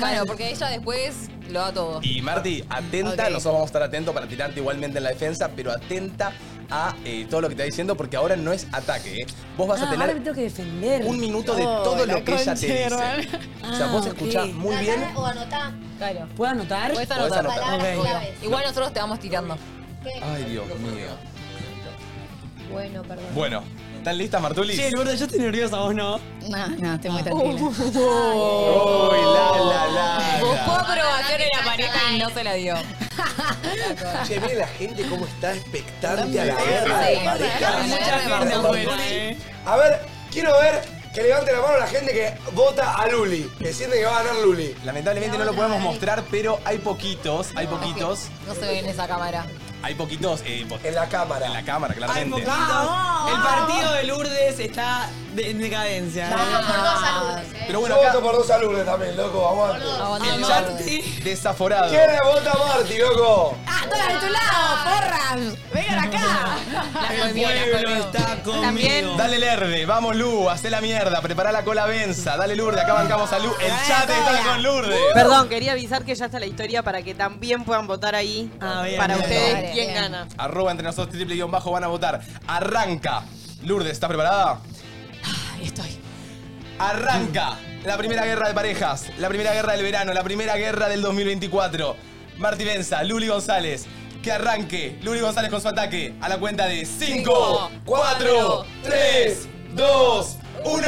Bueno, porque ella después lo da todo. Y Marti, atenta, Ok. nosotros vamos a estar atentos para tirarte igualmente en la defensa, pero atenta a eh, todo lo que te está diciendo, porque ahora no es ataque, ¿eh? Vos Ah, vas a Ah, ahora me tener. tengo que defender. un minuto de Oh, todo la lo que ella concha te de dice. hermana. O sea, vos Ah, escuchás ok. muy bien. o anotá. Claro. ¿Puedo anotar? Puedes Podés anotar. anotar. Palabras Ok. claves. Igual nosotros te vamos tirando. Ay, Dios mío. Bueno, perdón. Bueno, ¿están listas, Martulis? Che, Lourdes, yo estoy nerviosa, ¿vos no? No, no, estoy muy tranquila. Uy, la, la, la. Buscó aprobación en la pareja y no se la dio. Che, miren la gente cómo está expectante a la Sí, guerra de sí, parejas. sí, mucha gente Martuli. afuera, eh. A ver, quiero ver que levante la mano la gente que vota a Luli, que siente que va a ganar Luli. Lamentablemente no lo podemos mostrar, pero hay poquitos, hay poquitos, No se ve en esa cámara. hay poquitos. en la cámara. En la cámara, claramente. poquitos. El partido de Lourdes está de- en decadencia. Pero bueno, Yo acá- voto por dos a Lourdes también, loco, aguante. El chat desaforado. ¿Quiénes vota a Marti, loco? ¡Ah, todas de tu lado, porras! ¡Vengan acá! El pueblo está conmigo. Dale Lerde, vamos Lu, hacé la mierda, prepará la cola venza, dale Lourdes, acá bancamos a Lu, el chat está con Lourdes. Perdón, quería avisar que ya está la historia para que también puedan votar ahí Ah, para bien. ustedes Vale, quién gana. Arroba entre nosotros triple guión bajo van a votar. Arranca. Lourdes, ¿estás preparada? Estoy. Arranca la primera guerra de parejas, la primera guerra del verano, la primera guerra del 2024. Marti Benza, Luli González. Que arranque Luli González con su ataque a la cuenta de 5, Cinco, 4, 3, 2, 1.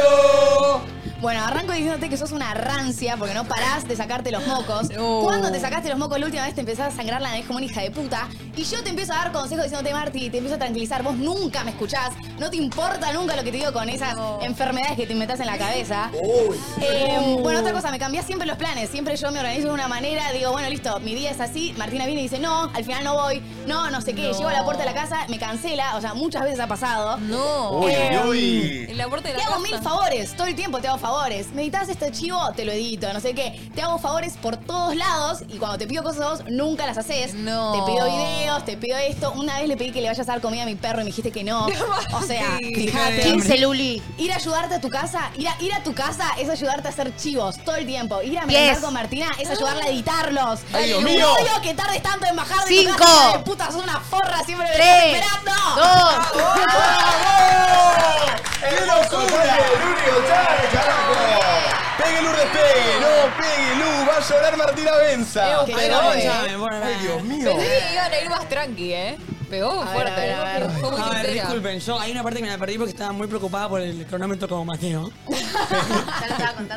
Bueno, arranco diciéndote que sos una rancia porque no parás de sacarte los mocos. Uh. Cuando te sacaste los mocos la última vez te empezás a sangrar la nariz como una hija de puta. Y yo te empiezo a dar consejos diciéndote, Marti, te empiezo a tranquilizar. Vos nunca me escuchás. No te importa nunca lo que te digo con esas enfermedades que te inventás en la cabeza. Eh, bueno, otra cosa, me cambiás siempre los planes. Siempre yo me organizo de una manera, digo, bueno, listo, mi día es así. Martina viene y dice, no, al final no voy. No, no sé qué. No. Llego a la puerta de la casa, me cancela. O sea, muchas veces ha pasado. No. Eh, En la puerta de la te hago casa. mil favores, todo el tiempo te hago favores. Meditas este chivo, te lo edito, no sé qué. Te hago favores por todos lados y cuando te pido cosas a vos, nunca las haces. No. Te pido videos, te pido esto. Una vez le pedí que le vayas a dar comida a mi perro y me dijiste que no. O sea, Sí, fíjate. 15 Luli. Ir a ayudarte a tu casa, ir a, ir a tu casa es ayudarte a hacer chivos todo el tiempo. Ir a merendar Diez. con Martina es ayudarla a editarlos. Ay, Dios No mío. digo que tardes tanto en bajar de Cinco. tu casa, hija de puta, sos una forra, siempre me Tres. estás esperando. Dos. ¡Bravo! ¡Qué locura! ¡Luli González, carajo! ¡Pegue Lourdes, pegue! ¡No, pegue, Lu! ¡Va a llorar Martina Benza! Eh, pegó, eh. ¡Ay, Dios mío! Pensé que iban a ir más tranqui, ¿eh? Pegó fuerte. Fue muy A ver, sincera. disculpen, yo hay una parte que me la perdí porque estaba muy preocupada por el cronómetro como Mateo.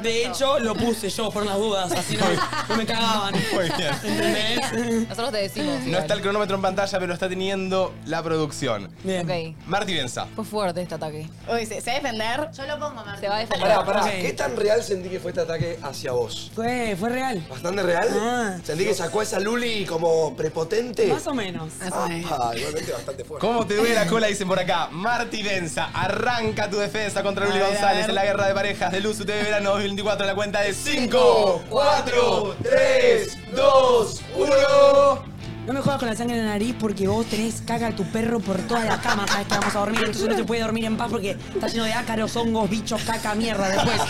De hecho, lo puse yo por las dudas, así no, no me cagaban. Muy bien. Nosotros te decimos. No está el cronómetro en pantalla, pero está teniendo la producción. Bien. Marti Benza. Fue fuerte este ataque. Uy, ¿se, se va a defender? Yo lo pongo, Martín. Se va a defender. Pará, pará, Ok. ¿qué tan real sentí que fue este ataque hacia vos? Fue, fue real. ¿Bastante real? Ah. ¿Sentí que sacó a esa Luli como prepotente? Más o menos. Ay, igualmente bastante fuerte. ¿Cómo te duele la cola? Dicen por acá. Marti Benza, arranca tu defensa contra Luli A ver, a González ver. en la guerra de parejas de Luz UTV Verano 2024 en la cuenta de 5, 4, 3, 2, 1. No me jodas con la sangre en la nariz porque vos tenés caca de tu perro por toda la cama cada vez que vamos a dormir. Entonces no se puede dormir en paz porque está lleno de ácaros, hongos, bichos, caca, mierda. Después,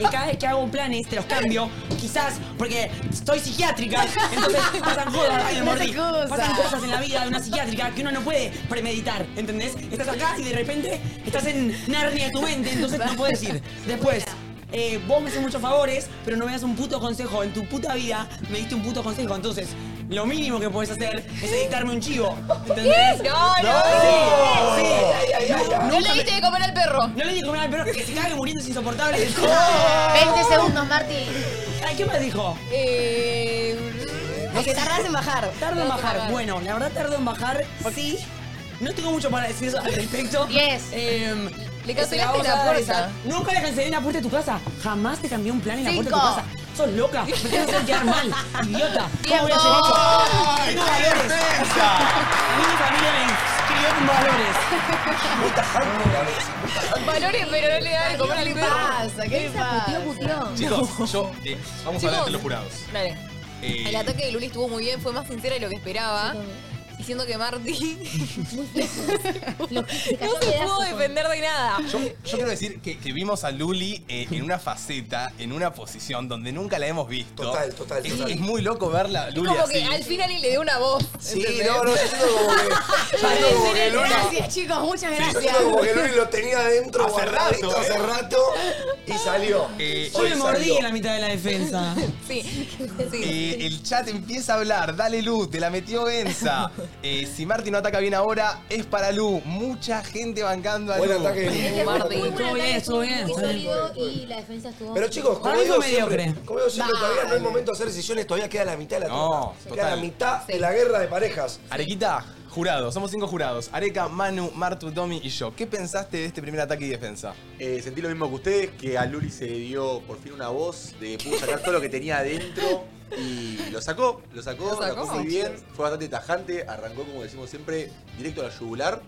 Y cada vez que hago planes, te los cambio. Quizás porque estoy psiquiátrica. Entonces pasan jodas, ay, me mordí. Pasan cosas en la vida de una psiquiátrica que uno no puede premeditar. ¿Entendés? Estás acá y de repente estás en Narnia de tu mente. Entonces no puedes ir. Después. eh, vos me haces muchos favores, pero no me das un puto consejo. En tu puta vida me diste un puto consejo. Entonces, lo mínimo que podés hacer es editarme un chivo. ¿Entendés? ¿Qué? No, no. Sí, sí. Ay, ay, ay, ay. No le diste de comer al perro. No le diste de comer al perro, que se cague muriendo es insoportable. 20 segundos, Marti. Ay, ¿qué más dijo? Eh, Es que tardás en bajar. Tardo en bajar. Bueno, la verdad tardo en bajar. Sí. No tengo mucho para decir al respecto. Yes. Em, Le es cancelaste vamos a la dar puerta. esa. Nunca le cancelé la puerta de tu casa. Jamás te cambié un plan en la puerta de tu Cinco. casa. Sos loca. Me tenés que hacer quedar mal. Idiota. ¿Cómo voy a hacer Tiempo. eso? ¡Ay, Tengo qué valores. defensa! A mí mi familia me inscribió con valores. Valores, pero no le da de comer al perro. ¿Qué pasa? Chicos, yo, eh, vamos a hablar de los jurados. Dale. Eh, El ataque de Luli estuvo muy bien, fue más sincera de lo que esperaba. Diciendo que Marti no se pudo defender de nada. Yo, yo quiero decir que, que vimos a Luli eh, en una faceta, en una posición donde nunca la hemos visto. Total, total. Es, es muy loco verla, a Luli Como así. que al fin alguien le dio una voz. Sí, no, no, yo siento como que. yo siento como que Luli- Gracias, chicos, muchas Sí, yo gracias. siento como que Luli lo tenía adentro Hace guardadito rato, ¿eh? hace rato y salió. Yo me mordí en la mitad de la defensa. Sí. Eh, el chat empieza a hablar, dale Lu, te la metió Benza. Eh, si Marti no ataca bien ahora, es para Lu. Mucha gente bancando a Buen Lu. ataque de Lu. Muy buen Marti. Estuvo bien, estuvo bien. Muy sólido y la defensa estuvo. Pero chicos, como Para mí digo, fue siempre, mediocre. como digo siempre, Bah. todavía no es momento de hacer decisiones, todavía queda la mitad de la No, torta. Queda total. la mitad de la guerra de parejas. Arequita, jurado, somos cinco jurados. Areca, Manu, Martu, Domi y yo. ¿Qué pensaste de este primer ataque y defensa? Eh, sentí lo mismo que ustedes, que a Luli se le dio por fin una voz, de pudo sacar todo lo que tenía adentro y lo sacó, lo sacó, Lo lo sacó. sacó muy bien, fue bastante tajante, arrancó como decimos siempre, directo a la yugular.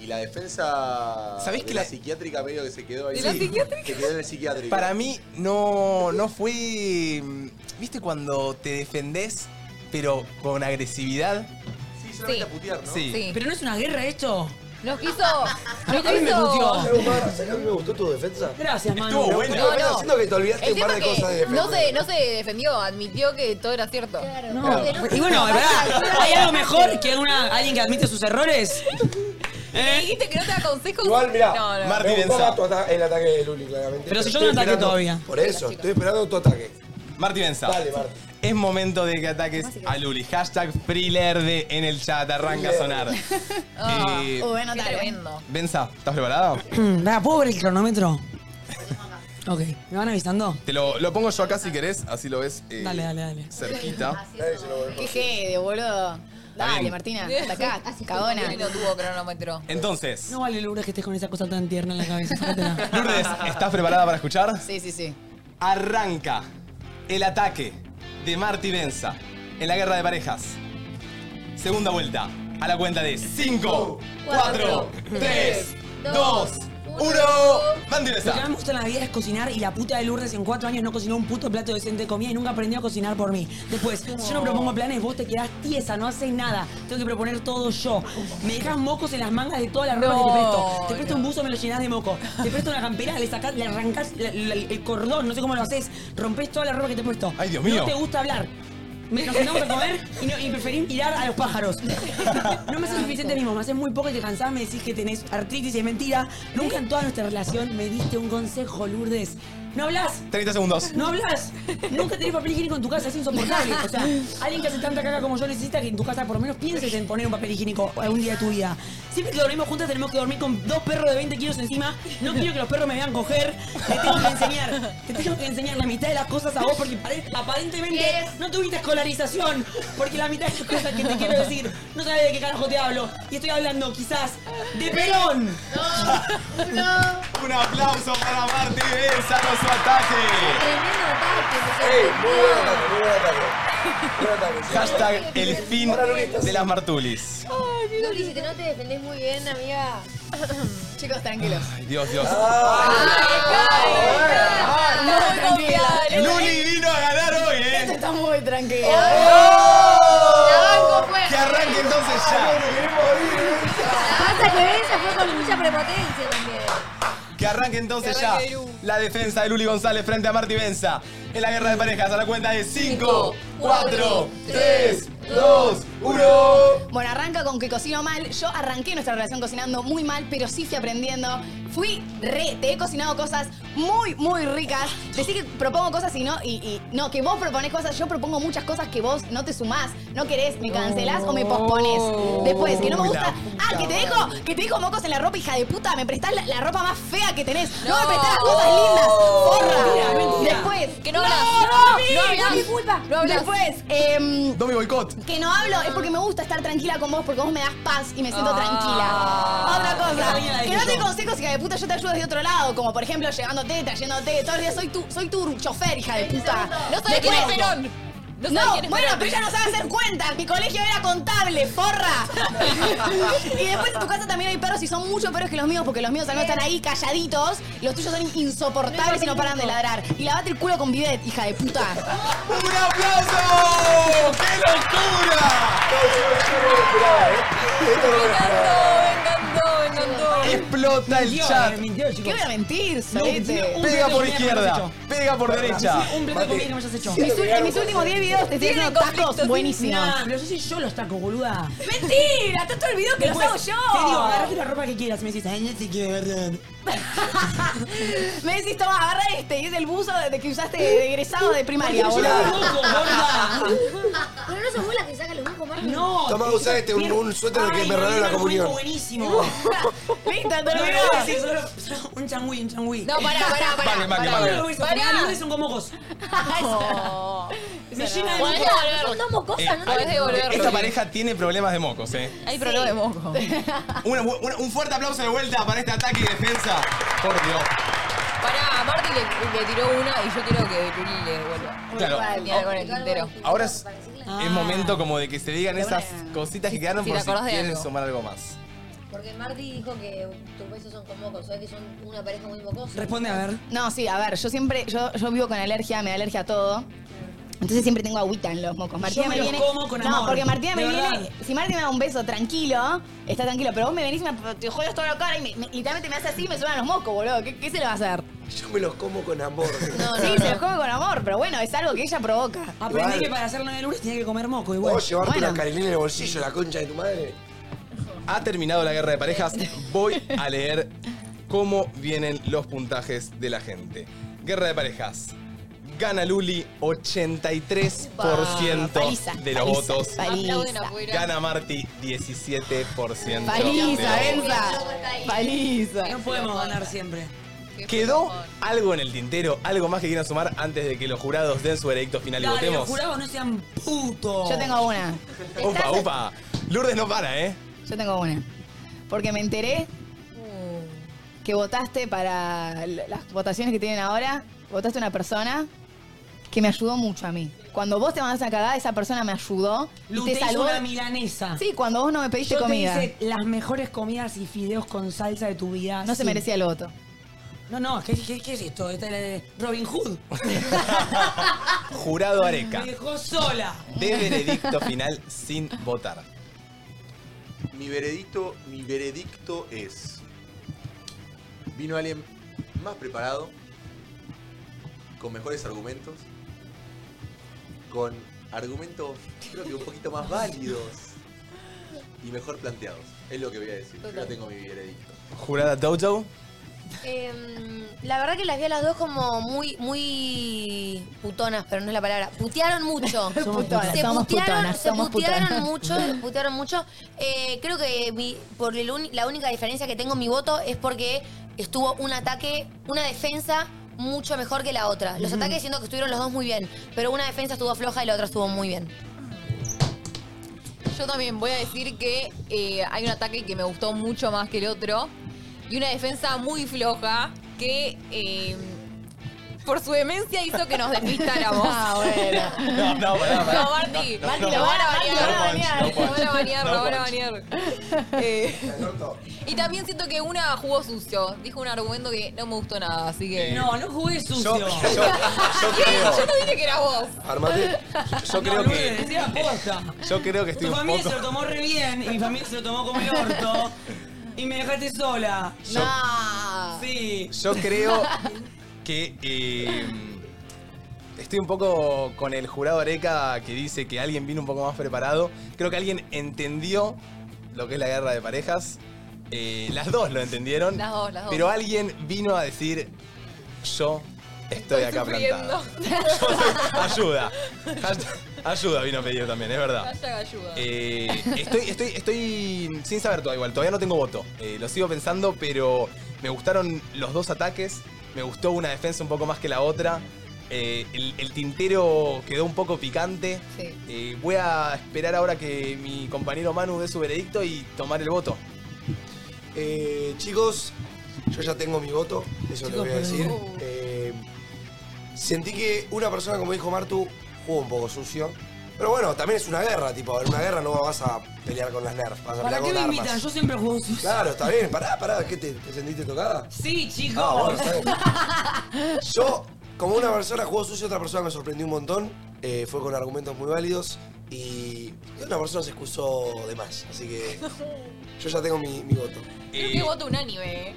Y la defensa ¿Sabés de que la, la- psiquiátrica medio que se quedó ahí. ¿De la Sí, psiquiátrica? Se quedó en el psiquiátrico. Para mí no, no fue... mm, ¿Viste cuando te defendés pero con agresividad? Sí, solamente a putear, ¿no? Sí. Pero no es una guerra esto. Nos quiso. A Nos mí me quiso. Algo más, ¿sabes que a mí me gustó tu defensa? Gracias, Manu. Estuvo buena. No, no. Siento que te olvidaste El un par tema de que cosas de defensa. no se, no se defendió, admitió que todo era cierto. Y bueno, ¿verdad? ¿hay algo mejor que una, alguien que admite sus errores? Eh. Me dijiste que no te aconsejos. Igual, mirá, No, no. me gustó más tu ata- el ataque de Luli, claramente. Pero si yo estoy no ataqué esperando- todavía. Por eso, estoy esperando tu ataque. Marti Benza. Dale, Marti. Es momento de que ataques a Luli. Hashtag Freelerde en el chat. Arranca a sonar. Ah, Eh, uh, bueno, dale. tremendo. Benza, ¿estás preparado? Vea, ¿puedo ver el cronómetro? Ok, ¿me van avisando? Te lo, lo pongo yo acá si querés, así lo ves eh, Dale, dale, dale. cerquita. Qué jede, boludo. Dale, Martina, hasta acá, cagona. Luli no tuvo cronómetro. Entonces, No vale, Lourdes, que estés con esa cosa tan tierna en la cabeza. sácatela. Lourdes, ¿estás preparada para escuchar? Sí, sí, sí. Arranca el ataque de Marti Benza en la guerra de parejas. Segunda vuelta, a la cuenta de 5, 4, 3, 2, 1. Mandy Lo que más Benza. me gusta en la vida es cocinar y la puta de Lourdes en cuatro años no cocinó un puto plato decente de comida y nunca aprendió a cocinar por mí. Después, si yo no propongo planes, vos te quedás tiesa, no haces nada. Tengo que proponer todo yo. Me dejas mocos en las mangas de todas las ropas que te presto. Te presto un buzo, me lo llenás de moco. Te presto una campera, le sacás, le arrancás la- la- el cordón, no sé cómo lo haces. Rompés toda la ropa que te he puesto. Ay, Dios mío. No te gusta hablar. Me- Nos sentamos a comer y, no, y preferís mirar a los pájaros. No me haces suficiente mismo, me haces muy poco y te cansás, me decís que tenés artritis y es mentira. Nunca en toda nuestra relación me diste un consejo, Lourdes. No hablas, 30 segundos. no hablas. Nunca tenés papel higiénico en tu casa, es insoportable. O sea, alguien que hace tanta caca como yo necesita que en tu casa por lo menos pienses en poner un papel higiénico algún día de tu vida. Siempre que dormimos juntas tenemos que dormir con dos perros de 20 kilos encima. No quiero que los perros me vean coger. Te tengo que enseñar. Te tengo que enseñar la mitad de las cosas a vos porque pare- aparentemente no tuviste escolarización. Porque la mitad de las cosas que te quiero decir no sabes de qué carajo te hablo. Y estoy hablando quizás de Perón. Un aplauso para Marti Benza con su ataque. ¡Ey! Muy buen ataque, muy buen ataque. Buen ataque. Hashtag el fin Ahora Luli está de las Martulis. Luli, si te no te defendés muy bien, amiga. Chicos, tranquilos. Ay, Dios, Dios. Ah. Muy tranquila. Luli vino a ganar hoy, ¿eh? Esto está muy tranquilo. ¡Oh! La banco fue- Que arranque entonces ya. Pasa que ella fue con mucha prepotencia también. Que arranque entonces ya la defensa de Luli González frente a Marti Benza. En la guerra de parejas, a la cuenta de 5, 4, 3, 2, 1. Bueno, arranca con que cocino mal. Yo arranqué nuestra relación cocinando muy mal, pero sí fui aprendiendo. Fui re, te he cocinado cosas muy, muy ricas. Decir que propongo cosas y no, y, y- no, que vos proponés cosas, yo propongo muchas cosas que vos no te sumás, no querés, me cancelás o me Oh. posponés. Después, que no Oh, me Uy, la gusta. Ah, que te dejo, que te dejo mocos en la ropa, hija de puta, me prestás la, la ropa más fea que tenés. No, me prestás las cosas lindas. Porra. Después. Que no hablas. No, No, Domi, no hablas. no es mi culpa. No hablas. Después, em, Domi boicot. que no hablo es porque me gusta estar tranquila con vos, porque vos me das paz y me siento Ah. tranquila. Otra Qué buena cosa, que no te decisión. consejos, hija de puta, yo te ayudo de otro lado, como por ejemplo llegándote, trayéndote, todo el día soy tu, soy tu chofer, hija de puta. No sabés quién es Después- Perón. No sabés No, quién es bueno, Perón. pero ella no sabe hacer cuentas. Mi colegio era contable, forra. y después en tu casa también hay perros y son mucho peores que los míos porque los míos al menos están ahí calladitos. Los tuyos son insoportables y no paran de ladrar. Y lavate el culo con bidet, hija de puta. ¡Un aplauso! ¡Qué ¿eh? locura! Me encantó, me encantó, me encantó. Explota el eh, chat. ¿Qué voy a mentir, Pega solete? por izquierda, pega por derecha. Un plato de comida que no hayas hecho. Mis ul- en mis últimos 10 videos te estoy Tienen haciendo tacos conflictos, buenísimos. Nah, pero yo soy yo los tacos, boluda. ¡Mentira! ¡Te has olvidado que los hago Después, yo! Te digo, agarrate la ropa que quieras. Y me dices, ay, no te quiero agarrar. Me decís, toma, agarra este. Y es el buzo de que usaste de egresado de primaria, ¿Por qué boludo. me llevas los mocos, Pero no sos vos la que saca los mocos, Martín. No. Toma, usa este, un, un suéter que Ay, me regaló me la comunión. Buenísimo. Listo, No, terminó. no, sí, solo- solo Un changüí, un changüí. No, pará, pará, pará. Pará, pará. pará, Luis, Pará. porque los lunes son con mocos. No. Me llena de Podés mocos. devolver. Son Eh. mocosas, no Podés devolverlo. Esta pareja tiene problemas de mocos, ¿eh? Hay problema de moco. Una bu- una- un fuerte aplauso de vuelta para este ataque y defensa. Por Dios. Pará, a Marti le, le tiró una y yo quiero que Luli le devuelva. Claro. Ni algo en el tintero. Ahora es, es momento como de que se digan esas cositas que quedaron si por te si acordás de quieren algo. sumar algo más. Porque Marty dijo que tus besos son con mocos, ¿sabes que son una pareja muy mocosa? No, sí, a ver, yo siempre, yo, yo vivo con alergia, me da alergia a todo. Entonces siempre tengo agüita en los mocos. Martina Yo me me los viene. como con No, amor, porque Martina me de verdad. viene. Si Martina me da un beso tranquilo, está tranquilo. Pero vos me venís y me te jodas toda la cara y me- me- literalmente me hace así y me suenan los mocos, boludo. ¿Qué, qué se le va a hacer? Yo me los como con amor. sí, se los come con amor, pero bueno, es algo que ella provoca. Aprendí Igual. que para hacer la de lunes tenía que comer moco igual. Vos llevarte una carilina en el bolsillo, la concha de tu madre. Ha terminado la guerra de parejas. Voy a leer cómo vienen los puntajes de la gente. Guerra de parejas. Gana Luli 83% Paliza, de los paliza, votos. paliza. Gana Marti 17%. de Paliza, los votos. Benza. Paliza. No podemos ganar siempre. eh. ¿Quedó algo en el tintero? ¿Algo más que quieran sumar antes de que los jurados den su veredicto final y Dale, los votemos? jurados no sean putos. Yo tengo una. Upa, upa. Lourdes no para, ¿eh? Yo tengo una. Porque me enteré que votaste para l- las votaciones que tienen ahora, votaste a una persona que me ayudó mucho a mí. Cuando vos te mandaste a cagada, esa persona me ayudó y Lu, te te hizo salvó. una milanesa. Sí, cuando vos no me pediste Yo comida. te hice las mejores comidas y fideos con salsa de tu vida. No se sí. merecía el voto. No, no, ¿qué, qué, qué es esto? Esta era de Robin Hood. Jurado Areca. Me dejó sola. De veredicto final sin votar. Mi veredicto, mi veredicto es. Vino alguien más preparado, con mejores argumentos, con argumentos creo que un poquito más válidos y mejor planteados. Es lo que voy a decir. Yo ya tengo mi veredicto. Jurada Dojo. Em, la verdad que las vi a las dos como muy, muy putonas, pero no es la palabra. Putearon mucho. Somos putonas, se somos putearon, putonas, se somos putearon putonas. mucho, putearon mucho. Eh, creo que mi- por el uni- la única diferencia que tengo en mi voto es porque estuvo un ataque, una defensa mucho mejor que la otra. Los Ujú. ataques siento que estuvieron los dos muy bien, pero una defensa estuvo floja y la otra estuvo muy bien. Yo también voy a decir que eh, hay un ataque que me gustó mucho más que el otro y una defensa muy floja que eh, por su demencia hizo que nos despistáramos. Ah, bueno. No, no, pará, pará. No, Marti, No, no, Marti, no, lo van a Marti, banear, no punch, lo no van a punch. banear, No lo van a punch. banear. Eh, Y también siento que una jugó sucio, dijo un argumento que no me gustó nada, así que... No, no jugué sucio. Yo, creo- no dije que era vos. Armate. Yo creo no, que- decía posta. Yo creo que estoy Tu un familia poco... se lo tomó re bien y mi familia se lo tomó como el orto. Y me dejaste sola. Yo- Sí. Yo creo que eh, estoy un poco con el jurado Areca que dice que alguien vino un poco más preparado. Creo que alguien entendió lo que es la guerra de parejas. Eh, las dos lo entendieron. Las dos, las dos. Pero alguien vino a decir, yo estoy, acá plantado. Ayuda. Hashtag- Ayuda vino a pedir también, es verdad. Hashtag ayuda. Eh, estoy, estoy, estoy sin saber todavía, igual, todavía no tengo voto. Eh, lo sigo pensando, pero me gustaron los dos ataques. Me gustó una defensa un poco más que la otra. Eh, el, el tintero quedó un poco picante. Sí. Eh, voy a esperar ahora que mi compañero Manu dé su veredicto y tomar el voto. Eh, chicos, yo ya tengo mi voto, eso te Chicos, voy a pero- decir. Eh, sentí que una persona, como dijo Martu, jugó un poco sucio. Pero bueno, también es una guerra, tipo, en una guerra no vas a pelear con las nerfs, vas a ¿Para pelear qué con me armas. invitan? Yo siempre juego sucio. Claro, está bien, pará, pará, ¿qué te, te sentiste tocada? Sí, chicos. Ah, bueno, está bien. Yo, como una persona jugó sucio, otra persona me sorprendió un montón, eh, fue con argumentos muy válidos y una persona se excusó de más, así que yo ya tengo mi, mi voto. Creo que voto unánime, eh.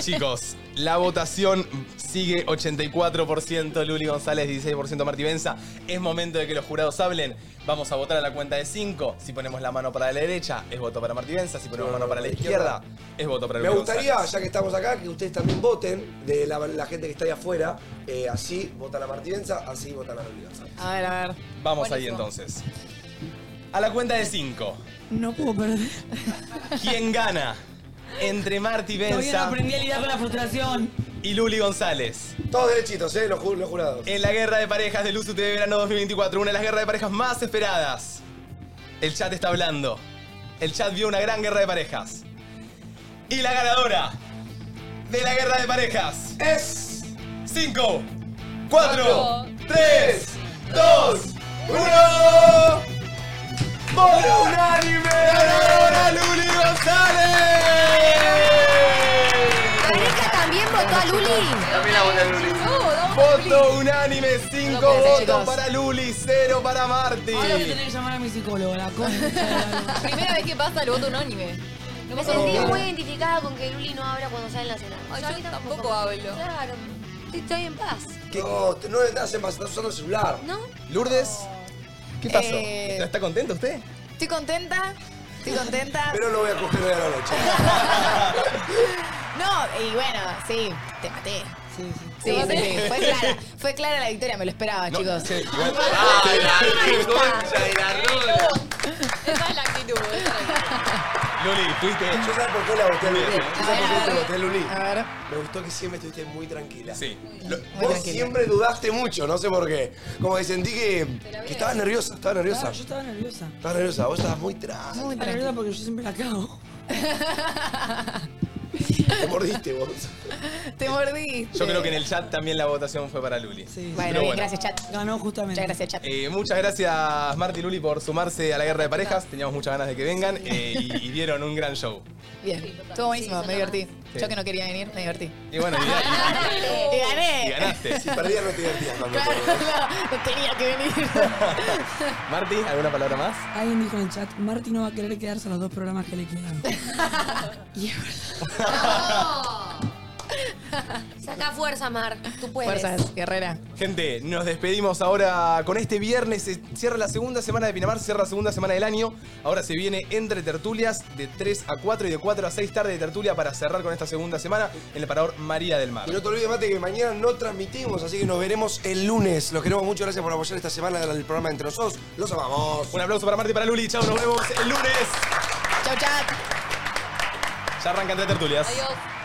Chicos, la votación sigue 84%, Luli González 16%, Martí Benza. Es momento de que los jurados hablen. Vamos a votar a la cuenta de 5. Si ponemos la mano para la derecha, es voto para Martí Benza. Si ponemos la mano para la izquierda, es voto para Me Luli gustaría, González. ya que estamos acá, que ustedes también voten de la, la gente que está ahí afuera. Eh, así vota la Martivenza, así vota la Luli González. Ah. A ver, a ver. Vamos ahí entonces. A la cuenta de 5. No puedo perder. ¿Quién gana? Entre Martí Todavía no Benza aprendí a lidiar con la frustración. y Luli González. Todos derechitos, ¿eh? Los, ju- los jurados. En la guerra de parejas de Luz UTV verano 2024, una de las guerras de parejas más esperadas. El chat está hablando. El chat vio una gran guerra de parejas. Y la ganadora de la guerra de parejas es 5, 4, 3, 2, 1. ¡Por unánime! ¡Ganadora Luli González! Areca también votó a Luli. También la voté a Luli. Voto unánime, 5 No puede ser, votos chicos. para Luli, 0 para Marti. Ahora voy a tener que llamar a mi psicólogo, la concha. Primera vez que pasa el voto unánime. No Me pasó sentí nunca. muy identificada con que Luli no habla cuando sale en la cena. Ay, a yo mí tampoco hablo. Claro. Estoy, estoy en paz. ¿Qué? No, te- no le das en más, estás usando el celular. ¿No? Lourdes, ¿qué pasó? Eh, ¿Está- ¿Está contenta usted? Estoy contenta, estoy contenta. Pero no voy a coger hoy a la noche. No, y bueno, sí, te maté. Sí, sí. Sí, Te maté. sí, Fue clara. Fue clara la victoria, me lo esperaba, chicos. Esa es la actitud. Luli, fuiste. Yo sé por qué la voté a Luli. Yo sé por qué la voté a Luli. A ver. Me gustó que siempre estuviste muy tranquila. Sí. Vos siempre dudaste mucho, no sé por qué. Como que sentí que, que estabas nerviosa, estabas nerviosa. Claro, Ah, yo estaba nerviosa. Estabas nerviosa, vos estabas muy tranquila. Muy nerviosa porque yo siempre la cago. Te mordiste vos. Te mordí. Yo creo que en el chat también la votación fue para Luli. Sí, Bueno, bien, gracias, chat. Ganó justamente. Muchas gracias, chat. Eh, muchas gracias Marti y Luli por sumarse a la guerra de parejas. Teníamos muchas ganas de que vengan eh, y, y dieron un gran show. Bien. Estuvo buenísimo, me divertí. Sí. Yo que no quería venir, me divertí. Y bueno, y, Y y- y gané. ganaste. Si perdías no te divertías, mamá. No, no tenía que venir. Marti, ¿alguna palabra más? Alguien dijo en el chat, Marti no va a querer quedarse a los dos programas que le quedan. Saca fuerza, Mar. Tú puedes. Fuerzas, guerrera. Gente, nos despedimos ahora con este viernes. Se cierra la segunda semana de Pinamar, cierra la segunda semana del año. Ahora se viene entre tertulias de 3 a 4 y de 4 a 6 tarde de tertulia para cerrar con esta segunda semana en el parador María del Mar. Y no te olvides, Mate, que mañana no transmitimos, así que nos veremos el lunes. Los queremos mucho, gracias por apoyar esta semana del programa entre nosotros. Los amamos. Un aplauso para Marti y para Luli. Chao, nos vemos el lunes. Chau, chat. Ya arrancan entre tertulias. Adiós.